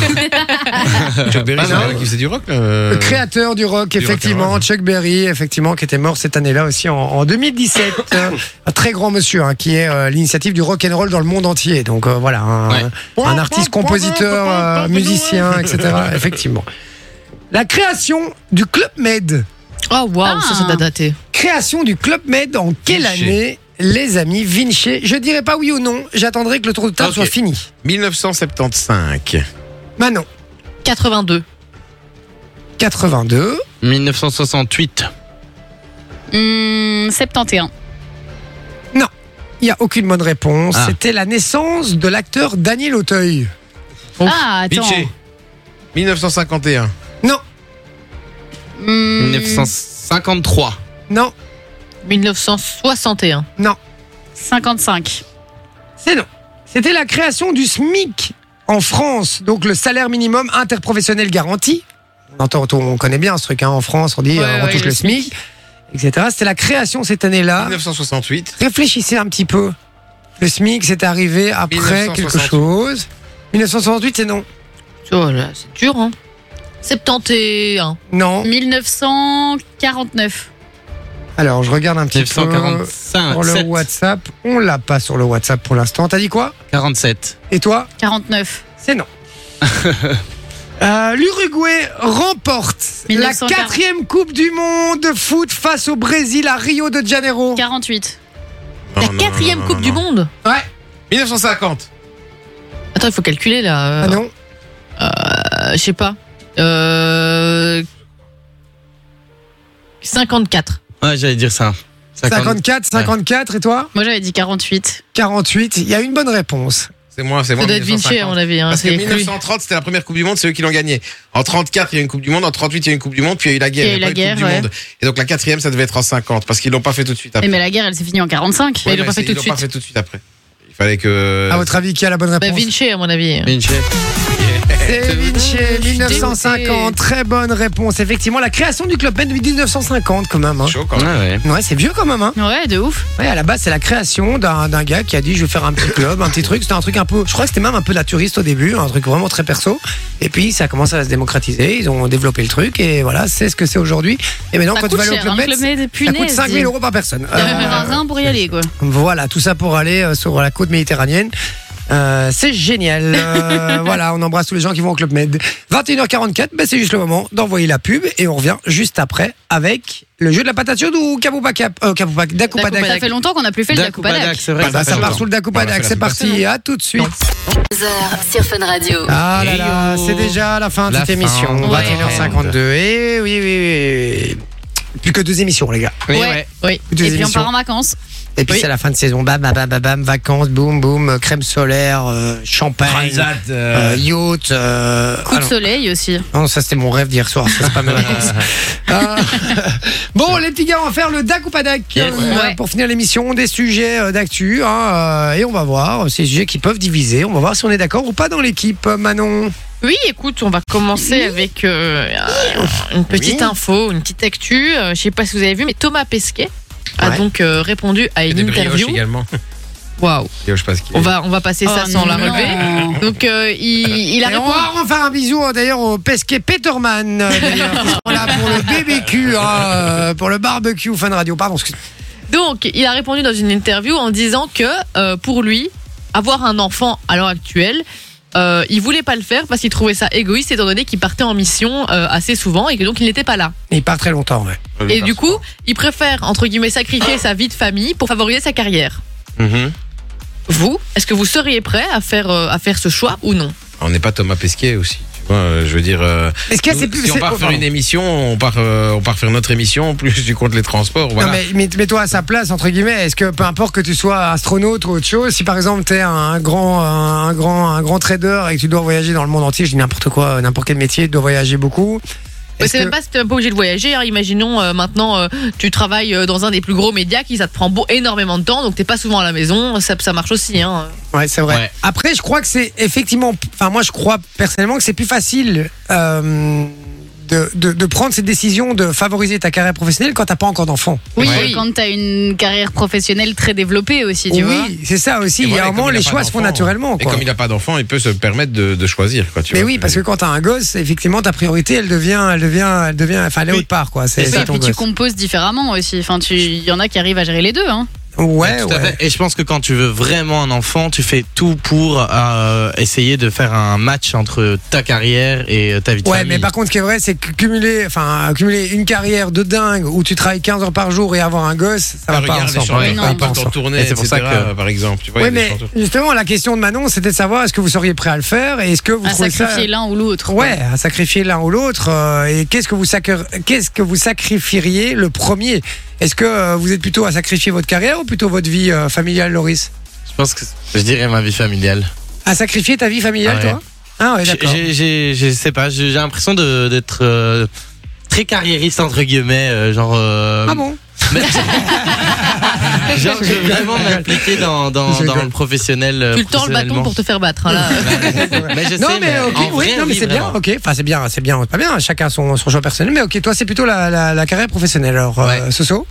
Berry, Ah, c'est non. vrai qui faisait du rock. euh, Le créateur du rock, du rock, effectivement, ouais. Chuck Berry, effectivement, qui était mort cette année-là aussi en, en 2017. Euh, un très grand monsieur, hein, qui est euh, l'initiative du rock and roll dans le monde entier. Donc euh, voilà, un, Ouais. un artiste, compositeur, euh, musicien, etc. Effectivement. La création du Club Med. Oh waouh, Ah. ça, ça doit dater. Création du Club Med en quelle Vinci. année, les amis Vinci Je dirais pas oui ou non. J'attendrai que le tour de table Ok. soit fini. 1975. Manon, 82. 82. 1968. Hum, 71. Il n'y a aucune bonne réponse. Ah. C'était la naissance de l'acteur Daniel Auteuil. Ah, attends. Vinci. 1951. Non, Hum, 1953. non, 1961. non, 55. c'est non. C'était la création du SMIC en France, donc le salaire minimum interprofessionnel garanti. On, entend, on connaît bien ce truc, hein, en France, on dit Ouais, euh, on ouais, touche le le SMIC, etc. C'était la création cette année-là. 1968. Réfléchissez un petit peu. Le SMIC, c'est arrivé après 1968. quelque chose. 1968, c'est non. Oh là, c'est dur, hein. 71. Non. 1949. Alors, je regarde un petit peu 1945. sur le 7, WhatsApp. On l'a pas sur le WhatsApp pour l'instant. T'as dit quoi 47. Et toi 49. C'est non. Euh, L'Uruguay remporte la 1940. quatrième Coupe du Monde de foot face au Brésil à Rio de Janeiro. 48. Non, La non, non, quatrième Ah Oh, non, Coupe non, du non. Monde Ouais. 1950. Attends, il faut calculer là. Ah non Euh, Je sais pas. Euh... 54. Ouais, j'allais dire ça. 54, 54, et toi Moi j'avais dit 48. 48, il y a une bonne réponse. C'est moi, c'est moi. Ça doit être Vinci, à 1950. mon avis. hein, Parce que c'est lui. 1930, c'était la première Coupe du Monde, c'est eux qui l'ont gagnée. En 34, il y a eu une Coupe du Monde. En 38, il y a eu une Coupe du Monde, puis il y a eu la guerre. Il y a eu pas la Coupe guerre, du ouais. Eh, Monde. Et donc la quatrième, ça devait être en 50, parce qu'ils l'ont pas fait tout de suite Mais, Ah. après. mais la guerre elle s'est finie en 45. Ouais, Mais ils l'ont mais pas fait c'est- tout de Ils l'ont pas suite. fait tout de suite après. Il fallait que. À Ah, votre avis, qui a la bonne Bah, réponse Vinci, à mon avis. C'est Vinci, suis 1950. dégoûtée. Très bonne réponse. Effectivement, la création du Club Med de 1950, quand même. hein. Chaud quand même. ouais. Ouais, c'est vieux quand même. Hein. Ouais, de ouf. Ouais, à la base, c'est la création d'un d'un gars qui a dit je vais faire un petit club, un petit truc. C'était un truc un peu. Je crois que c'était même un peu de la touriste au début, un truc vraiment très perso. Et puis, ça a commencé à se démocratiser. Ils ont développé le truc et voilà, c'est ce que c'est aujourd'hui. Et maintenant, Ça quand tu coûte vas aller au cher, Club hein, Med, Club Med, ça punaise, coûte 5000 dis. euros par personne. Il y avait Euh, même un rein pour y aller quoi. Voilà, tout ça pour aller euh, sur la côte méditerranéenne. Euh, c'est génial. Euh, voilà, on embrasse tous les gens qui vont au Club Med. 21h44, ben c'est juste le moment d'envoyer la pub et on revient juste après avec le jeu de la patate chaude ou Kaboupa Cap, euh, Kaboupa- Dakoupadak. Ça fait longtemps qu'on n'a plus fait le Dakoupadak. c'est vrai. Bah, Ça, fait ça part longtemps. sous le On l'a fait Dakoupadak. la C'est semaine parti, à tout de suite. 2h sur Fun Radio. Ah là Et là, yo. c'est déjà la fin de La cette fin. émission. Ouais. 21h52. Et Eh oui, oui, oui. Plus que deux émissions, les gars. Oui, Ouais. Oui. Plus deux Et puis on émissions. part en vacances. Et puis c'est la fin de saison. Bam, bam, bam, bam, bam, vacances, boum, boum, crème solaire, euh, champagne, Transat, euh, euh, yacht. euh, Coup ah de non. soleil aussi. non, ça c'était mon rêve d'hier soir. Ça, c'est pas mes vacances. Ah. bon, les petits gars, on va faire le DAC ou pas DAC Yes. euh, Ouais. pour finir l'émission. Des sujets euh, d'actu. hein, euh, et on va voir euh, ces sujets qui peuvent diviser. On va voir si on est d'accord ou pas dans l'équipe, euh, Manon. Oui, écoute, on va commencer avec euh, euh, une petite Oui. info, une petite actu. Euh, je sais pas si vous avez vu, mais Thomas Pesquet a Ouais. donc euh, répondu à Et une des brioches interview. également. Waouh, Brioche parce qu'il on va, on va passer ça Oh sans la non. relever. Donc, euh, il, il a Et on répondu. va en faire un bisou euh, d'ailleurs au pesquet Peterman, euh, d'ailleurs, qui sont là pour le BBQ, hein, euh, pour le barbecue fan radio. Pardon, excuse- Donc, il a répondu dans une interview en disant que euh, pour lui, avoir un enfant à l'heure actuelle, euh, il voulait pas le faire parce qu'il trouvait ça égoïste étant donné qu'il partait en mission euh, assez souvent et que donc il n'était pas là. il part très longtemps. Ouais. Et du coup, il préfère entre guillemets sacrifier sa vie de famille pour favoriser sa carrière. Mhm. Vous, est-ce que vous seriez prêt à faire euh, à faire ce choix ou non Ah, On n'est pas Thomas Pesquet aussi. Tu vois, euh, je veux dire. euh, Mais ce qu'il y a, c'est nous, plus. si on c'est- part oh, faire pardon. une émission, on part, euh, on part faire notre émission, plus tu comptes les transports. Voilà. Non, mais, mais- mets-toi à sa place, entre guillemets. Est-ce que peu importe que tu sois astronaute ou autre chose, si par exemple t'es un grand, un, grand, un grand trader et que tu dois voyager dans le monde entier, je dis n'importe quoi, euh, n'importe quel métier, tu dois voyager beaucoup. Mais Est-ce C'est que- même pas, t'es même pas obligé de voyager. hein. Imaginons euh, maintenant, euh, tu travailles euh, dans un des plus gros médias qui ça te prend beau, énormément de temps, donc t'es pas souvent à la maison. Ça, ça marche aussi. Hein. Ouais, c'est vrai. Ouais. Après, je crois que c'est effectivement. Enfin, moi, je crois personnellement que c'est plus facile euh, de, de, de prendre cette décision de favoriser ta carrière professionnelle quand t'as pas encore d'enfant. Oui, Ouais. et quand t'as une carrière professionnelle très développée aussi, tu vois. Oui, c'est ça aussi. Et Il y voilà, a un comme moment, il a les pas choix se font d'enfant, naturellement. Et quoi. comme il n'a pas d'enfant, il peut se permettre de, de choisir. Quoi, tu Mais vois, oui, c'est- parce que quand t'as un gosse, effectivement, ta priorité, elle devient, elle devient, elle devient, enfin, elle est Oui. autre part, quoi. C'est Et ça puis ton tu gosse. composes différemment aussi. Enfin, tu- il y en a qui arrivent à gérer les deux. Hein. Ouais, Tout à ouais. fait. Et je pense que quand tu veux vraiment un enfant, tu fais tout pour euh, essayer de faire un match entre ta carrière et euh, ta vie de Ouais, famille. mais par contre, ce qui est vrai, c'est que cumuler, enfin, cumuler une carrière de dingue où tu travailles 15 heures par jour et avoir un gosse, ça Ah, va pas regarde les ensemble. chanteurs, Mais Ça va non. ils pas partent en ensemble. tournée, Et c'est pour ça etc., que- par exemple. Tu vois, il y Oui, a des mais chanteurs- justement, la question de Manon, c'était de savoir est-ce que vous seriez prêt à le faire et est-ce que vous À trouvez ça. sacrifier l'un ou l'autre. quoi. Ouais, à sacrifier l'un ou l'autre. euh, et qu'est-ce que vous sacr- qu'est-ce que vous sacrifieriez le premier Est-ce que euh, vous êtes plutôt à sacrifier votre carrière ou plutôt votre vie euh, familiale, Loris Je pense que je dirais ma vie familiale. À sacrifier ta vie familiale, Ah ouais. toi Ah ouais, J'ai- euh, d'accord. j'ai- j'ai- Je sais pas, j'ai j'ai l'impression de- d'être euh, très carriériste entre guillemets, euh, genre. euh, Ah bon mais- genre, je veux vraiment m'impliquer dans, dans, Je dans rigole. le professionnel. euh, tu le tends le bâton professionnellement. pour te faire battre. hein, là. Mais je sais, Non mais ok, en oui, vrai, non mais oui, c'est bien, vraiment. ok, enfin c'est bien, c'est bien, c'est pas bien, chacun son, son choix personnel, mais ok, toi c'est plutôt la, la, la carrière professionnelle alors, euh, Soso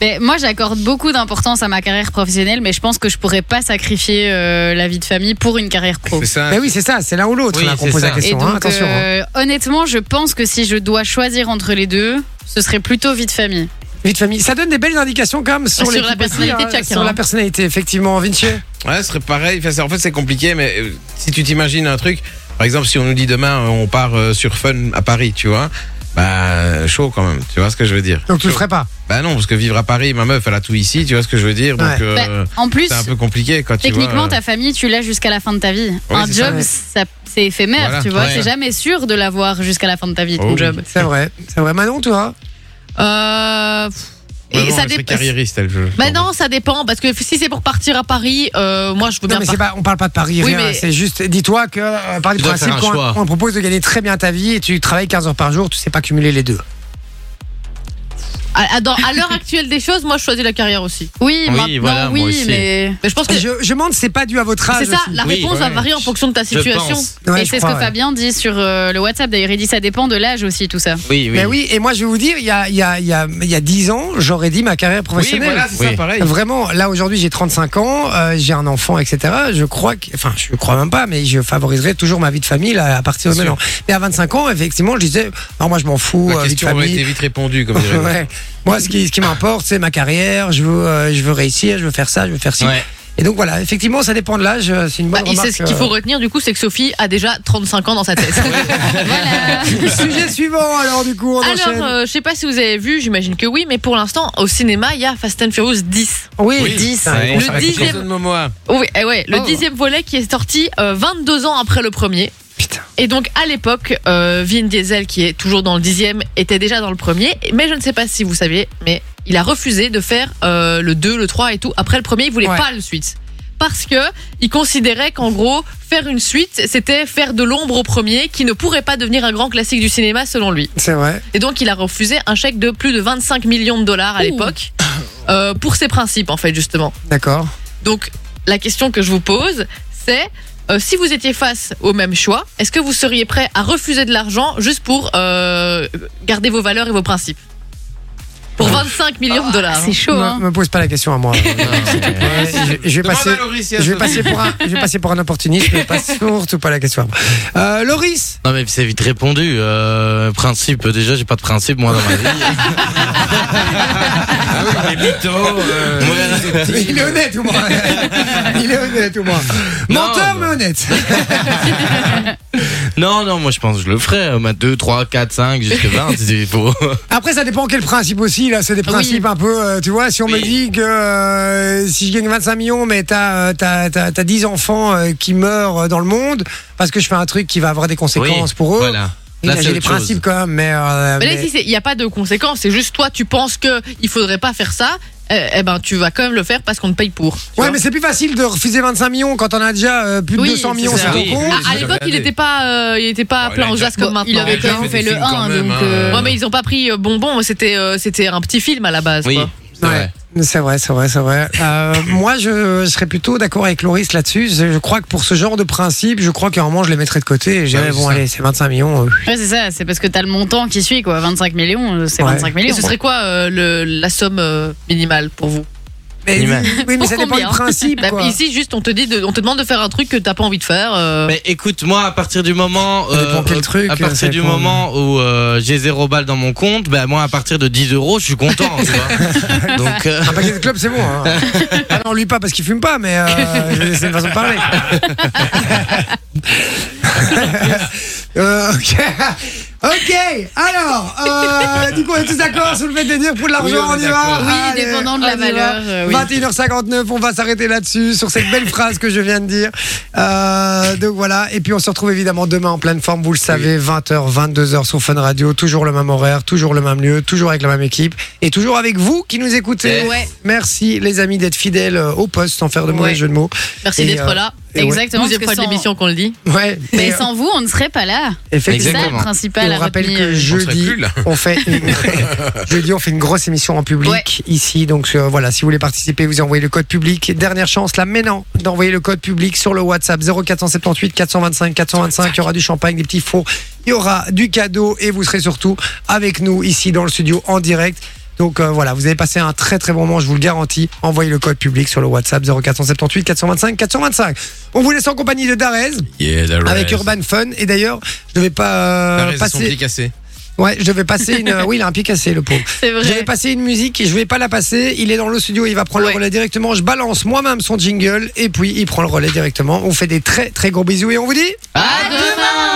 Mais moi, j'accorde beaucoup d'importance à ma carrière professionnelle, mais je pense que je pourrais pas sacrifier euh, la vie de famille pour une carrière pro. C'est ça. Mais oui c'est ça, c'est l'un ou l'autre Ah, Oui, là qu'on c'est pose la ça. Et question, hein, donc, attention. hein. euh, honnêtement, je pense que si je dois choisir entre les deux, ce serait plutôt vie de famille. Vie de famille, ça donne des belles indications quand même sur, Sur l'équipe la personnalité aussi, de chacun, euh, Sur la hein. personnalité effectivement, Vinci. Ouais, ce serait pareil. Enfin, c'est- en fait, c'est compliqué, mais euh, si tu t'imagines un truc, par exemple, si on nous dit demain, euh, on part euh, sur Fun à Paris, tu vois. Bah, chaud quand même, tu vois ce que je veux dire. Donc tu le ferais pas Bah non, parce que vivre à Paris, ma meuf, elle a tout ici, tu vois ce que je veux dire. Ouais. Donc, euh, Bah, en plus, c'est un peu compliqué quand tu vois. Techniquement, euh, ta famille, tu l'as jusqu'à la fin de ta vie. Ouais, un c'est job, ça. ça- c'est éphémère, Voilà. tu vois. Ouais. Oh C'est jamais sûr de l'avoir jusqu'à la fin de ta vie, ton Bah, job. C'est vrai. C'est vrai. Manon, toi Euh, pff, vraiment, et ça elle serait dépend. carriériste, elle. je- Bah non, ça dépend parce que si c'est pour partir à Paris, euh, moi je veux Non, bien. mais par- c'est pas, on parle pas de Paris, Oui, rien. mais- C'est juste, dis-toi que, euh, par du Tu dois principe, faire un qu'on- choix. on, te propose de gagner très bien ta vie et tu travailles 15 heures par jour, tu sais pas cumuler les deux. À, à- Ah, dans- à l'heure actuelle des choses, moi je choisis la carrière aussi. Oui, Oui, maintenant, voilà, moi oui, aussi. mais- je pense que Je, je demande, c'est Ah, pas dû à votre âge. c'est ça. aussi. La Oui, réponse va ouais. varier en fonction de euh, ta Je situation. pense. Ouais, et je c'est ce que crois, ouais. Fabien dit sur euh, le WhatsApp. D'ailleurs, il dit ça dépend de l'âge aussi, tout ça. Oui, oui. Mais Ben oui, et moi je vais vous dire, il y a, il y, a, il y, a, il y a 10 ans, j'aurais dit ma carrière Oui, professionnelle. voilà, c'est ça, Oui. pareil. Vraiment, là aujourd'hui j'ai 35 ans, euh, j'ai un enfant, etc. Je crois que, enfin, je crois même pas, mais je favoriserai toujours ma vie de famille là, à partir de Bien maintenant. Mais à 25 ans, effectivement, je disais, non, moi je m'en fous, La euh, vie de question aurait famille. été vite répondue, comme dirait. Ouais. Moi, ce qui, ce qui m'importe, c'est ma carrière. Je veux, euh, je veux réussir, je veux faire ça, je veux faire ci. Ouais. Et donc voilà, effectivement, ça dépend de l'âge. euh, C'est une bonne Bah, il sait ce qu'il faut remarque, retenir du coup, c'est que Sophie a déjà 35 ans dans sa tête. Voilà. euh. Sujet suivant, alors du coup, on enchaîne. Alors, euh, je sais pas si vous avez vu, j'imagine que oui, mais pour l'instant, au cinéma, il y a Fast and Furious 10. oui, oui, 10. ouais. on Le s'arrête. dixième- Jason Momoa. Oui, eh ouais, le Oh. dixième volet qui est sorti euh, 22 ans après le premier. Putain. Et donc à l'époque, euh, Vin Diesel, qui est toujours dans le dixième, était déjà dans le premier. Mais je ne sais pas si vous saviez, mais il a refusé de faire euh, le 2, le 3 et tout. Après le premier, il voulait Ouais. pas le suite. Parce que il considérait qu'en gros, faire une suite, c'était faire de l'ombre au premier, qui ne pourrait pas devenir un grand classique du cinéma selon lui. C'est vrai. Et donc, il a refusé un chèque de plus de 25 millions de dollars à l'époque euh, pour ses principes, en fait, justement. D'accord. Donc, la question que je vous pose, c'est euh, si vous étiez face au même choix, est-ce que vous seriez prêt à refuser de l'argent juste pour euh, garder vos valeurs et vos principes Euh, Pour 25 ah, millions de dollars. C'est chaud, hein. Me, me pose pas la question à moi. Ouais, je, je vais Demande passer. à Laurie si elle Je vais se- passer pour un, je vais passer pour un opportuniste, mais pas surtout pas la question. à moi. Euh, Loris, Non mais c'est vite répondu. Euh, principe, déjà j'ai pas de principe moi dans ma vie. Ah oui, les mythos, euh, Voilà. il est honnête ou moins. Il est honnête ou moins. Non, Menteur non. mais honnête. Non, non, moi je pense que je le ferai. Euh, ma 2, 3, 4, 5, jusqu'à 20, il faut. Après, ça dépend quel principe aussi. Là, c'est des principes un peu, euh, tu vois. Si on me dit que euh, si je gagne 25 millions, mais t'as euh, t'as t'as t'as 10 enfants euh, qui meurent euh, dans le monde parce que je fais un truc qui va avoir des conséquences Oui, pour eux. Voilà. Oui, Là, là, c'est j'ai des autre chose. principes quand même, mais, euh, Mais là, mais- si c'est- il n'y a pas de conséquences, c'est juste toi, tu penses qu'il faudrait pas faire ça, eh, eh ben tu vas quand même le faire parce qu'on te paye pour. tu ouais, vois. mais c'est plus facile de refuser 25 millions quand on a déjà euh, plus de Oui, 200 c'est millions ça. sur ton Oui. compte. Ah, à j'ai l'époque, il regardé. n'était pas, euh, il était pas Bon, plein il a aux déjà- as comme Bon, maintenant. hein. il avait quand même fait des le films 1, quand même, donc. hein. euh, Ouais, mais ils ont pas pris euh, bonbon, c'était euh, c'était un petit film à la base. Oui. quoi. c'est vrai. Ouais, C'est vrai, c'est vrai, c'est vrai. Euh, moi, je serais plutôt d'accord avec Loris là-dessus. Je je crois que pour ce genre de principe, je crois qu'à un moment, je les mettrais de côté et je dirais, Ouais, c'est bon, ça. allez, c'est 25 millions. euh, Ouais, c'est ça. C'est parce que t'as le montant qui suit, quoi. 25 millions, euh, c'est Ouais. 25 Et millions. ce serait quoi euh, le, la somme euh, minimale pour vous Mais, Ni mal. oui, mais ça Pour dépend du combien principe. Bah, quoi. Ici, juste, on te, dit de- on te demande de faire un truc que t'as pas envie de faire. euh, Mais écoute, moi, à partir du moment, euh, Ça dépend quel truc, à ça partir du dépend. moment où euh, j'ai zéro balle dans mon compte, ben moi, à partir de 10 euros, je suis content. tu vois. Donc, euh, Un paquet de clubs, c'est bon. Hein. Ah non, lui pas parce qu'il fume pas, mais euh, c'est une façon de parler. Euh, ok. Ok, alors, euh, du coup, on est tous d'accord sur le fait de dire pour de l'argent, Oui, on on, est y va d'accord. Oui, Allez, dépendant de la on y va. valeur, euh, oui. 21h59, on va s'arrêter là-dessus, sur cette belle phrase que je viens de dire. Euh, donc voilà, et puis on se retrouve évidemment demain en pleine forme, vous le savez, 20h, 22h sur Fun Radio, toujours le même horaire, toujours le même lieu, toujours avec la même équipe, et toujours avec vous qui nous écoutez. Ouais. Merci les amis d'être fidèles euh, au poste, sans faire de mauvais Ouais. jeux de mots. merci Et, d'être euh, là. Et ouais. Exactement. Deuxième fois parce que de sans- l'émission qu'on le dit. Ouais, Mais et, euh, sans vous, on ne serait pas là. C'est effectivement. ça le Exactement. Et principal on à rappelle retenir. que serait jeudi, plus, là. on fait une... jeudi, on fait une grosse émission en public Ouais. ici. Donc euh, voilà, si vous voulez participer, vous envoyez le code public. Dernière chance là maintenant d'envoyer le code public sur le WhatsApp 0478 425 425. Il y aura du champagne, des petits fours, il y aura du cadeau et vous serez surtout avec nous ici dans le studio en direct. Donc euh, voilà, vous avez passé un très très bon moment, je vous le garantis. Envoyez le code public sur le WhatsApp 0478 425 425. On vous laisse en compagnie de Darez Yeah, the avec rest. Urban Fun. Et d'ailleurs, je devais pas La euh, raison, son passer. pied cassé. Ouais, je vais passer une. Oui, il a un pied cassé, le pauvre. C'est vrai. J'avais passé une musique et je vais pas la passer. Il est dans le studio, il va prendre le Ouais. relais directement. Je balance moi-même son jingle et puis il prend le relais directement. On fait des très très gros bisous et on vous dit. À demain